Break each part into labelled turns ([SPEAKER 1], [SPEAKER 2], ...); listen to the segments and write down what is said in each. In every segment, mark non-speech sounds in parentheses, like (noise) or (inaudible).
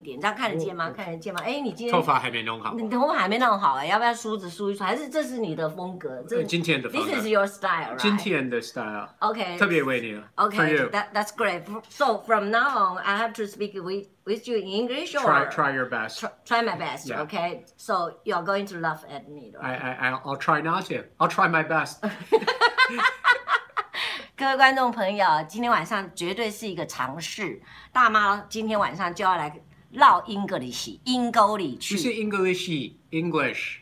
[SPEAKER 1] 点，这样看得见吗？
[SPEAKER 2] 我
[SPEAKER 1] 看得见吗？哎，你今
[SPEAKER 2] 头
[SPEAKER 1] 天
[SPEAKER 2] 发还没弄好，
[SPEAKER 1] 你头发还没弄好哎，要不要梳子梳一梳？还是这是你的风格？这
[SPEAKER 2] 呃今天的方
[SPEAKER 1] This is
[SPEAKER 2] 案，
[SPEAKER 1] your style, right?
[SPEAKER 2] 今天的 style
[SPEAKER 1] Okay.
[SPEAKER 2] 特别为你了，for
[SPEAKER 1] Okay,
[SPEAKER 2] you，try
[SPEAKER 1] that that's great. So from now on, I have to speak with with you in English or
[SPEAKER 2] try your best。
[SPEAKER 1] try- try my best.
[SPEAKER 2] Yeah.
[SPEAKER 1] Okay, so you're going to laugh at me, right?
[SPEAKER 2] I I I'll- I'll try not to. I'll try my best.
[SPEAKER 1] Oh, 各位观众朋友，今天晚上绝对是一个尝试。大妈今天晚上就要来绕英格里西阴沟里
[SPEAKER 2] 不是
[SPEAKER 1] 去。
[SPEAKER 2] Englishy English，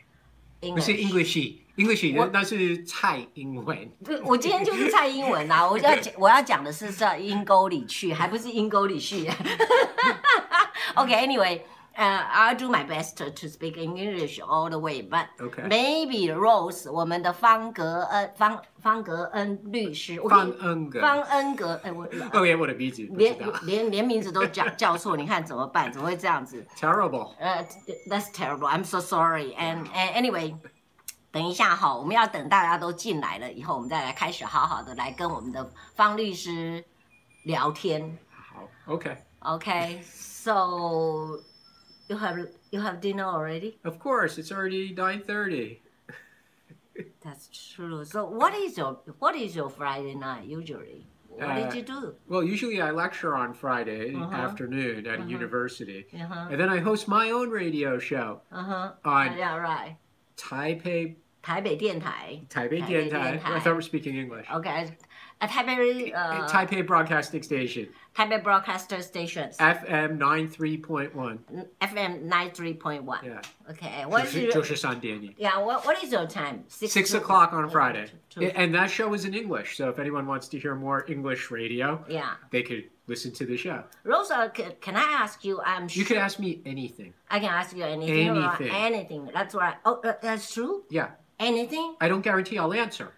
[SPEAKER 2] 不是 Englishy Englishy，
[SPEAKER 1] 我
[SPEAKER 2] 那那是蔡英文。
[SPEAKER 1] 对，我今天就是蔡英文 (laughs) 啦、我要讲我要讲的是到阴沟里去，还不是阴沟里去。OK，anyway，、呃 i l do my best to speak in English all the way, but
[SPEAKER 2] OK，
[SPEAKER 1] maybe Rose，我们的方格恩方方格恩律师，我
[SPEAKER 2] 方恩格。
[SPEAKER 1] 方恩格，哎，我
[SPEAKER 2] OK，我的鼻子不知
[SPEAKER 1] 连
[SPEAKER 2] 道。
[SPEAKER 1] 连连名字都叫叫错，你看怎么办？怎么会这样子？
[SPEAKER 2] Terrible。
[SPEAKER 1] 呃、t h a t s terrible. I'm so sorry. And, and anyway，等一下哈，我们要等大家都进来了以后，我们再来开始好好的来跟我们的方律师聊天。
[SPEAKER 2] (laughs) 好，OK。
[SPEAKER 1] Okay, so you have you have dinner already?
[SPEAKER 2] Of course, it's already 9:30.
[SPEAKER 1] That's true. So what is your what is your Friday night usually? What did
[SPEAKER 2] Uh,
[SPEAKER 1] you do?
[SPEAKER 2] Well, usually I lecture on Friday
[SPEAKER 1] Uh-huh.
[SPEAKER 2] afternoon at
[SPEAKER 1] Uh-huh.
[SPEAKER 2] a university.
[SPEAKER 1] Uh huh.
[SPEAKER 2] And then I host my own radio show
[SPEAKER 1] Uh huh.
[SPEAKER 2] on
[SPEAKER 1] Yeah, right.
[SPEAKER 2] Taipei
[SPEAKER 1] 台北电台。
[SPEAKER 2] Taipei
[SPEAKER 1] Taipei
[SPEAKER 2] Tiantai.
[SPEAKER 1] Tiantai.
[SPEAKER 2] I thought we were speaking English.
[SPEAKER 1] Okay. 啊，台北呃，
[SPEAKER 2] Taipei Broadcasting Station,
[SPEAKER 1] 台北 Broadcaster
[SPEAKER 2] Uh,
[SPEAKER 1] Stations
[SPEAKER 2] FM 93.1.
[SPEAKER 1] FM nine three point one。
[SPEAKER 2] Yeah.
[SPEAKER 1] Okay, what is your,
[SPEAKER 2] 就是三点一。
[SPEAKER 1] yeah? What what is your time?
[SPEAKER 2] Six
[SPEAKER 1] to-
[SPEAKER 2] o'clock on Friday.
[SPEAKER 1] to- to-
[SPEAKER 2] And that show is in English. So if anyone wants to hear more English radio,
[SPEAKER 1] yeah,
[SPEAKER 2] they could listen to the show.
[SPEAKER 1] Rosa, c- can I ask you? I'm sure
[SPEAKER 2] You could ask me anything.
[SPEAKER 1] I can ask you anything. or
[SPEAKER 2] Anything.
[SPEAKER 1] anything. That's right. Oh, uh, that's true.
[SPEAKER 2] Yeah.
[SPEAKER 1] Anything.
[SPEAKER 2] I don't guarantee I'll answer.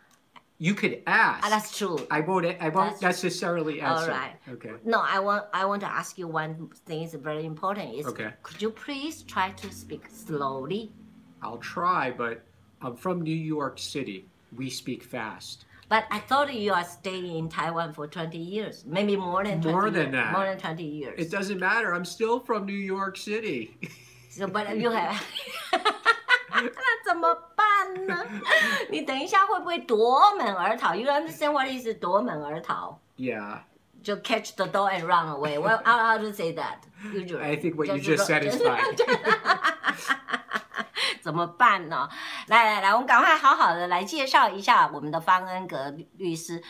[SPEAKER 2] You could
[SPEAKER 1] Ah,
[SPEAKER 2] ask.
[SPEAKER 1] that's true.
[SPEAKER 2] I won't. I won't
[SPEAKER 1] That's-
[SPEAKER 2] necessarily answer.
[SPEAKER 1] Alright.
[SPEAKER 2] Okay.
[SPEAKER 1] no, I want I want to ask you one thing. It's very important. Is
[SPEAKER 2] Okay.
[SPEAKER 1] could you please try to speak slowly?
[SPEAKER 2] I'll try, but I'm from New York City. We speak fast.
[SPEAKER 1] But I thought you are staying in Taiwan for twenty years, maybe more than 20
[SPEAKER 2] More than
[SPEAKER 1] years,
[SPEAKER 2] that.
[SPEAKER 1] More than twenty years.
[SPEAKER 2] It doesn't matter. I'm still from New York City.
[SPEAKER 1] So, but you have，那怎么办呢？你等一下会不会夺门而逃？You understand what is 夺门而逃？
[SPEAKER 2] yeah.
[SPEAKER 1] 就 catch the door and run away. Well, how how to say that? Usually,
[SPEAKER 2] I think what you
[SPEAKER 1] 就是
[SPEAKER 2] just
[SPEAKER 1] 说
[SPEAKER 2] said is fine.
[SPEAKER 1] (laughs) 怎么办呢？来来来，我们赶快好好的来介绍一下我们的方恩格律师。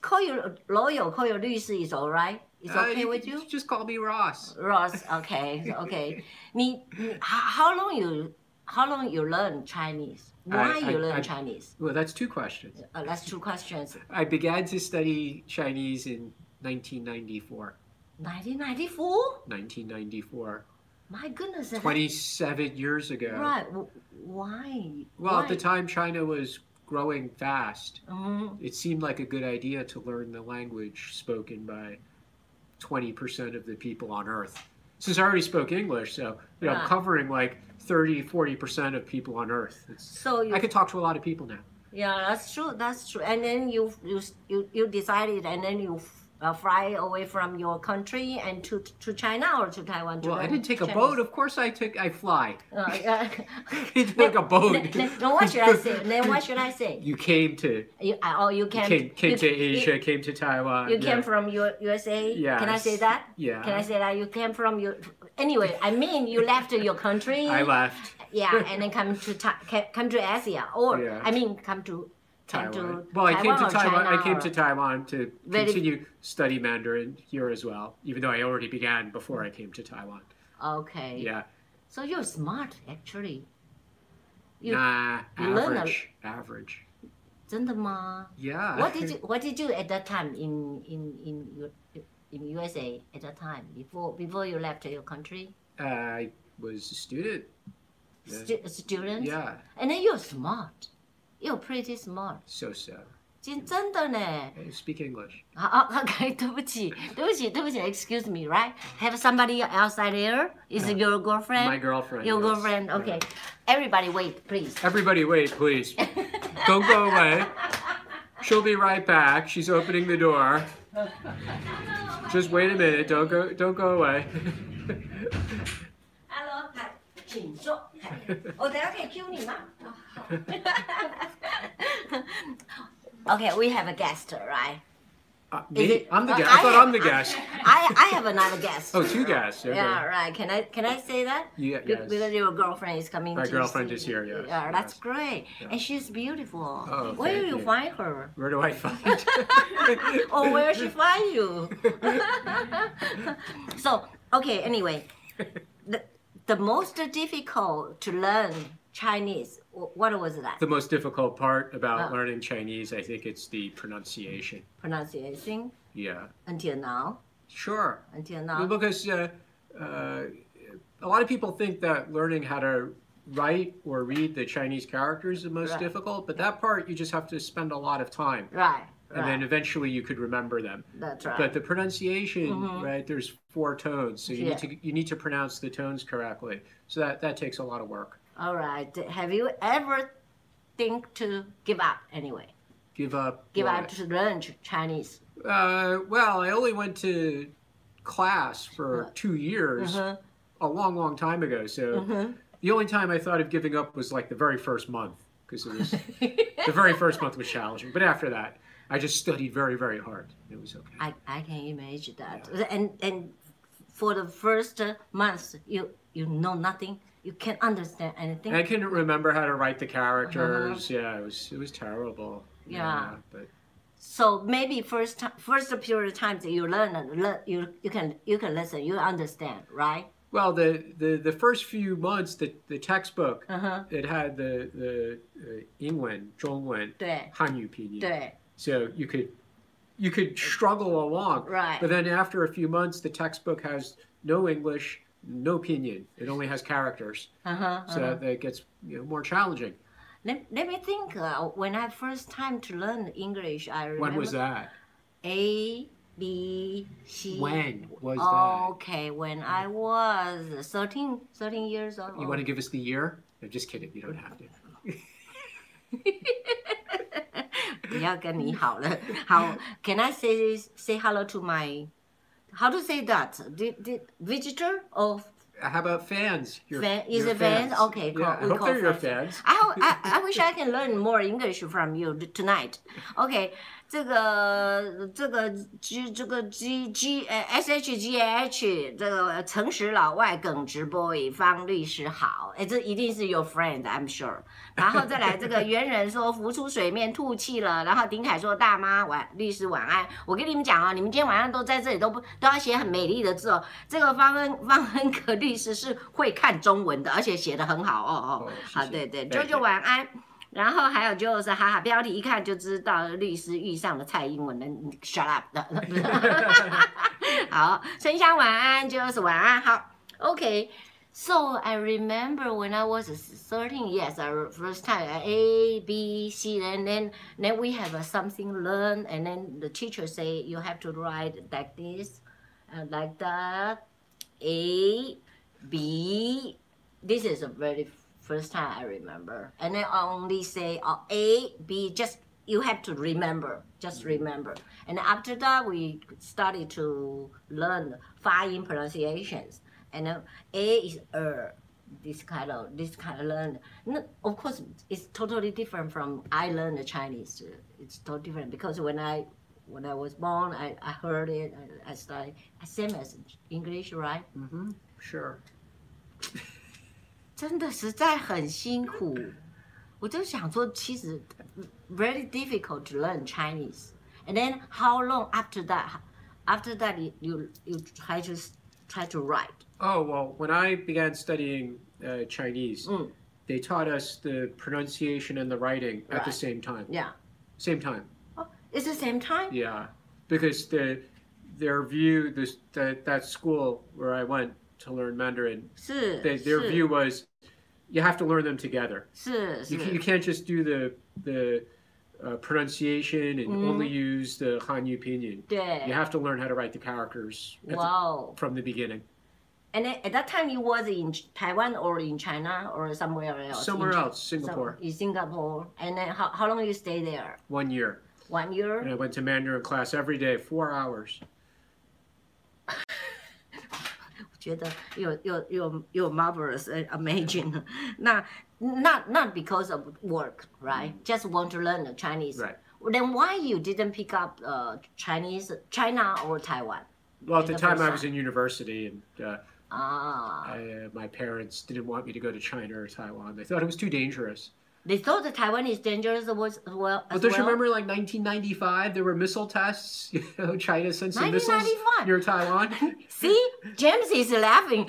[SPEAKER 1] Call you lawyer, call you 律师 is alright, is
[SPEAKER 2] Uh,
[SPEAKER 1] okay
[SPEAKER 2] you
[SPEAKER 1] with
[SPEAKER 2] can
[SPEAKER 1] you?
[SPEAKER 2] Just call me Ross.
[SPEAKER 1] Ross, okay, okay.
[SPEAKER 2] (laughs)
[SPEAKER 1] 你你 how how long you how long you learn Chinese? Why
[SPEAKER 2] I- I-
[SPEAKER 1] you learn
[SPEAKER 2] I-
[SPEAKER 1] Chinese?
[SPEAKER 2] Well, that's two questions.
[SPEAKER 1] Uh, that's two questions.
[SPEAKER 2] I began to study Chinese in 1994.
[SPEAKER 1] 1994? (laughs)
[SPEAKER 2] 1994.
[SPEAKER 1] My goodness. that-
[SPEAKER 2] 27 years ago.
[SPEAKER 1] Right. w- Why?
[SPEAKER 2] Well,
[SPEAKER 1] Why?
[SPEAKER 2] at the time, China was growing fast.
[SPEAKER 1] Mhm.
[SPEAKER 2] It seemed like a good idea to learn the language spoken by 20% of the people on Earth. Since I already spoke English, so you know,
[SPEAKER 1] Right.
[SPEAKER 2] I'm covering like 30, 40% of people on Earth. It's,
[SPEAKER 1] So you,
[SPEAKER 2] I could talk to a lot of people now.
[SPEAKER 1] yeah, that's true. That's true. And then you you you, you decided, and then you uh, fly away from your country and to to China or to Taiwan. To
[SPEAKER 2] Well, I
[SPEAKER 1] learn
[SPEAKER 2] didn't take a
[SPEAKER 1] Chinese.
[SPEAKER 2] boat. Of course, I took. I fly.
[SPEAKER 1] Uh, yeah.
[SPEAKER 2] I took a (laughs)
[SPEAKER 1] (laughs)
[SPEAKER 2] boat.
[SPEAKER 1] then, then- then what should I say? Then what should I say?
[SPEAKER 2] (laughs) You came to
[SPEAKER 1] You, I- oh, you came,
[SPEAKER 2] came, came
[SPEAKER 1] you,
[SPEAKER 2] to
[SPEAKER 1] you-
[SPEAKER 2] Asia. came to Taiwan.
[SPEAKER 1] You, came
[SPEAKER 2] yeah.
[SPEAKER 1] from U, USA.
[SPEAKER 2] Yeah,
[SPEAKER 1] Can I say
[SPEAKER 2] it's-
[SPEAKER 1] that?
[SPEAKER 2] Yeah.
[SPEAKER 1] Can I say that you came from your? Anyway, I mean, you left your country.
[SPEAKER 2] (laughs) I left.
[SPEAKER 1] (laughs) Yeah, and then come to Ta- ca- come to Asia, or
[SPEAKER 2] Yeah.
[SPEAKER 1] I mean, come to come
[SPEAKER 2] Taiwan.
[SPEAKER 1] to
[SPEAKER 2] Well, I came
[SPEAKER 1] Taiwan
[SPEAKER 2] to
[SPEAKER 1] or
[SPEAKER 2] Taiwan.
[SPEAKER 1] China
[SPEAKER 2] I came
[SPEAKER 1] or-
[SPEAKER 2] to Taiwan to
[SPEAKER 1] Very-
[SPEAKER 2] continue study Mandarin here as well, even though I already began before I came to Taiwan.
[SPEAKER 1] Okay.
[SPEAKER 2] Yeah,
[SPEAKER 1] So you're smart, actually. You-
[SPEAKER 2] nah,
[SPEAKER 1] you learn a-
[SPEAKER 2] average, average.
[SPEAKER 1] 真的吗
[SPEAKER 2] Yeah.
[SPEAKER 1] What did you What did you at that time in in in your in USA at that time before before you left your country?
[SPEAKER 2] (laughs) I was a student. Yeah.
[SPEAKER 1] Stu- student.
[SPEAKER 2] Yeah,
[SPEAKER 1] And then you're smart. You're pretty smart.
[SPEAKER 2] so so.
[SPEAKER 1] 真真的呢。
[SPEAKER 2] I speak English.
[SPEAKER 1] 好好，OK，对不起，对不起，对不起，Excuse me, right? Have somebody outside there? Is it your
[SPEAKER 2] My
[SPEAKER 1] girlfriend?
[SPEAKER 2] girlfriend.
[SPEAKER 1] Your
[SPEAKER 2] yes.
[SPEAKER 1] girlfriend?
[SPEAKER 2] Yeah.
[SPEAKER 1] Okay. Everybody, wait,
[SPEAKER 2] (laughs)
[SPEAKER 1] please.
[SPEAKER 2] Everybody, wait,
[SPEAKER 1] (laughs)
[SPEAKER 2] please. Don't go away. She'll be right back. She's opening the door.
[SPEAKER 1] (laughs)
[SPEAKER 2] Just wait a minute. Don't go. Don't go away.
[SPEAKER 1] 说，我等下可以 Q 你吗？啊好 (laughs) Okay, we have a guest, right?
[SPEAKER 2] Uh,
[SPEAKER 1] Is
[SPEAKER 2] me?
[SPEAKER 1] it-
[SPEAKER 2] I'm the
[SPEAKER 1] Oh,
[SPEAKER 2] guest.
[SPEAKER 1] I
[SPEAKER 2] I thought
[SPEAKER 1] have-
[SPEAKER 2] I'm the guest.
[SPEAKER 1] I I have another guest.
[SPEAKER 2] (laughs) Oh, two guests. Okay.
[SPEAKER 1] Yeah, right. Can I can I say that?
[SPEAKER 2] Yeah,
[SPEAKER 1] Be-
[SPEAKER 2] yes.
[SPEAKER 1] Because your girlfriend is coming.
[SPEAKER 2] My
[SPEAKER 1] to
[SPEAKER 2] girlfriend
[SPEAKER 1] see
[SPEAKER 2] is here,
[SPEAKER 1] you.
[SPEAKER 2] yes,
[SPEAKER 1] Yeah, that's
[SPEAKER 2] yes.
[SPEAKER 1] great.
[SPEAKER 2] Yeah.
[SPEAKER 1] And she's beautiful.
[SPEAKER 2] Oh,
[SPEAKER 1] where
[SPEAKER 2] thank
[SPEAKER 1] do you
[SPEAKER 2] you.
[SPEAKER 1] find her?
[SPEAKER 2] (laughs) Where do I
[SPEAKER 1] (laughs)
[SPEAKER 2] find?
[SPEAKER 1] or Oh, where she find
[SPEAKER 2] (laughs)
[SPEAKER 1] you? so okay. Anyway, the the most difficult to learn Chinese. wh- What was that?
[SPEAKER 2] the most difficult part about
[SPEAKER 1] Oh.
[SPEAKER 2] learning Chinese, I think, it's the pronunciation.
[SPEAKER 1] Pronunciation
[SPEAKER 2] Yeah.
[SPEAKER 1] until now.
[SPEAKER 2] Sure.
[SPEAKER 1] Until
[SPEAKER 2] Well,
[SPEAKER 1] now.
[SPEAKER 2] Because uh, uh, a lot of people think that learning how to write or read the Chinese characters is the most
[SPEAKER 1] Right.
[SPEAKER 2] difficult, but that part you just have to spend a lot of time,
[SPEAKER 1] Right.
[SPEAKER 2] and then
[SPEAKER 1] Right.
[SPEAKER 2] eventually you could remember them.
[SPEAKER 1] That's right. Mm-hmm.
[SPEAKER 2] But the pronunciation, right? There's four tones, so you
[SPEAKER 1] Yeah.
[SPEAKER 2] need to you need to pronounce the tones correctly. So that that takes a lot of work.
[SPEAKER 1] All right. Have you ever think to give up anyway?
[SPEAKER 2] Give up.
[SPEAKER 1] Give
[SPEAKER 2] what?
[SPEAKER 1] up to learn Ch- Chinese.
[SPEAKER 2] Uh, well, I only went to class
[SPEAKER 1] Uh-huh.
[SPEAKER 2] for two years, a long, long time ago. So
[SPEAKER 1] Uh-huh.
[SPEAKER 2] the only time I thought of giving up was like the very first month because it
[SPEAKER 1] (laughs)
[SPEAKER 2] was the very first month was challenging. But after that, I just studied very, very hard. It was okay.
[SPEAKER 1] I, I can imagine that. And and for the first uh, months, you you know nothing. You can't understand anything.
[SPEAKER 2] And I couldn't remember how to write the characters. Yeah, it was it was terrible.
[SPEAKER 1] Uh-huh. Yeah.
[SPEAKER 2] but
[SPEAKER 1] so maybe first time, first period of time that you learn and learn, you you can you can listen, you understand, right?
[SPEAKER 2] well, the, the, the first few months, the, the textbook
[SPEAKER 1] Uh-huh.
[SPEAKER 2] it had the the uh, 英文、中文、
[SPEAKER 1] 对
[SPEAKER 2] Hanyu pinyin.
[SPEAKER 1] 对
[SPEAKER 2] So you could you could struggle along.
[SPEAKER 1] Right.
[SPEAKER 2] But then after a few months the textbook has no English, no pinyin. It only has characters.
[SPEAKER 1] Uh huh.
[SPEAKER 2] So that gets you know, more challenging.
[SPEAKER 1] Let, let me think. Uh, when I first time to learn English, I remember
[SPEAKER 2] When was that?
[SPEAKER 1] A B C.
[SPEAKER 2] When was
[SPEAKER 1] Okay, when I was 13, 13 years old.
[SPEAKER 2] that? You
[SPEAKER 1] (laughs)
[SPEAKER 2] want to give us the year? I'm just kidding. You don't have to.
[SPEAKER 1] 不要跟你好了。好，Can I say say hello to my? How to say that? Did, did visitor or
[SPEAKER 2] How about fans? Your,
[SPEAKER 1] fan? Is
[SPEAKER 2] your
[SPEAKER 1] it fans? Okay,
[SPEAKER 2] Yeah,
[SPEAKER 1] cool.
[SPEAKER 2] I
[SPEAKER 1] we
[SPEAKER 2] hope
[SPEAKER 1] call
[SPEAKER 2] they're your
[SPEAKER 1] fans.
[SPEAKER 2] fans.
[SPEAKER 1] I, hope- I I wish I can learn more English from you tonight. Okay，这个这个 G 这个 G G 呃 S H G H 这个诚实老外耿直 boy 方律师好，哎，这一定是 your friend，I'm sure。然后再来这个猿人说浮出水面吐气了，然后丁凯说大妈晚律师晚安。我跟你们讲哦，你们今天晚上都在这里都不都要写很美丽的字哦。这个方恩方恩可律师是会看中文的，而且写的很好哦哦
[SPEAKER 2] 哦。谢
[SPEAKER 1] 啊，
[SPEAKER 2] 谢
[SPEAKER 1] 对对，
[SPEAKER 2] 对
[SPEAKER 1] 舅舅
[SPEAKER 2] 对
[SPEAKER 1] 晚安。然后还有就是哈哈，标题一看就知道律师遇上了蔡英文的你，shut up 的。 (laughs) 好，春香晚安，就是晚安。好，OK。So I remember when I was 13 years, I re- first time uh, A, B, C, and then then we have uh, something learn, and then the teacher say you have to write like this, and like that, A, B. This is the very first time I remember, and then I only say uh, A, B. Just you have to remember, just remember, and after that we started to learn fine pronunciations, and then A is er. This kind of this kind of learned, no, of course, it's totally different from I learned the Chinese. It's totally different because when I when I was born, I, I heard it. I, I started same as English, right?
[SPEAKER 2] hmm Sure.
[SPEAKER 1] 真的实在很辛苦。我就想说，其实 very difficult to learn Chinese. And then how long after that? After that, you you, you try to try to write.
[SPEAKER 2] Oh well, when I began studying uh, Chinese,
[SPEAKER 1] Mm.
[SPEAKER 2] they taught us the pronunciation and the writing at the
[SPEAKER 1] Right.
[SPEAKER 2] same time.
[SPEAKER 1] Yeah,
[SPEAKER 2] Same time,
[SPEAKER 1] it's the same time.
[SPEAKER 2] yeah, because the their view this that that school where I went to learn Mandarin,
[SPEAKER 1] 是
[SPEAKER 2] they,
[SPEAKER 1] 是
[SPEAKER 2] their view was you have to learn them together.
[SPEAKER 1] 是
[SPEAKER 2] You, ca-
[SPEAKER 1] 是
[SPEAKER 2] you can't just do the the uh, pronunciation and only use the Hanyu pinyin. You
[SPEAKER 1] 对。
[SPEAKER 2] have to learn how to write the characters at the-
[SPEAKER 1] Wow.
[SPEAKER 2] from the beginning.
[SPEAKER 1] And then at that time, you was in Taiwan or in China or somewhere else.
[SPEAKER 2] Somewhere
[SPEAKER 1] in Chi-
[SPEAKER 2] else, Singapore,
[SPEAKER 1] some- in Singapore. And then how how long you stay there?
[SPEAKER 2] one year.
[SPEAKER 1] One year.
[SPEAKER 2] And I went to Mandarin class every day, four hours.
[SPEAKER 1] 觉得有有有有 marvelous and amazing。那 (laughs) not not because of work, right? Just want to learn the Chinese.
[SPEAKER 2] Mm. Right.
[SPEAKER 1] Then why you didn't pick up uh, Chinese China or Taiwan?
[SPEAKER 2] Well, at the
[SPEAKER 1] The
[SPEAKER 2] time I
[SPEAKER 1] first
[SPEAKER 2] was in university, and uh,
[SPEAKER 1] Ah,
[SPEAKER 2] I, uh, my parents didn't want me to go to China or Taiwan. They thought it was too dangerous.
[SPEAKER 1] they thought that Taiwan is dangerous was well. as
[SPEAKER 2] But Oh, don't you
[SPEAKER 1] well?
[SPEAKER 2] remember, like 1995, there were missile tests. (laughs) You know, China sent some missiles
[SPEAKER 1] 1995.
[SPEAKER 2] near Taiwan. (laughs)
[SPEAKER 1] See, James is laughing.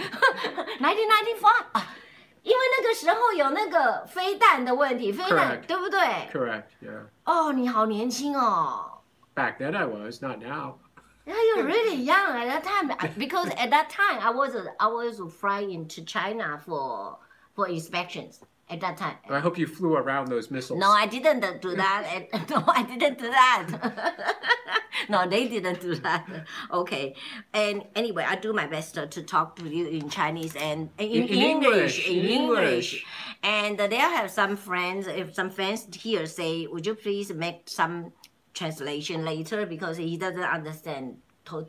[SPEAKER 1] (laughs) 1995啊， (laughs) 因为那个时候有那个飞弹的问题，飞弹
[SPEAKER 2] Correct.
[SPEAKER 1] 对不对？
[SPEAKER 2] Correct. Yeah.
[SPEAKER 1] 哦，你好年轻哦。
[SPEAKER 2] Back then I was, not now.
[SPEAKER 1] Yeah, you're really young at that time I- because at that time I was I was flying to China for for inspections at that time.
[SPEAKER 2] I hope you flew around those missiles.
[SPEAKER 1] No, I didn't do
[SPEAKER 2] (laughs)
[SPEAKER 1] that. and- (laughs) No, I didn't do that. (laughs) no, they didn't do that. Okay. And anyway, I do my best to talk to you in Chinese and in,
[SPEAKER 2] In- in English,
[SPEAKER 1] In
[SPEAKER 2] in
[SPEAKER 1] English.
[SPEAKER 2] English.
[SPEAKER 1] And they have some friends, if some friends here say, would you please make some translation later because he doesn't understand to-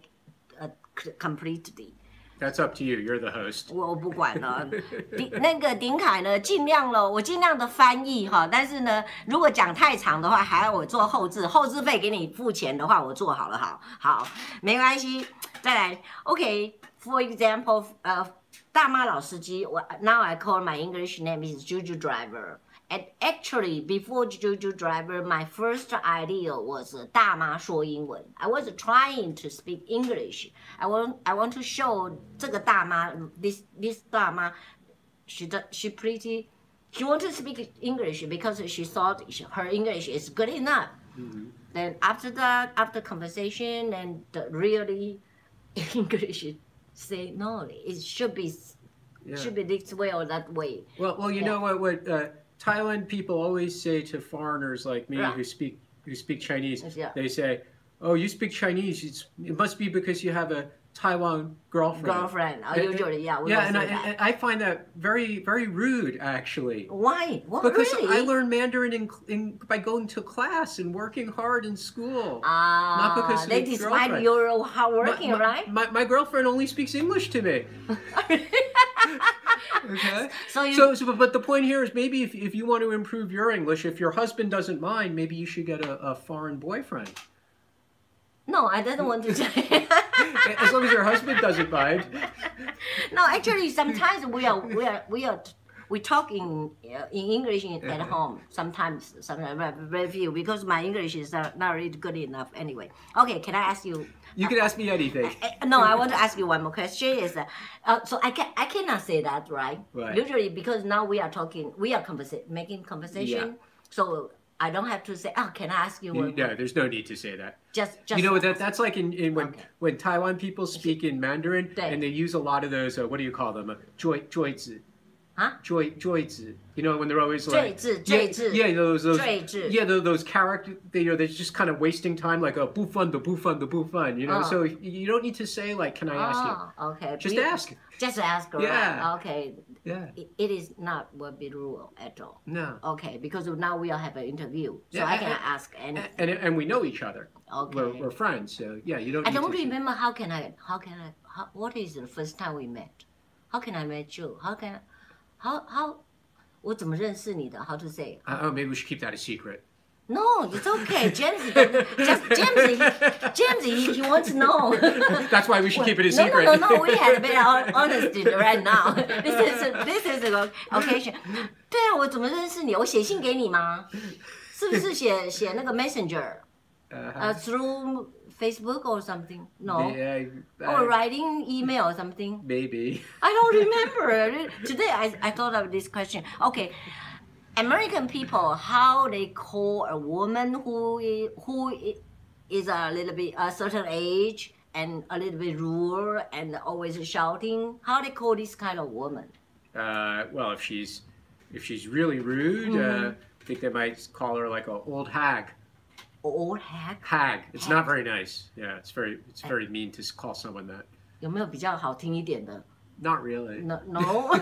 [SPEAKER 1] uh, c- completely.
[SPEAKER 2] That's up to you. You're the host.
[SPEAKER 1] 我我不管了。 (laughs) 丁那个丁凯呢，尽量了，我尽量的翻译哈。但是呢，如果讲太长的话，还要我做后置，后置费给你付钱的话，我做好了，好好，没关系。再来，OK，for、example，呃，大妈老司机，我 now I call my English name is Juju Driver。And actually, before Juju Driver, my first idea was 大妈说英文。I was trying to speak English. I want I want to show 这个大妈 this this 大妈 she do- she pretty she want to speak English because she thought her English is good enough.
[SPEAKER 2] Mm-hmm.
[SPEAKER 1] Then after that, after conversation, and the really (laughs) English say no, it should be
[SPEAKER 2] Yeah.
[SPEAKER 1] should be this way or that way.
[SPEAKER 2] Well, well, you
[SPEAKER 1] Yeah.
[SPEAKER 2] know what? What uh, Thailand people always say to foreigners like me
[SPEAKER 1] Right.
[SPEAKER 2] who speak who speak Chinese,
[SPEAKER 1] Yeah.
[SPEAKER 2] they say, "Oh, you speak Chinese. It's, it must be because you have a Taiwan girlfriend."
[SPEAKER 1] Girlfriend, uh,
[SPEAKER 2] And-
[SPEAKER 1] usually, yeah, we
[SPEAKER 2] yeah,
[SPEAKER 1] will
[SPEAKER 2] and I,
[SPEAKER 1] say that.
[SPEAKER 2] and I find that very, very rude, actually.
[SPEAKER 1] Why? What
[SPEAKER 2] Because
[SPEAKER 1] really?
[SPEAKER 2] I learned Mandarin in, in, by going to class and working hard in school.
[SPEAKER 1] Ah,
[SPEAKER 2] Not because of
[SPEAKER 1] they
[SPEAKER 2] your
[SPEAKER 1] despite
[SPEAKER 2] girlfriend.
[SPEAKER 1] your hard working,
[SPEAKER 2] my, my,
[SPEAKER 1] right?
[SPEAKER 2] My, my girlfriend only speaks English to
[SPEAKER 1] (laughs)
[SPEAKER 2] me. Okay.
[SPEAKER 1] So you
[SPEAKER 2] So, so, but the point here is maybe if, if you want to improve your English, if your husband doesn't mind, maybe you should get a, a foreign boyfriend. (laughs)
[SPEAKER 1] no, I didn't want to say. (laughs)
[SPEAKER 2] As long as your husband doesn't mind.
[SPEAKER 1] no, actually, sometimes we are we are we are we talk in uh, in English in, at
[SPEAKER 2] Uh-huh.
[SPEAKER 1] home. Sometimes, sometimes very- very few because my English is not, not really good enough. Anyway, okay, can I ask you?
[SPEAKER 2] You can ask me
[SPEAKER 1] (laughs)
[SPEAKER 2] anything.
[SPEAKER 1] eh, No, I want to ask you one more question. Is uh, uh, so I can I cannot say that right?
[SPEAKER 2] Right.
[SPEAKER 1] Usually, because now we are talking, we are conversa- making conversation. So I don't have to say. Oh, can I ask you?
[SPEAKER 2] You-
[SPEAKER 1] one more?"
[SPEAKER 2] no, there's no need to say that.
[SPEAKER 1] Just, just
[SPEAKER 2] You know what? That, that's like in, in when
[SPEAKER 1] Okay.
[SPEAKER 2] when Taiwan people speak in Mandarin
[SPEAKER 1] Right.
[SPEAKER 2] and they use a lot of those. Uh, what do you call them? Uh, Joy, joyzi.
[SPEAKER 1] Huh?
[SPEAKER 2] Joy, joyzi. You know when they're always like.
[SPEAKER 1] 坠字，
[SPEAKER 2] Yeah,
[SPEAKER 1] 坠字。
[SPEAKER 2] yeah, those, those,
[SPEAKER 1] Joyzi.
[SPEAKER 2] yeah, those, those character, they, you know, they're just kind of wasting time, like a bu fun, the bu fun, the bu fun, you know.
[SPEAKER 1] Oh.
[SPEAKER 2] So you don't need to say like, "Can I ask you?"
[SPEAKER 1] Oh, okay.
[SPEAKER 2] Just
[SPEAKER 1] We-
[SPEAKER 2] ask.
[SPEAKER 1] Just ask. right.
[SPEAKER 2] Yeah.
[SPEAKER 1] Okay.
[SPEAKER 2] Yeah.
[SPEAKER 1] It, it is not will be rule at all.
[SPEAKER 2] No.
[SPEAKER 1] Okay, because now we all have an interview, so
[SPEAKER 2] Yeah,
[SPEAKER 1] I
[SPEAKER 2] I- uh,
[SPEAKER 1] can
[SPEAKER 2] I-
[SPEAKER 1] ask anything.
[SPEAKER 2] And, and we know each other.
[SPEAKER 1] Okay.
[SPEAKER 2] We're, we're friends. So yeah, you don't.
[SPEAKER 1] I
[SPEAKER 2] need
[SPEAKER 1] don't
[SPEAKER 2] to-
[SPEAKER 1] remember how can I how can I how, what is the first time we met? How can I met you? How can I, how how 我怎么认识你的? How to say?
[SPEAKER 2] Uh, oh, maybe we should keep that a secret.
[SPEAKER 1] No, it's
[SPEAKER 2] (laughs)
[SPEAKER 1] okay. James, just James, he, James, he, he wants to know.
[SPEAKER 2] (laughs) That's why we should keep it a
[SPEAKER 1] no,
[SPEAKER 2] secret.
[SPEAKER 1] No, no, no, we had a bit
[SPEAKER 2] (laughs)
[SPEAKER 1] of honesty right now. (laughs) This is this is a occasion. 对啊，我怎么认识你？我写信给你吗？是不是写写那个 Messenger？
[SPEAKER 2] Uh,
[SPEAKER 1] 呃、t h r o u g h Facebook or something? No.
[SPEAKER 2] yeah, uh,
[SPEAKER 1] Or writing email or something?
[SPEAKER 2] Maybe.
[SPEAKER 1] I don't remember. (laughs) Today I, I thought of this question. Okay. American people, how they call a woman who is, who i- is a little bit a certain age and a little bit rude and always shouting, how they call this kind of woman?
[SPEAKER 2] Uh, well, if she's if she's really rude, uh,
[SPEAKER 1] Mm-hmm.
[SPEAKER 2] I think they might call her like a old hag.
[SPEAKER 1] Old hack?
[SPEAKER 2] Hag. It's
[SPEAKER 1] Hag.
[SPEAKER 2] not very nice. Yeah, it's very it's very mean to s- call someone that.
[SPEAKER 1] 有没有比较好听一点的?
[SPEAKER 2] Not really.
[SPEAKER 1] No. (laughs) no?
[SPEAKER 2] (laughs)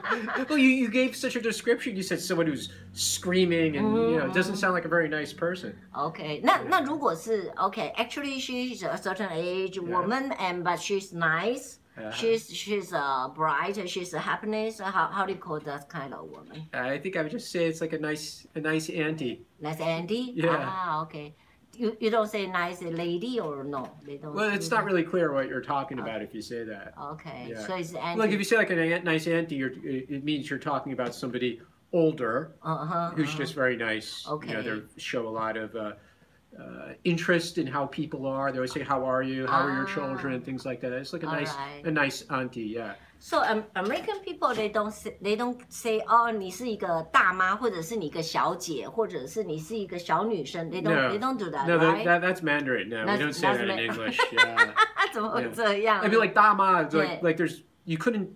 [SPEAKER 1] (laughs)
[SPEAKER 2] Well, you, you gave such a description. You said someone who's screaming and you know
[SPEAKER 1] Mm.
[SPEAKER 2] doesn't sound like a very nice person.
[SPEAKER 1] Okay. 那那如果是 okay, actually she's a certain age woman and but she's nice.
[SPEAKER 2] Uh-huh
[SPEAKER 1] She's she's uh, bright. She's a happiness. How, how do you call that kind of woman?
[SPEAKER 2] I think I would just say it's like a nice a nice auntie.
[SPEAKER 1] Nice Andy.
[SPEAKER 2] Yeah.
[SPEAKER 1] Ah, okay. You, you don't say nice lady or no? They don't.
[SPEAKER 2] Well,
[SPEAKER 1] do
[SPEAKER 2] it's not
[SPEAKER 1] that?
[SPEAKER 2] really clear what you're talking
[SPEAKER 1] Oh.
[SPEAKER 2] about if you say that.
[SPEAKER 1] Okay.
[SPEAKER 2] Yeah.
[SPEAKER 1] So it's Andy.
[SPEAKER 2] Like if you say like a aunt, nice auntie, you're, it it means you're talking about somebody older
[SPEAKER 1] uh-huh,
[SPEAKER 2] who's
[SPEAKER 1] uh-huh.
[SPEAKER 2] just very nice. You know,
[SPEAKER 1] Okay.
[SPEAKER 2] they show a lot of uh, uh, interest in how people are. They always say, "How are you? How are your
[SPEAKER 1] Ah.
[SPEAKER 2] children?" and Things like that. It's like a
[SPEAKER 1] All
[SPEAKER 2] nice
[SPEAKER 1] right.
[SPEAKER 2] a nice auntie. Yeah.
[SPEAKER 1] So um, American people they don't say, they don't say oh 你是一个大妈或者是你一个小姐或者是你是一个小女生 they don't
[SPEAKER 2] No.
[SPEAKER 1] they don't do that
[SPEAKER 2] No, that,
[SPEAKER 1] right
[SPEAKER 2] that, that's Mandarin. No,
[SPEAKER 1] That's-
[SPEAKER 2] we don't say
[SPEAKER 1] that's
[SPEAKER 2] that in
[SPEAKER 1] Ma- (laughs)
[SPEAKER 2] English. Yeah.
[SPEAKER 1] 啊怎么会这样？
[SPEAKER 2] I'd be like Dama. Like
[SPEAKER 1] Yeah.
[SPEAKER 2] like there's you couldn't.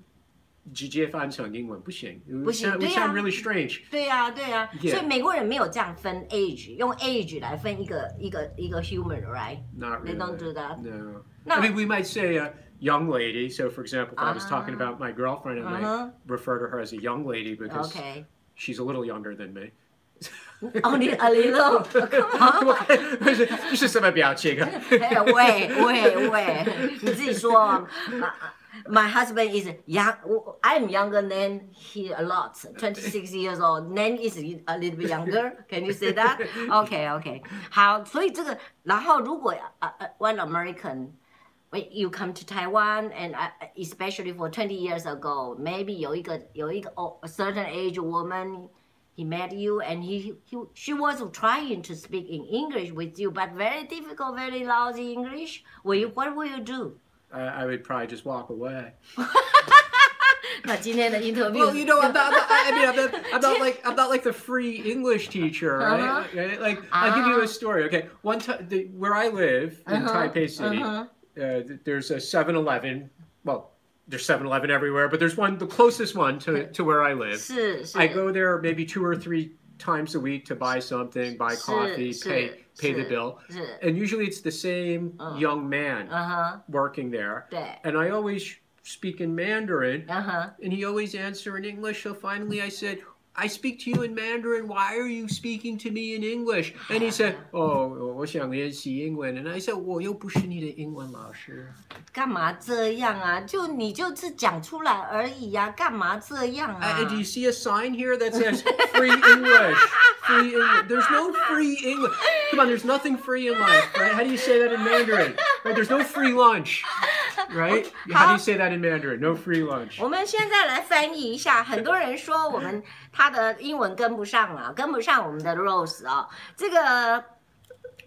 [SPEAKER 2] GGF on England, 不行. It would
[SPEAKER 1] 不行，
[SPEAKER 2] sound, it would
[SPEAKER 1] 对啊。
[SPEAKER 2] sound really strange.
[SPEAKER 1] 对呀、对呀、
[SPEAKER 2] Yeah.
[SPEAKER 1] 所以美国人没有这样分 age，用 age 来分一个一个一个 human，right？
[SPEAKER 2] Not
[SPEAKER 1] They
[SPEAKER 2] really.
[SPEAKER 1] don't do that.
[SPEAKER 2] No.
[SPEAKER 1] No.
[SPEAKER 2] I mean, we might say a young lady. So, for example, if I was talking
[SPEAKER 1] Ah.
[SPEAKER 2] about my girlfriend, I might
[SPEAKER 1] Uh-huh.
[SPEAKER 2] refer to her as a young lady because
[SPEAKER 1] OK，
[SPEAKER 2] she's a little younger than
[SPEAKER 1] (laughs)
[SPEAKER 2] me.
[SPEAKER 1] 哦，你 a
[SPEAKER 2] (laughs)
[SPEAKER 1] little，Oh,
[SPEAKER 2] 就是什么表情啊？
[SPEAKER 1] (laughs) 哎喂喂喂，你自己说啊。My (laughs) my husband is young. I'm younger than he a lot. Twenty six years old. Then is a little bit younger. Can you say that? OK OK. (laughs) 好，所以这个，然后如果呃呃、one American when you come to Taiwan and I, especially for 20 years ago, maybe 有一个-有一个 o- a certain age woman he met you and he, he she was trying to speak in English with you, but very difficult, very lousy English. Will you, what will you do?
[SPEAKER 2] I, I would probably just walk away.
[SPEAKER 1] 那今天的 interview
[SPEAKER 2] Well, you know, I'm not. I'm not- I mean, I'm not,
[SPEAKER 1] (laughs)
[SPEAKER 2] I'm not like I'm not like the free English teacher, right?
[SPEAKER 1] Uh-huh.
[SPEAKER 2] Right? Like, I'll give you
[SPEAKER 1] Ah.
[SPEAKER 2] a story. Okay, one time the, where I live in
[SPEAKER 1] Uh-huh,
[SPEAKER 2] Taipei City, uh
[SPEAKER 1] uh-huh.
[SPEAKER 2] th- there's a 7-Eleven. Well, there's 7-Eleven everywhere, but there's one the closest one to to where I live.
[SPEAKER 1] 是是
[SPEAKER 2] I go there maybe two or three times a week to buy something, buy coffee, pay pay the bill, and usually it's the same young man
[SPEAKER 1] Oh.
[SPEAKER 2] working
[SPEAKER 1] 嗯
[SPEAKER 2] there,
[SPEAKER 1] 是，uh-huh，对，uh-huh，嗯
[SPEAKER 2] and I always speak in Mandarin. And he always answer in English. So finally I said, I speak to you in Mandarin. Why are you speaking to me in English? And he said, Oh, 我想练习英文. And I said, 我又不是你的英文老师.
[SPEAKER 1] 干嘛这样啊？就你就只讲出来而已呀、啊，干嘛这样啊
[SPEAKER 2] Uh, and do you see a sign here that says free (laughs) English? Free English. There's no free English. Come on, there's nothing free in life, right? How do you say that in Mandarin? Right? There's no free lunch, right? How do you say that in Mandarin? No free lunch.
[SPEAKER 1] 我们现在来翻译一下，很多人说我们他的英文跟不上啊，跟不上我们的 Rose 啊、这个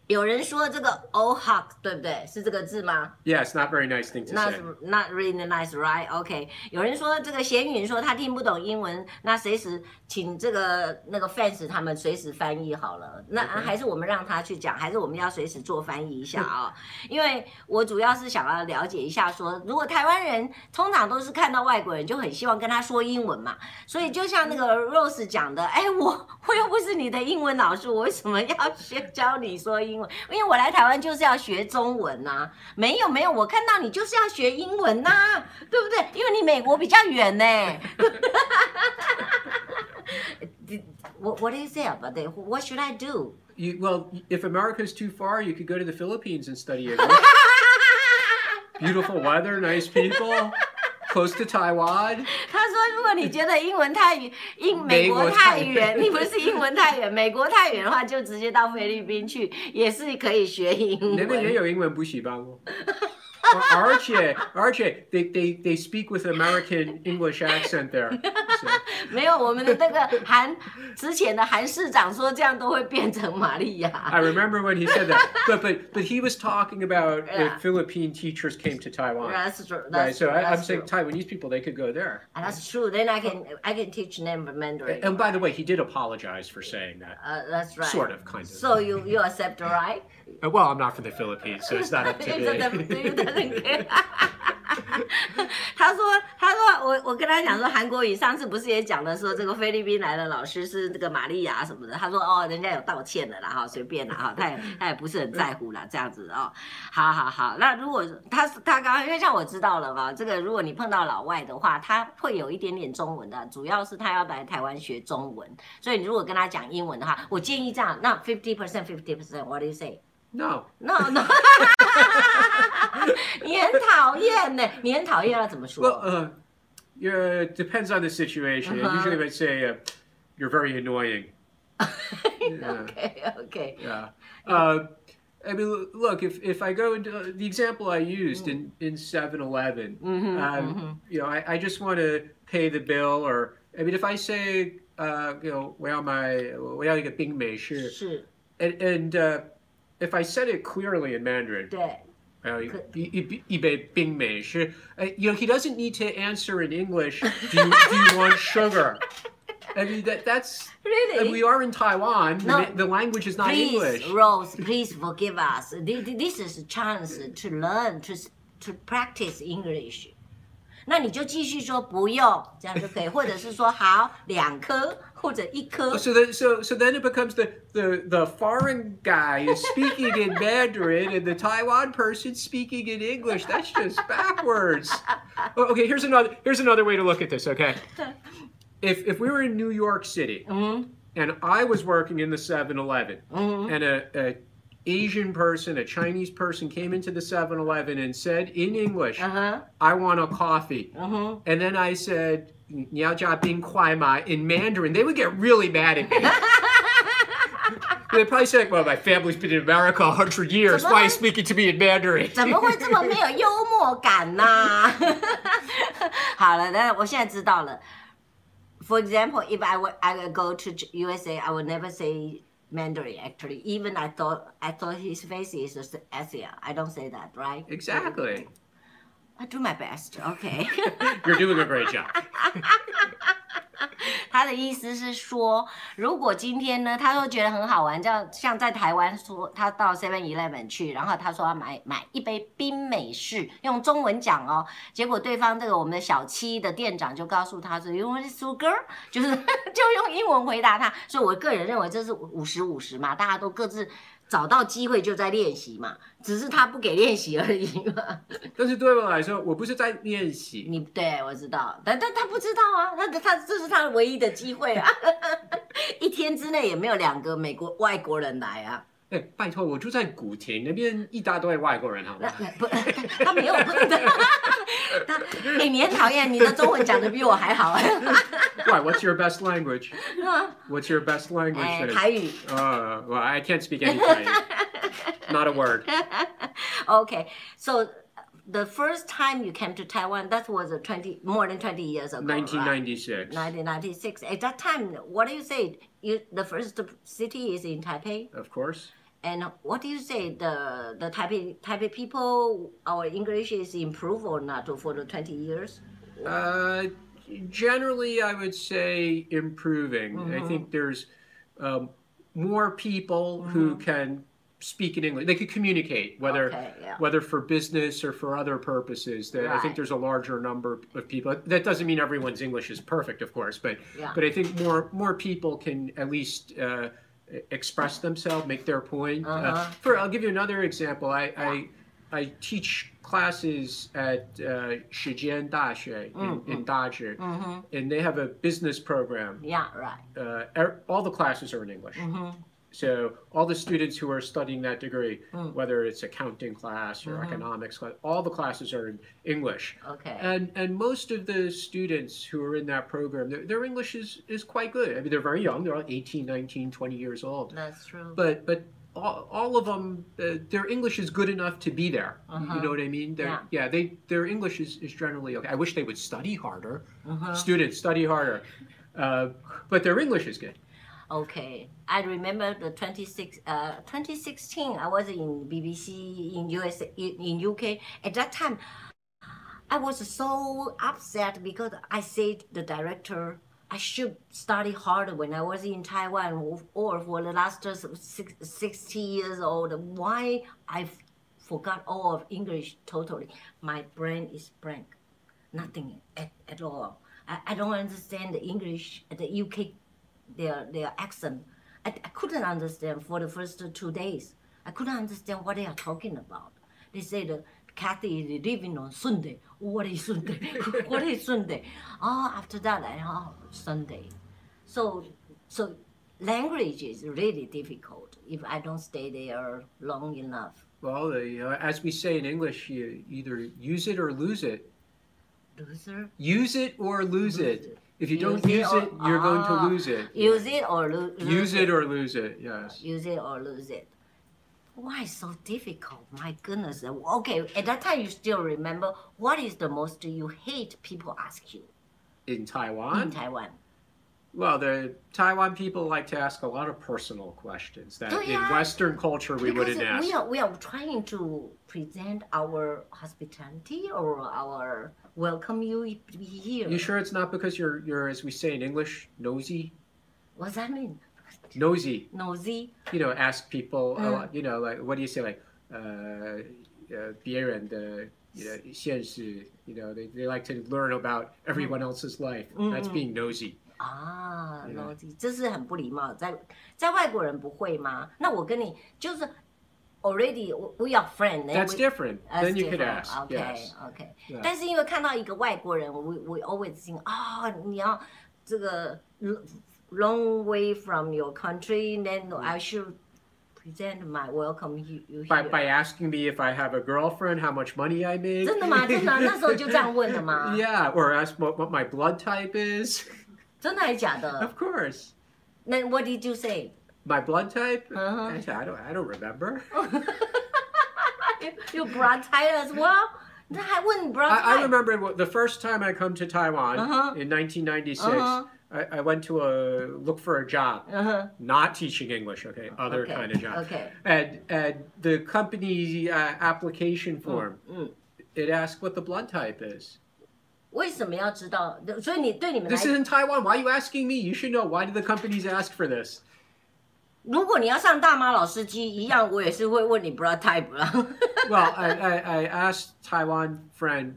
[SPEAKER 1] 有人说这个 o h u c 对不对？是这个字吗
[SPEAKER 2] Yeah, it's not a very nice thing to
[SPEAKER 1] ？Not
[SPEAKER 2] say.
[SPEAKER 1] not really nice, right? OK。有人说这个闲云说他听不懂英文，那随时请这个那个 fans 他们随时翻译好了。那
[SPEAKER 2] OK
[SPEAKER 1] 还是我们让他去讲，还是我们要随时做翻译一下啊、因为我主要是想要了解一下说，如果台湾人通常都是看到外国人就很希望跟他说英文嘛，所以就像那个 Rose 讲的，哎，我我又不是你的英文老师，我为什么要学教你说英文？因为我来台湾就是要学中文啊呐、没有没有，我看到你就是要学英文呐、 (laughs) 对不对？因为你美国比较远呢、What What do you say about that? What should I do?
[SPEAKER 2] You, well, if America's too far, you could go to the Philippines and (laughs) study English. Beautiful weather, nice people, close to Taiwan.
[SPEAKER 1] 他说：“如果你觉得英文太远，英美国太远， (laughs) 你不是英文太远，美国太远的话，就直接到菲律宾去，也是可以学英 (laughs) 文。
[SPEAKER 2] 那边也有英文补习班哦。Archie, Archie, they, they, they speak with American English accent there. So,
[SPEAKER 1] 没有我们的那个韩之前的韩市长说，这样都会变成玛利亚。
[SPEAKER 2] I remember when he said that. But but but he was talking about
[SPEAKER 1] Yeah.
[SPEAKER 2] if Philippine teachers came to Taiwan.
[SPEAKER 1] That's true.
[SPEAKER 2] (laughs) right.
[SPEAKER 1] That's
[SPEAKER 2] So
[SPEAKER 1] true.
[SPEAKER 2] I, I'm
[SPEAKER 1] That's
[SPEAKER 2] saying
[SPEAKER 1] true.
[SPEAKER 2] Taiwanese people, they could go there.
[SPEAKER 1] Ah, That's true. Then I can I can teach them Mandarin.
[SPEAKER 2] And by the way, he did apologize for saying that.
[SPEAKER 1] Uh, that's right.
[SPEAKER 2] Sort of, kind of.
[SPEAKER 1] So you you accept, right?
[SPEAKER 2] Uh, Well, I'm not from the Philippines, so
[SPEAKER 1] (laughs)
[SPEAKER 2] it's not up to me. (laughs)
[SPEAKER 1] me. (laughs) 他说：“他说我我跟他讲说，韩国语上次不是也讲了说这个菲律宾来的老师是这个玛利亚什么的。他说哦，人家有道歉的啦哈，随便啦哈，他也他也不是很在乎啦这样子哦。好好好，那如果他他刚刚因为像我知道了嘛，这个如果你碰到老外的话，他会有一点点中文的，主要是他要来台湾学中文，所以你如果跟他讲英文的话，我建议这样，那 fifty percent fifty percent，what do you say？
[SPEAKER 2] No.
[SPEAKER 1] No, no. (laughs) 你很讨厌呢，你很讨厌要怎么
[SPEAKER 2] Well,
[SPEAKER 1] (laughs) 说？
[SPEAKER 2] uh, yeah, it depends on the situation.
[SPEAKER 1] Uh-huh.
[SPEAKER 2] Usually, I'd say uh, you're very annoying. yeah.
[SPEAKER 1] OK OK，
[SPEAKER 2] Yeah. Uh, I mean, l- look, if, if I go into uh, the example I used in, in 7 11
[SPEAKER 1] Mm-hmm,
[SPEAKER 2] um, you know, I, I just want to pay the bill, or, I mean, if I say, uh, you know, well, my, well, you get Bing Mei, sure.
[SPEAKER 1] 是
[SPEAKER 2] And, and uh, if I said it clearly in Mandarin,
[SPEAKER 1] 对，
[SPEAKER 2] well, you- you- you may Bing Mei, sure. Uh, you know, he doesn't need to answer in English, do you, do you want sugar? I mean, that, that's, and
[SPEAKER 1] Really?
[SPEAKER 2] we are in Taiwan, the
[SPEAKER 1] No.
[SPEAKER 2] ma- the language is not English.
[SPEAKER 1] Please, Rose, please forgive us. Thi- thi- This is a chance to learn to s- to practice English. 那你就继续说不用，这样就可以，或者是说好两颗或者一颗
[SPEAKER 2] Oh,。So then, so so then it becomes the the the foreign guy is speaking in Mandarin and the Taiwan person speaking in English. That's just backwards. Oh, okay, here's another here's another way to look at this. Okay, if if we were in New York City and I was working in the 7-Eleven and a, a Asian person, a Chinese person came into the 7-Eleven and said in English,
[SPEAKER 1] 嗯哼，
[SPEAKER 2] "I want a coffee."
[SPEAKER 1] 嗯哼，
[SPEAKER 2] And then I said, "你要加冰块吗?" in Mandarin, they would get really mad at me. They probably said, "Well, my family's been in America a hundred years. Why are you speaking to me in Mandarin?"
[SPEAKER 1] 怎么会这么没有幽默感呢、 (laughs) 好了，那我现在知道了。For example, if I would I would go to Ch- USA, I would never say Mandarin. Actually, even I thought I thought his face is just Asia. I don't say that, right?
[SPEAKER 2] (laughs) exactly.
[SPEAKER 1] I do my best. Okay. (laughs)
[SPEAKER 2] You're doing a great job.
[SPEAKER 1] 他的意思是说，如果今天呢，他都觉得很好玩，这样像在台湾说，他到 Seven Eleven 去，然后他说要买买一杯冰美式，用中文讲哦，结果对方这个我们的小七的店长就告诉他说，You want sugar？就是 (laughs) 就用英文回答他，所以我个人认为这是五十五十嘛，大家都各自找到机会就在练习嘛，只是他不给练习而已嘛。
[SPEAKER 2] 但是对我来说，我不是在练习。
[SPEAKER 1] 你对我知道，但但他不知道啊，他他这是他唯一的机会啊， (laughs) 一天之内也没有两个美国外国人来啊，
[SPEAKER 2] 哎，拜托，我住在古亭那边，一大堆外国人，好吗？
[SPEAKER 1] (laughs) 那不他他没有碰到， (laughs) 他哎、你很讨厌，你的中文讲的比我还好，哎
[SPEAKER 2] Why? What's your best language? What's your best language?
[SPEAKER 1] 哎、
[SPEAKER 2] that-
[SPEAKER 1] 台语
[SPEAKER 2] Uh, well, I can't
[SPEAKER 1] (laughs)
[SPEAKER 2] speak any Chinese. Not a word.
[SPEAKER 1] ，OK，so、the first time you came to Taiwan that was a twenty more than twenty years ago，right?
[SPEAKER 2] 1996.
[SPEAKER 1] 1996. At that time, what do you say? You the first city is in Taipei.
[SPEAKER 2] Of course.
[SPEAKER 1] And what do you say? The the Taipei Taipei people, our English is improved or not for the twenty years?
[SPEAKER 2] Uh, generally, I would say improving.
[SPEAKER 1] Mm-hmm.
[SPEAKER 2] I think there's um, more people who can speak in English. They could communicate, whether
[SPEAKER 1] Mm-hmm. Okay, yeah.
[SPEAKER 2] whether for business or for other purposes. That I
[SPEAKER 1] Right.
[SPEAKER 2] think there's a larger number of people. That doesn't mean everyone's English is perfect, of course, but
[SPEAKER 1] Yeah.
[SPEAKER 2] but I think more more people can at least. Uh, express themselves make their point Uh,
[SPEAKER 1] Uh-huh.
[SPEAKER 2] for i'll give you another example i i I teach classes at uh, Shijian Dashi in,
[SPEAKER 1] Mm-hmm.
[SPEAKER 2] in Daju, and they have a business program.
[SPEAKER 1] Yeah, right.
[SPEAKER 2] Uh, er, all the classes are in English. So all the students who are studying that degree, whether it's accounting class or economics class, all the classes are in English.
[SPEAKER 1] Okay.
[SPEAKER 2] And and most of the students who are in that program, their, their English is, is quite good. I mean, they're very young. They're all 18, 19, 20 years old
[SPEAKER 1] That's true.
[SPEAKER 2] but but all, all of them uh, their english is good enough to be there you know what i mean They're-
[SPEAKER 1] Yeah.
[SPEAKER 2] yeah they their english is, is generally okay i wish they would study harder
[SPEAKER 1] Mm-hmm. Uh-huh.
[SPEAKER 2] students study harder uh, but their english is good
[SPEAKER 1] Okay, I remember the 26, uh, 2016, I was in BBC in US in, in UK. At that time, I was so upset because I said the director, I should study harder when I was in Taiwan or- or for the last uh, six, 60 years old. Why I f- forgot all of English totally. My brain is blank nothing at, at all. I, I don't understand the English, the UK, their their accent. I, I couldn't understand for the first two days. I couldn't understand what they are talking about. They said, Kathy is living on Sunday. What is Sunday? (laughs) what is Sunday? Oh, after that, I, oh, Sunday. So, so language is really difficult if I don't stay there long enough.
[SPEAKER 2] Well, the, you know, as we say in English, you either use it or lose it.
[SPEAKER 1] Loser.
[SPEAKER 2] Use it or lose,
[SPEAKER 1] Lose
[SPEAKER 2] it.
[SPEAKER 1] it.
[SPEAKER 2] If you
[SPEAKER 1] Use
[SPEAKER 2] don't
[SPEAKER 1] it
[SPEAKER 2] use
[SPEAKER 1] or-
[SPEAKER 2] it, you're going to
[SPEAKER 1] ah,
[SPEAKER 2] lose it.
[SPEAKER 1] Use it or lo- lose
[SPEAKER 2] Use it or lose it. Yes.
[SPEAKER 1] use it or lose it. Why so difficult? My goodness. Okay, at that time you still remember what is the most you hate people ask you
[SPEAKER 2] In
[SPEAKER 1] in
[SPEAKER 2] Taiwan,
[SPEAKER 1] Taiwan?
[SPEAKER 2] well, the Taiwan people like to ask a lot of personal questions that
[SPEAKER 1] Oh, yeah.
[SPEAKER 2] in Western culture we
[SPEAKER 1] because
[SPEAKER 2] wouldn't ask.
[SPEAKER 1] we are we are trying to present our hospitality or our welcome you here.
[SPEAKER 2] You sure it's not because you're you're as we say in English nosy?
[SPEAKER 1] What does that mean?
[SPEAKER 2] Nosy.
[SPEAKER 1] Nosy.
[SPEAKER 2] You know, ask people. a
[SPEAKER 1] Mm.
[SPEAKER 2] lot, you know, like what do you say? Like, uh, uh, 别人的, you know, 现实, you know, they, they like to learn about everyone
[SPEAKER 1] Mm.
[SPEAKER 2] else's life. That's being nosy.
[SPEAKER 1] 啊，
[SPEAKER 2] Yeah.
[SPEAKER 1] 逻辑，Ah, 这是很不礼貌，在在外国人不会吗？那我跟你就是 already we we are friend，and
[SPEAKER 2] That's
[SPEAKER 1] we-
[SPEAKER 2] different.
[SPEAKER 1] That's
[SPEAKER 2] then you could
[SPEAKER 1] different.
[SPEAKER 2] ask.
[SPEAKER 1] OK
[SPEAKER 2] Yes.
[SPEAKER 1] OK，、
[SPEAKER 2] Yeah.
[SPEAKER 1] 但是因为看到一个外国人，我我 always think 啊、你要这个 long way from your country，then I should present my welcome you you
[SPEAKER 2] Mm. By,
[SPEAKER 1] here.
[SPEAKER 2] by asking me if I have a girlfriend, how much money I make.
[SPEAKER 1] 真的吗？真
[SPEAKER 2] (laughs)
[SPEAKER 1] 的啊、那时候就这样问的吗
[SPEAKER 2] yeah, or ask what, what my blood type is.
[SPEAKER 1] 真的还假的
[SPEAKER 2] of？course.
[SPEAKER 1] 那 What did you say？ (laughs)
[SPEAKER 2] My blood type?
[SPEAKER 1] Uh-huh.
[SPEAKER 2] I said, I don't I
[SPEAKER 1] (laughs)
[SPEAKER 2] don't remember.
[SPEAKER 1] You brought Thai as well？那还问 brought
[SPEAKER 2] I, I
[SPEAKER 1] Thai？
[SPEAKER 2] remember wh- the first time I come to Taiwan
[SPEAKER 1] Uh-huh.
[SPEAKER 2] in 1996.
[SPEAKER 1] Uh-huh.
[SPEAKER 2] I, I went to a look for a job,
[SPEAKER 1] 嗯哼
[SPEAKER 2] not teaching English. Okay, other
[SPEAKER 1] Okay,
[SPEAKER 2] kind of job.
[SPEAKER 1] okay.
[SPEAKER 2] And and the company uh,
[SPEAKER 1] Mm,
[SPEAKER 2] application form,
[SPEAKER 1] 嗯，
[SPEAKER 2] it asks what the blood type is.
[SPEAKER 1] 为什么要知道？所以你对你们来
[SPEAKER 2] This is in Taiwan. Why are you asking me? You should know. Why do the companies ask for this?
[SPEAKER 1] 如果你要上大妈老司机一样，我也是会问你 blood type 啦。 (laughs)
[SPEAKER 2] Well, I, I, I asked Taiwan friend,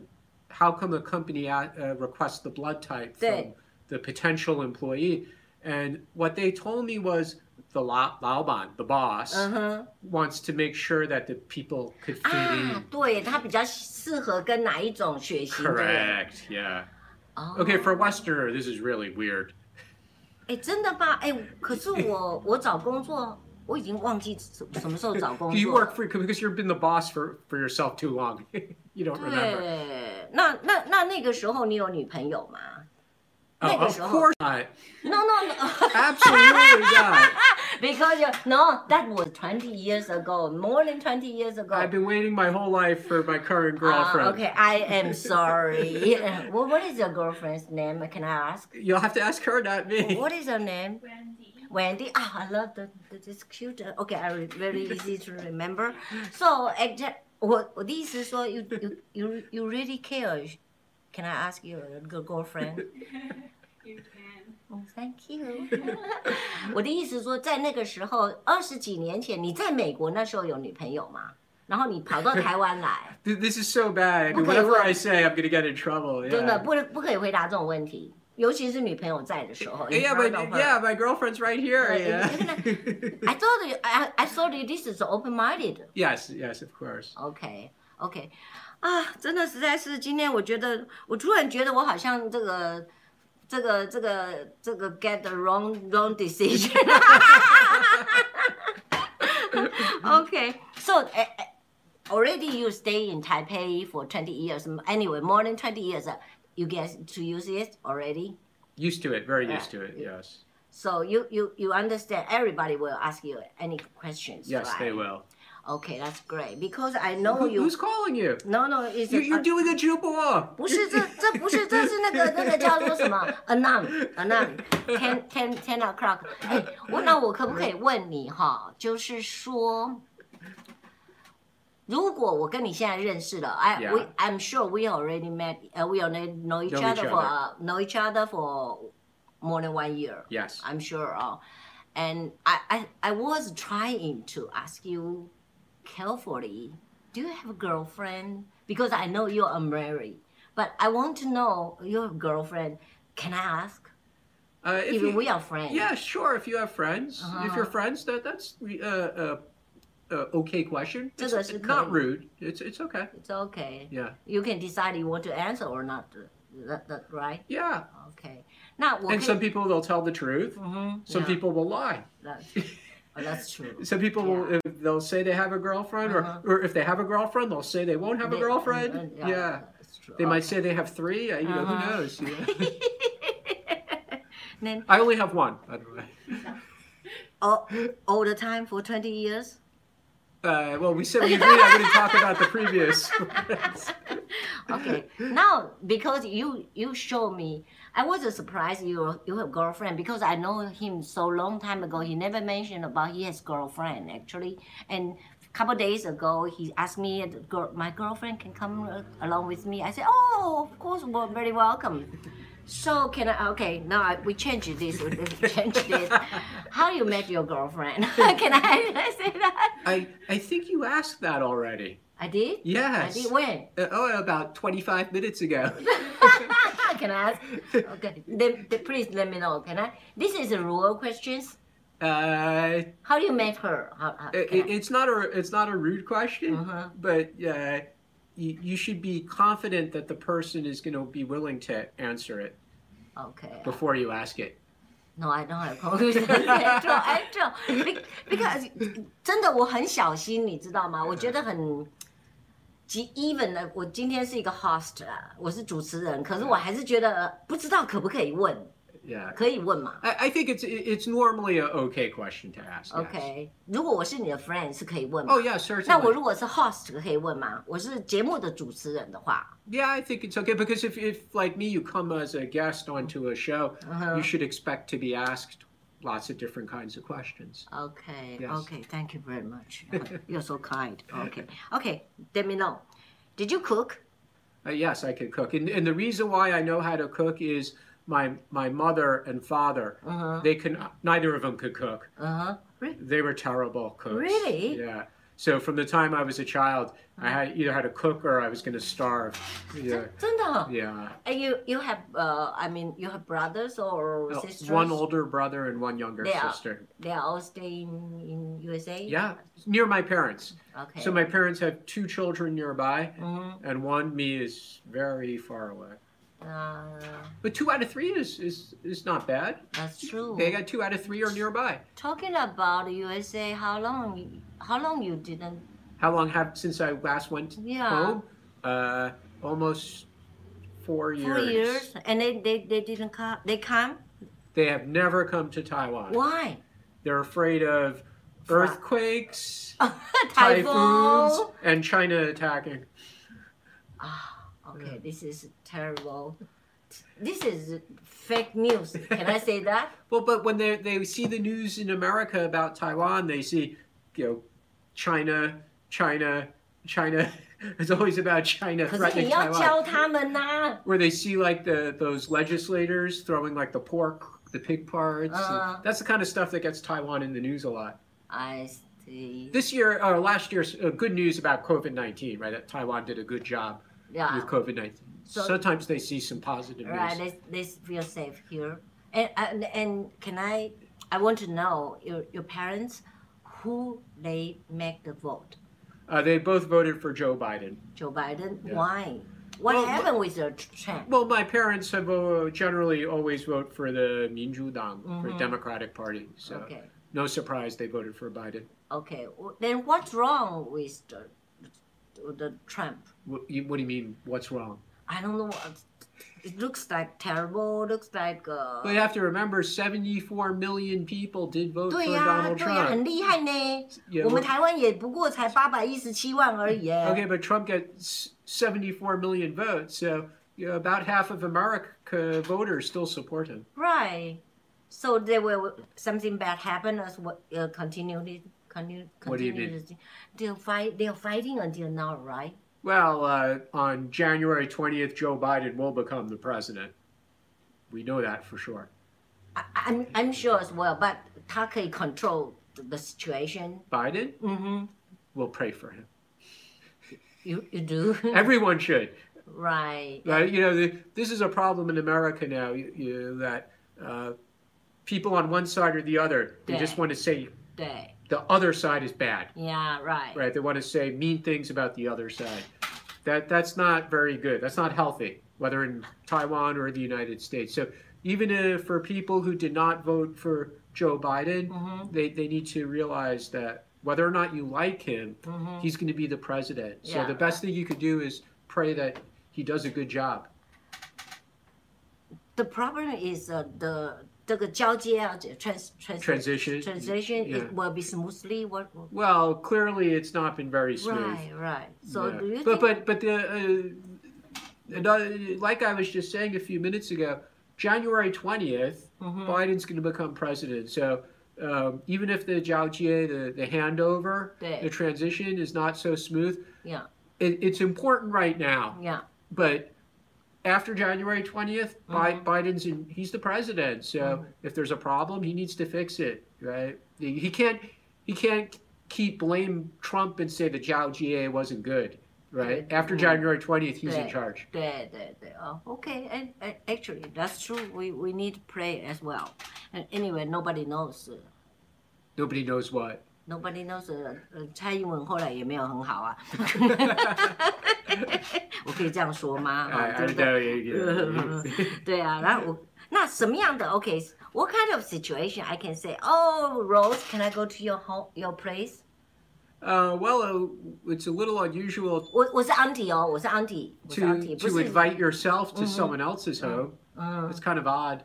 [SPEAKER 2] how come a company a- uh, requests the blood type from
[SPEAKER 1] Good.
[SPEAKER 2] the potential employee? And what they told me was the la- Laoban, the boss,
[SPEAKER 1] 嗯哼，
[SPEAKER 2] wants to make sure that the people could fit
[SPEAKER 1] 啊
[SPEAKER 2] in.，
[SPEAKER 1] 对，他比较适合跟哪一种血型的人？
[SPEAKER 2] Correct, yeah.
[SPEAKER 1] 哦
[SPEAKER 2] Okay, for a Westerner, this is really weird.
[SPEAKER 1] 哎，真的吗？哎，可是
[SPEAKER 2] (laughs)
[SPEAKER 1] 我我找工作，我已经忘记什什么时候找工
[SPEAKER 2] Do you
[SPEAKER 1] 作
[SPEAKER 2] work
[SPEAKER 1] 了。
[SPEAKER 2] for, because you've been the boss for, for yourself too long. (laughs) you don't remember.
[SPEAKER 1] 对，那那那那个时候你有女朋友
[SPEAKER 2] (laughs)
[SPEAKER 1] 吗
[SPEAKER 2] Oh,
[SPEAKER 1] Make
[SPEAKER 2] of
[SPEAKER 1] us a-
[SPEAKER 2] course not.
[SPEAKER 1] ？No no no
[SPEAKER 2] Absolutely not.
[SPEAKER 1] (laughs) because you, no that was twenty years ago more than twenty years ago.
[SPEAKER 2] I've been waiting my whole life for my current girlfriend.
[SPEAKER 1] Ah, okay, I am sorry. (laughs) well, what is your girlfriend's name? Can I ask?
[SPEAKER 2] You'll have to ask her, not me.
[SPEAKER 1] What is her name?
[SPEAKER 3] Brandy.
[SPEAKER 1] Wendy. (laughs) Ah, I love the, the this cute. uh, Okay, I re, very easy to remember. So, exa- 我我的意思是说，you you you you really care. Can I ask you a good girlfriend?
[SPEAKER 3] You can.
[SPEAKER 1] Oh, thank you. (laughs) 我的意思是说，在那个时候，二十几年前，你在美国那时候有女朋友吗？然后你跑到台湾
[SPEAKER 2] (laughs)
[SPEAKER 1] 来，
[SPEAKER 2] Th- This is so bad. I mean,
[SPEAKER 1] Okay,
[SPEAKER 2] Whatever
[SPEAKER 1] well-
[SPEAKER 2] I say, I'm gonna get in trouble.
[SPEAKER 1] 真的
[SPEAKER 2] Yeah.
[SPEAKER 1] 不不可以回答这种问题，尤其是女朋友在的时候。in
[SPEAKER 2] Yeah,
[SPEAKER 1] front
[SPEAKER 2] but
[SPEAKER 1] of her
[SPEAKER 2] yeah, my girlfriend's right here.
[SPEAKER 1] Yeah,
[SPEAKER 2] (laughs) Yeah.
[SPEAKER 1] I thought you, I, I thought you this is open minded.
[SPEAKER 2] yes, yes, of course.
[SPEAKER 1] OK OK，啊，真的实在是今天我觉得，我突然觉得我好像这个这个这个这个 get the wrong (laughs) wrong decision。OK, (laughs) so uh, uh, already you stay in Taipei for twenty years. Anyway, more than twenty years. uh, You get to use it already.
[SPEAKER 2] Used to it, very
[SPEAKER 1] Yeah.
[SPEAKER 2] used to it. Yes,
[SPEAKER 1] So you, you, you understand everybody will ask you any questions.
[SPEAKER 2] yes,
[SPEAKER 1] right?
[SPEAKER 2] they will.
[SPEAKER 1] Okay, that's great because I know
[SPEAKER 2] Who-
[SPEAKER 1] you.
[SPEAKER 2] Who's calling you?
[SPEAKER 1] No, no, it's
[SPEAKER 2] you you're doing a jubile.
[SPEAKER 1] 不是这这不是这是那个那个叫做什么 anon anon ten ten ten o'clock。哎，我那我可不可以问你哈？就是说，如果我跟你现在认识了，I
[SPEAKER 2] Yeah.
[SPEAKER 1] we I'm sure we already met, uh, we already know each
[SPEAKER 2] Know
[SPEAKER 1] other
[SPEAKER 2] each
[SPEAKER 1] for
[SPEAKER 2] other.
[SPEAKER 1] know each other for more than one year.
[SPEAKER 2] Yes.
[SPEAKER 1] I'm sure. Uh, and I, I, I was trying to ask you carefully do you have a girlfriend? Because I know you're unmarried, but I want to know your girlfriend. Can I ask?
[SPEAKER 2] Uh, if
[SPEAKER 1] Even
[SPEAKER 2] you-
[SPEAKER 1] we are Uh-huh. friends.
[SPEAKER 2] Yeah, sure. If you have friends, if you're friends, that that's uh, uh, uh, okay question. It's,
[SPEAKER 1] This is
[SPEAKER 2] it's not
[SPEAKER 1] correct.
[SPEAKER 2] rude. It's it's okay.
[SPEAKER 1] It's okay.
[SPEAKER 2] Yeah,
[SPEAKER 1] You can decide you want to answer or not. That, that right?
[SPEAKER 2] yeah.
[SPEAKER 1] Okay. 那我可
[SPEAKER 2] And some
[SPEAKER 1] 以
[SPEAKER 2] people they'll tell the truth. Some
[SPEAKER 1] Yeah.
[SPEAKER 2] people will lie.
[SPEAKER 1] That- oh, that's true.
[SPEAKER 2] (laughs) Some people will
[SPEAKER 1] Yeah.
[SPEAKER 2] if they'll say they have a girlfriend,
[SPEAKER 1] Uh-huh.
[SPEAKER 2] or or if they have a girlfriend, they'll say they won't have a
[SPEAKER 1] They-
[SPEAKER 2] girlfriend.
[SPEAKER 1] uh,
[SPEAKER 2] Yeah.
[SPEAKER 1] that's true.
[SPEAKER 2] They might say they have three. I, you know,
[SPEAKER 1] Uh-huh.
[SPEAKER 2] who
[SPEAKER 1] (laughs)
[SPEAKER 2] knows? Yeah. (laughs)
[SPEAKER 1] then
[SPEAKER 2] I only have one, by the way.
[SPEAKER 1] all, all the time for 20 years.
[SPEAKER 2] Uh, well, we said we agreed I wouldn't talk about the previous. (laughs)
[SPEAKER 1] okay now because you you show me i wasn't surprised you you have girlfriend because i know him so long time ago he never mentioned about he has girlfriend actually and a couple days ago he asked me the girl, my girlfriend can come uh, along with me i said oh of course we're very welcome so can i okay now I, we change this we (laughs) change this how you met your girlfriend (laughs) can i say that
[SPEAKER 2] I I think you asked that already.
[SPEAKER 1] i did i
[SPEAKER 2] Yes.
[SPEAKER 1] did when
[SPEAKER 2] Uh, oh, about 25 minutes
[SPEAKER 1] (laughs)
[SPEAKER 2] ago.
[SPEAKER 1] can I ask? Okay, then, then please let me know. Can I? This is a rural questions.
[SPEAKER 2] Uh,
[SPEAKER 1] How do you make her? How, how,
[SPEAKER 2] it,
[SPEAKER 1] can I-
[SPEAKER 2] it's not a it's not a rude question,
[SPEAKER 1] Uh-huh.
[SPEAKER 2] but uh, you, you should be confident that the person is going to be willing to answer it
[SPEAKER 1] okay.
[SPEAKER 2] before you ask it.
[SPEAKER 1] No, I don't have conclusion. (laughs) actual, actual, Be- because 真的我很小心，你知道吗？我觉得很。及 even 呢，我今天是一个 host 啊，我是主持人，可是我还是觉得呃不知道可不可以问，
[SPEAKER 2] Yeah,
[SPEAKER 1] 可以问嘛
[SPEAKER 2] I, I think it's it- it's normally a okay question to ask. yes.
[SPEAKER 1] ？OK，如果我是你的 friend 是可以问嘛
[SPEAKER 2] Oh yeah, certainly.
[SPEAKER 1] 那我如果是 host 可以问吗？我是节目的主持人的话，
[SPEAKER 2] Yeah, I think it's okay because if, if like me, you come as a guest onto a show,
[SPEAKER 1] Uh-huh.
[SPEAKER 2] you should expect to be asked lots of different kinds of questions.
[SPEAKER 1] Okay,
[SPEAKER 2] Yes.
[SPEAKER 1] okay, thank you very
[SPEAKER 2] (laughs)
[SPEAKER 1] much. You're so kind. Okay, okay, let me know. Did you cook?
[SPEAKER 2] Uh, yes, I could cook, and, and the reason why I know how to cook is my my mother and father. They could neither of them could cook.
[SPEAKER 1] Uh huh.
[SPEAKER 2] They were terrible cooks.
[SPEAKER 1] Really?
[SPEAKER 2] Yeah. So from the time I was a child, I had either had to cook or I was going to starve. Yeah.
[SPEAKER 1] 真的哦、
[SPEAKER 2] Yeah.
[SPEAKER 1] And you you have uh I mean you have brothers or
[SPEAKER 2] Uh,
[SPEAKER 1] sisters?
[SPEAKER 2] One older brother and one younger
[SPEAKER 1] They are-
[SPEAKER 2] sister.
[SPEAKER 1] They are all staying in USA.
[SPEAKER 2] Yeah, near my parents.
[SPEAKER 1] Okay.
[SPEAKER 2] So my parents have two children nearby,
[SPEAKER 1] Mhm.
[SPEAKER 2] and one me is very far away.
[SPEAKER 1] Uh,
[SPEAKER 2] But two out of three is is, is not bad.
[SPEAKER 1] that's true.
[SPEAKER 2] They got two out of three are nearby.
[SPEAKER 1] Talking about USA, how long you- how long you didn't?
[SPEAKER 2] How long have since I last went
[SPEAKER 1] Yeah.
[SPEAKER 2] home? Uh, almost four years.
[SPEAKER 1] Four years, and they they, they didn't come. They come.
[SPEAKER 2] They have never come to Taiwan.
[SPEAKER 1] Why? (laughs)
[SPEAKER 2] They're afraid of earthquakes, typhoons,
[SPEAKER 1] Typhoon.
[SPEAKER 2] and China attacking.
[SPEAKER 1] Ah, Okay, this is terrible. This is fake news. Can I say that?
[SPEAKER 2] Well, but when they they see the news in America about Taiwan, they see, you know, China, China, China. (laughs) (laughs) It's always about China
[SPEAKER 1] 可是
[SPEAKER 2] threatening
[SPEAKER 1] 你要教
[SPEAKER 2] Taiwan.
[SPEAKER 1] 他们呐、
[SPEAKER 2] Where they see like the those legislators throwing like the pork, the pig parts. and
[SPEAKER 1] Uh-huh.
[SPEAKER 2] that's the kind of stuff that gets Taiwan in the news a lot.
[SPEAKER 1] I see.
[SPEAKER 2] This year, uh, last year's uh, good news about COVID nineteen, right? That Taiwan did a good job
[SPEAKER 1] Yeah.
[SPEAKER 2] with COVID nineteen.
[SPEAKER 1] Ah. So-
[SPEAKER 2] Sometimes they see some positive
[SPEAKER 1] Right.
[SPEAKER 2] news.
[SPEAKER 1] They, they feel safe here. And, and and can I? I want to know your your parents, who they make the vote?
[SPEAKER 2] Uh, they both voted for Joe Biden.
[SPEAKER 1] Joe Biden.
[SPEAKER 2] Yeah.
[SPEAKER 1] Why? What
[SPEAKER 2] Well,
[SPEAKER 1] happened with the Trump?
[SPEAKER 2] Well, my parents have uh, generally always vote for the Minju Dang, for the Democratic Party. So
[SPEAKER 1] Mm-hmm. Okay.
[SPEAKER 2] no surprise they voted for Biden.
[SPEAKER 1] Okay. Then what's wrong with the, the Trump?
[SPEAKER 2] What, you, what do you mean? What's wrong?
[SPEAKER 1] I don't know. what- It looks like terrible. Looks like uh,
[SPEAKER 2] But you have to remember, 74 million people did vote
[SPEAKER 1] 对
[SPEAKER 2] for
[SPEAKER 1] 呀、
[SPEAKER 2] Donald
[SPEAKER 1] 对呀、很
[SPEAKER 2] Trump.
[SPEAKER 1] 厉害呢。
[SPEAKER 2] Yeah,
[SPEAKER 1] 我们
[SPEAKER 2] well-
[SPEAKER 1] 台湾也不过才八百一十七万而已
[SPEAKER 2] (laughs)
[SPEAKER 1] 耶。
[SPEAKER 2] Okay, but Trump got s- 74 million votes, so you know, about half of America uh, voters still support him.
[SPEAKER 1] Right. So there will something bad happen as what uh, continually continue.
[SPEAKER 2] What do you mean?
[SPEAKER 1] continuously- They'll fight. They're fighting until now, right?
[SPEAKER 2] Well, uh, on January 20th, Joe Biden will become the president. We know that for sure.
[SPEAKER 1] I, I'm I'm sure as well. But 他可以 control the situation.
[SPEAKER 2] Biden,
[SPEAKER 1] Mm-hmm.
[SPEAKER 2] we'll pray for him.
[SPEAKER 1] You you do. (laughs)
[SPEAKER 2] Everyone should.
[SPEAKER 1] right.
[SPEAKER 2] Uh, you know, the, this is a problem in America now. You, you, that uh, people on one side or the other, they just
[SPEAKER 1] Yeah.
[SPEAKER 2] want to say
[SPEAKER 1] 对。
[SPEAKER 2] the other side is bad,
[SPEAKER 1] Yeah. Right.
[SPEAKER 2] right? They want to say mean things about the other side. That that's not very good. That's not healthy, whether in Taiwan or the United States. So even if for people who did not vote for Joe Biden,
[SPEAKER 1] Mhm.
[SPEAKER 2] they, they need to realize that whether or not you like him,
[SPEAKER 1] Mhm.
[SPEAKER 2] he's going to be the president.
[SPEAKER 1] Yeah.
[SPEAKER 2] So the best thing you could do is pray that he does a good job.
[SPEAKER 1] The problem is uh, the 这个交接啊这，trans trans
[SPEAKER 2] Transition.
[SPEAKER 1] transition
[SPEAKER 2] Yeah.
[SPEAKER 1] it will be smoothly work.
[SPEAKER 2] Well, clearly it's not been very smooth.
[SPEAKER 1] Right, right. So
[SPEAKER 2] Yeah.
[SPEAKER 1] do you
[SPEAKER 2] but,
[SPEAKER 1] think?
[SPEAKER 2] but but the uh, another, like I was just saying a few minutes ago, January 20th
[SPEAKER 1] Hmm. Mm-hmm.
[SPEAKER 2] Biden's going to become president. So um, even if the Jiaojie, the the handover,
[SPEAKER 1] Right.
[SPEAKER 2] the transition is not so smooth,
[SPEAKER 1] yeah,
[SPEAKER 2] it, it's important right now.
[SPEAKER 1] yeah.
[SPEAKER 2] But after January 20th, Bi- Biden's in, he's the president. So if there's a problem, he needs to fix it, right? He, he can't he can't keep blame Trump and say the Zhao GA wasn't good, right? Mm-hmm.
[SPEAKER 1] Good.
[SPEAKER 2] After
[SPEAKER 1] Mhm.
[SPEAKER 2] January 20th, he's in
[SPEAKER 1] Right.
[SPEAKER 2] charge.
[SPEAKER 1] 对对对哦 o k Oh, and, and actually that's true. We we need prayer as well. And anyway, nobody knows. uh,
[SPEAKER 2] Nobody knows what.
[SPEAKER 1] Nobody knows，呃呃，蔡英文后来也没有很
[SPEAKER 2] (laughs)
[SPEAKER 1] 好啊， (laughs) 我可以这样说吗？啊，
[SPEAKER 2] I, I
[SPEAKER 1] 对不
[SPEAKER 2] don't
[SPEAKER 1] 对？
[SPEAKER 2] know. yeah,
[SPEAKER 1] (laughs)
[SPEAKER 2] yeah.
[SPEAKER 1] 对啊，
[SPEAKER 2] 嗯
[SPEAKER 1] 然后我那什么样的？OK，what、kind of situation I can say? Oh, Rose, can I go to your home, your place?
[SPEAKER 2] (laughs) Uh, well, uh, it's a little unusual
[SPEAKER 1] 我我是 auntie 哦，我是 auntie，我是 auntie，不
[SPEAKER 2] to to
[SPEAKER 1] 是
[SPEAKER 2] invite yourself to someone else's home.
[SPEAKER 1] 嗯
[SPEAKER 2] It's，kind of odd.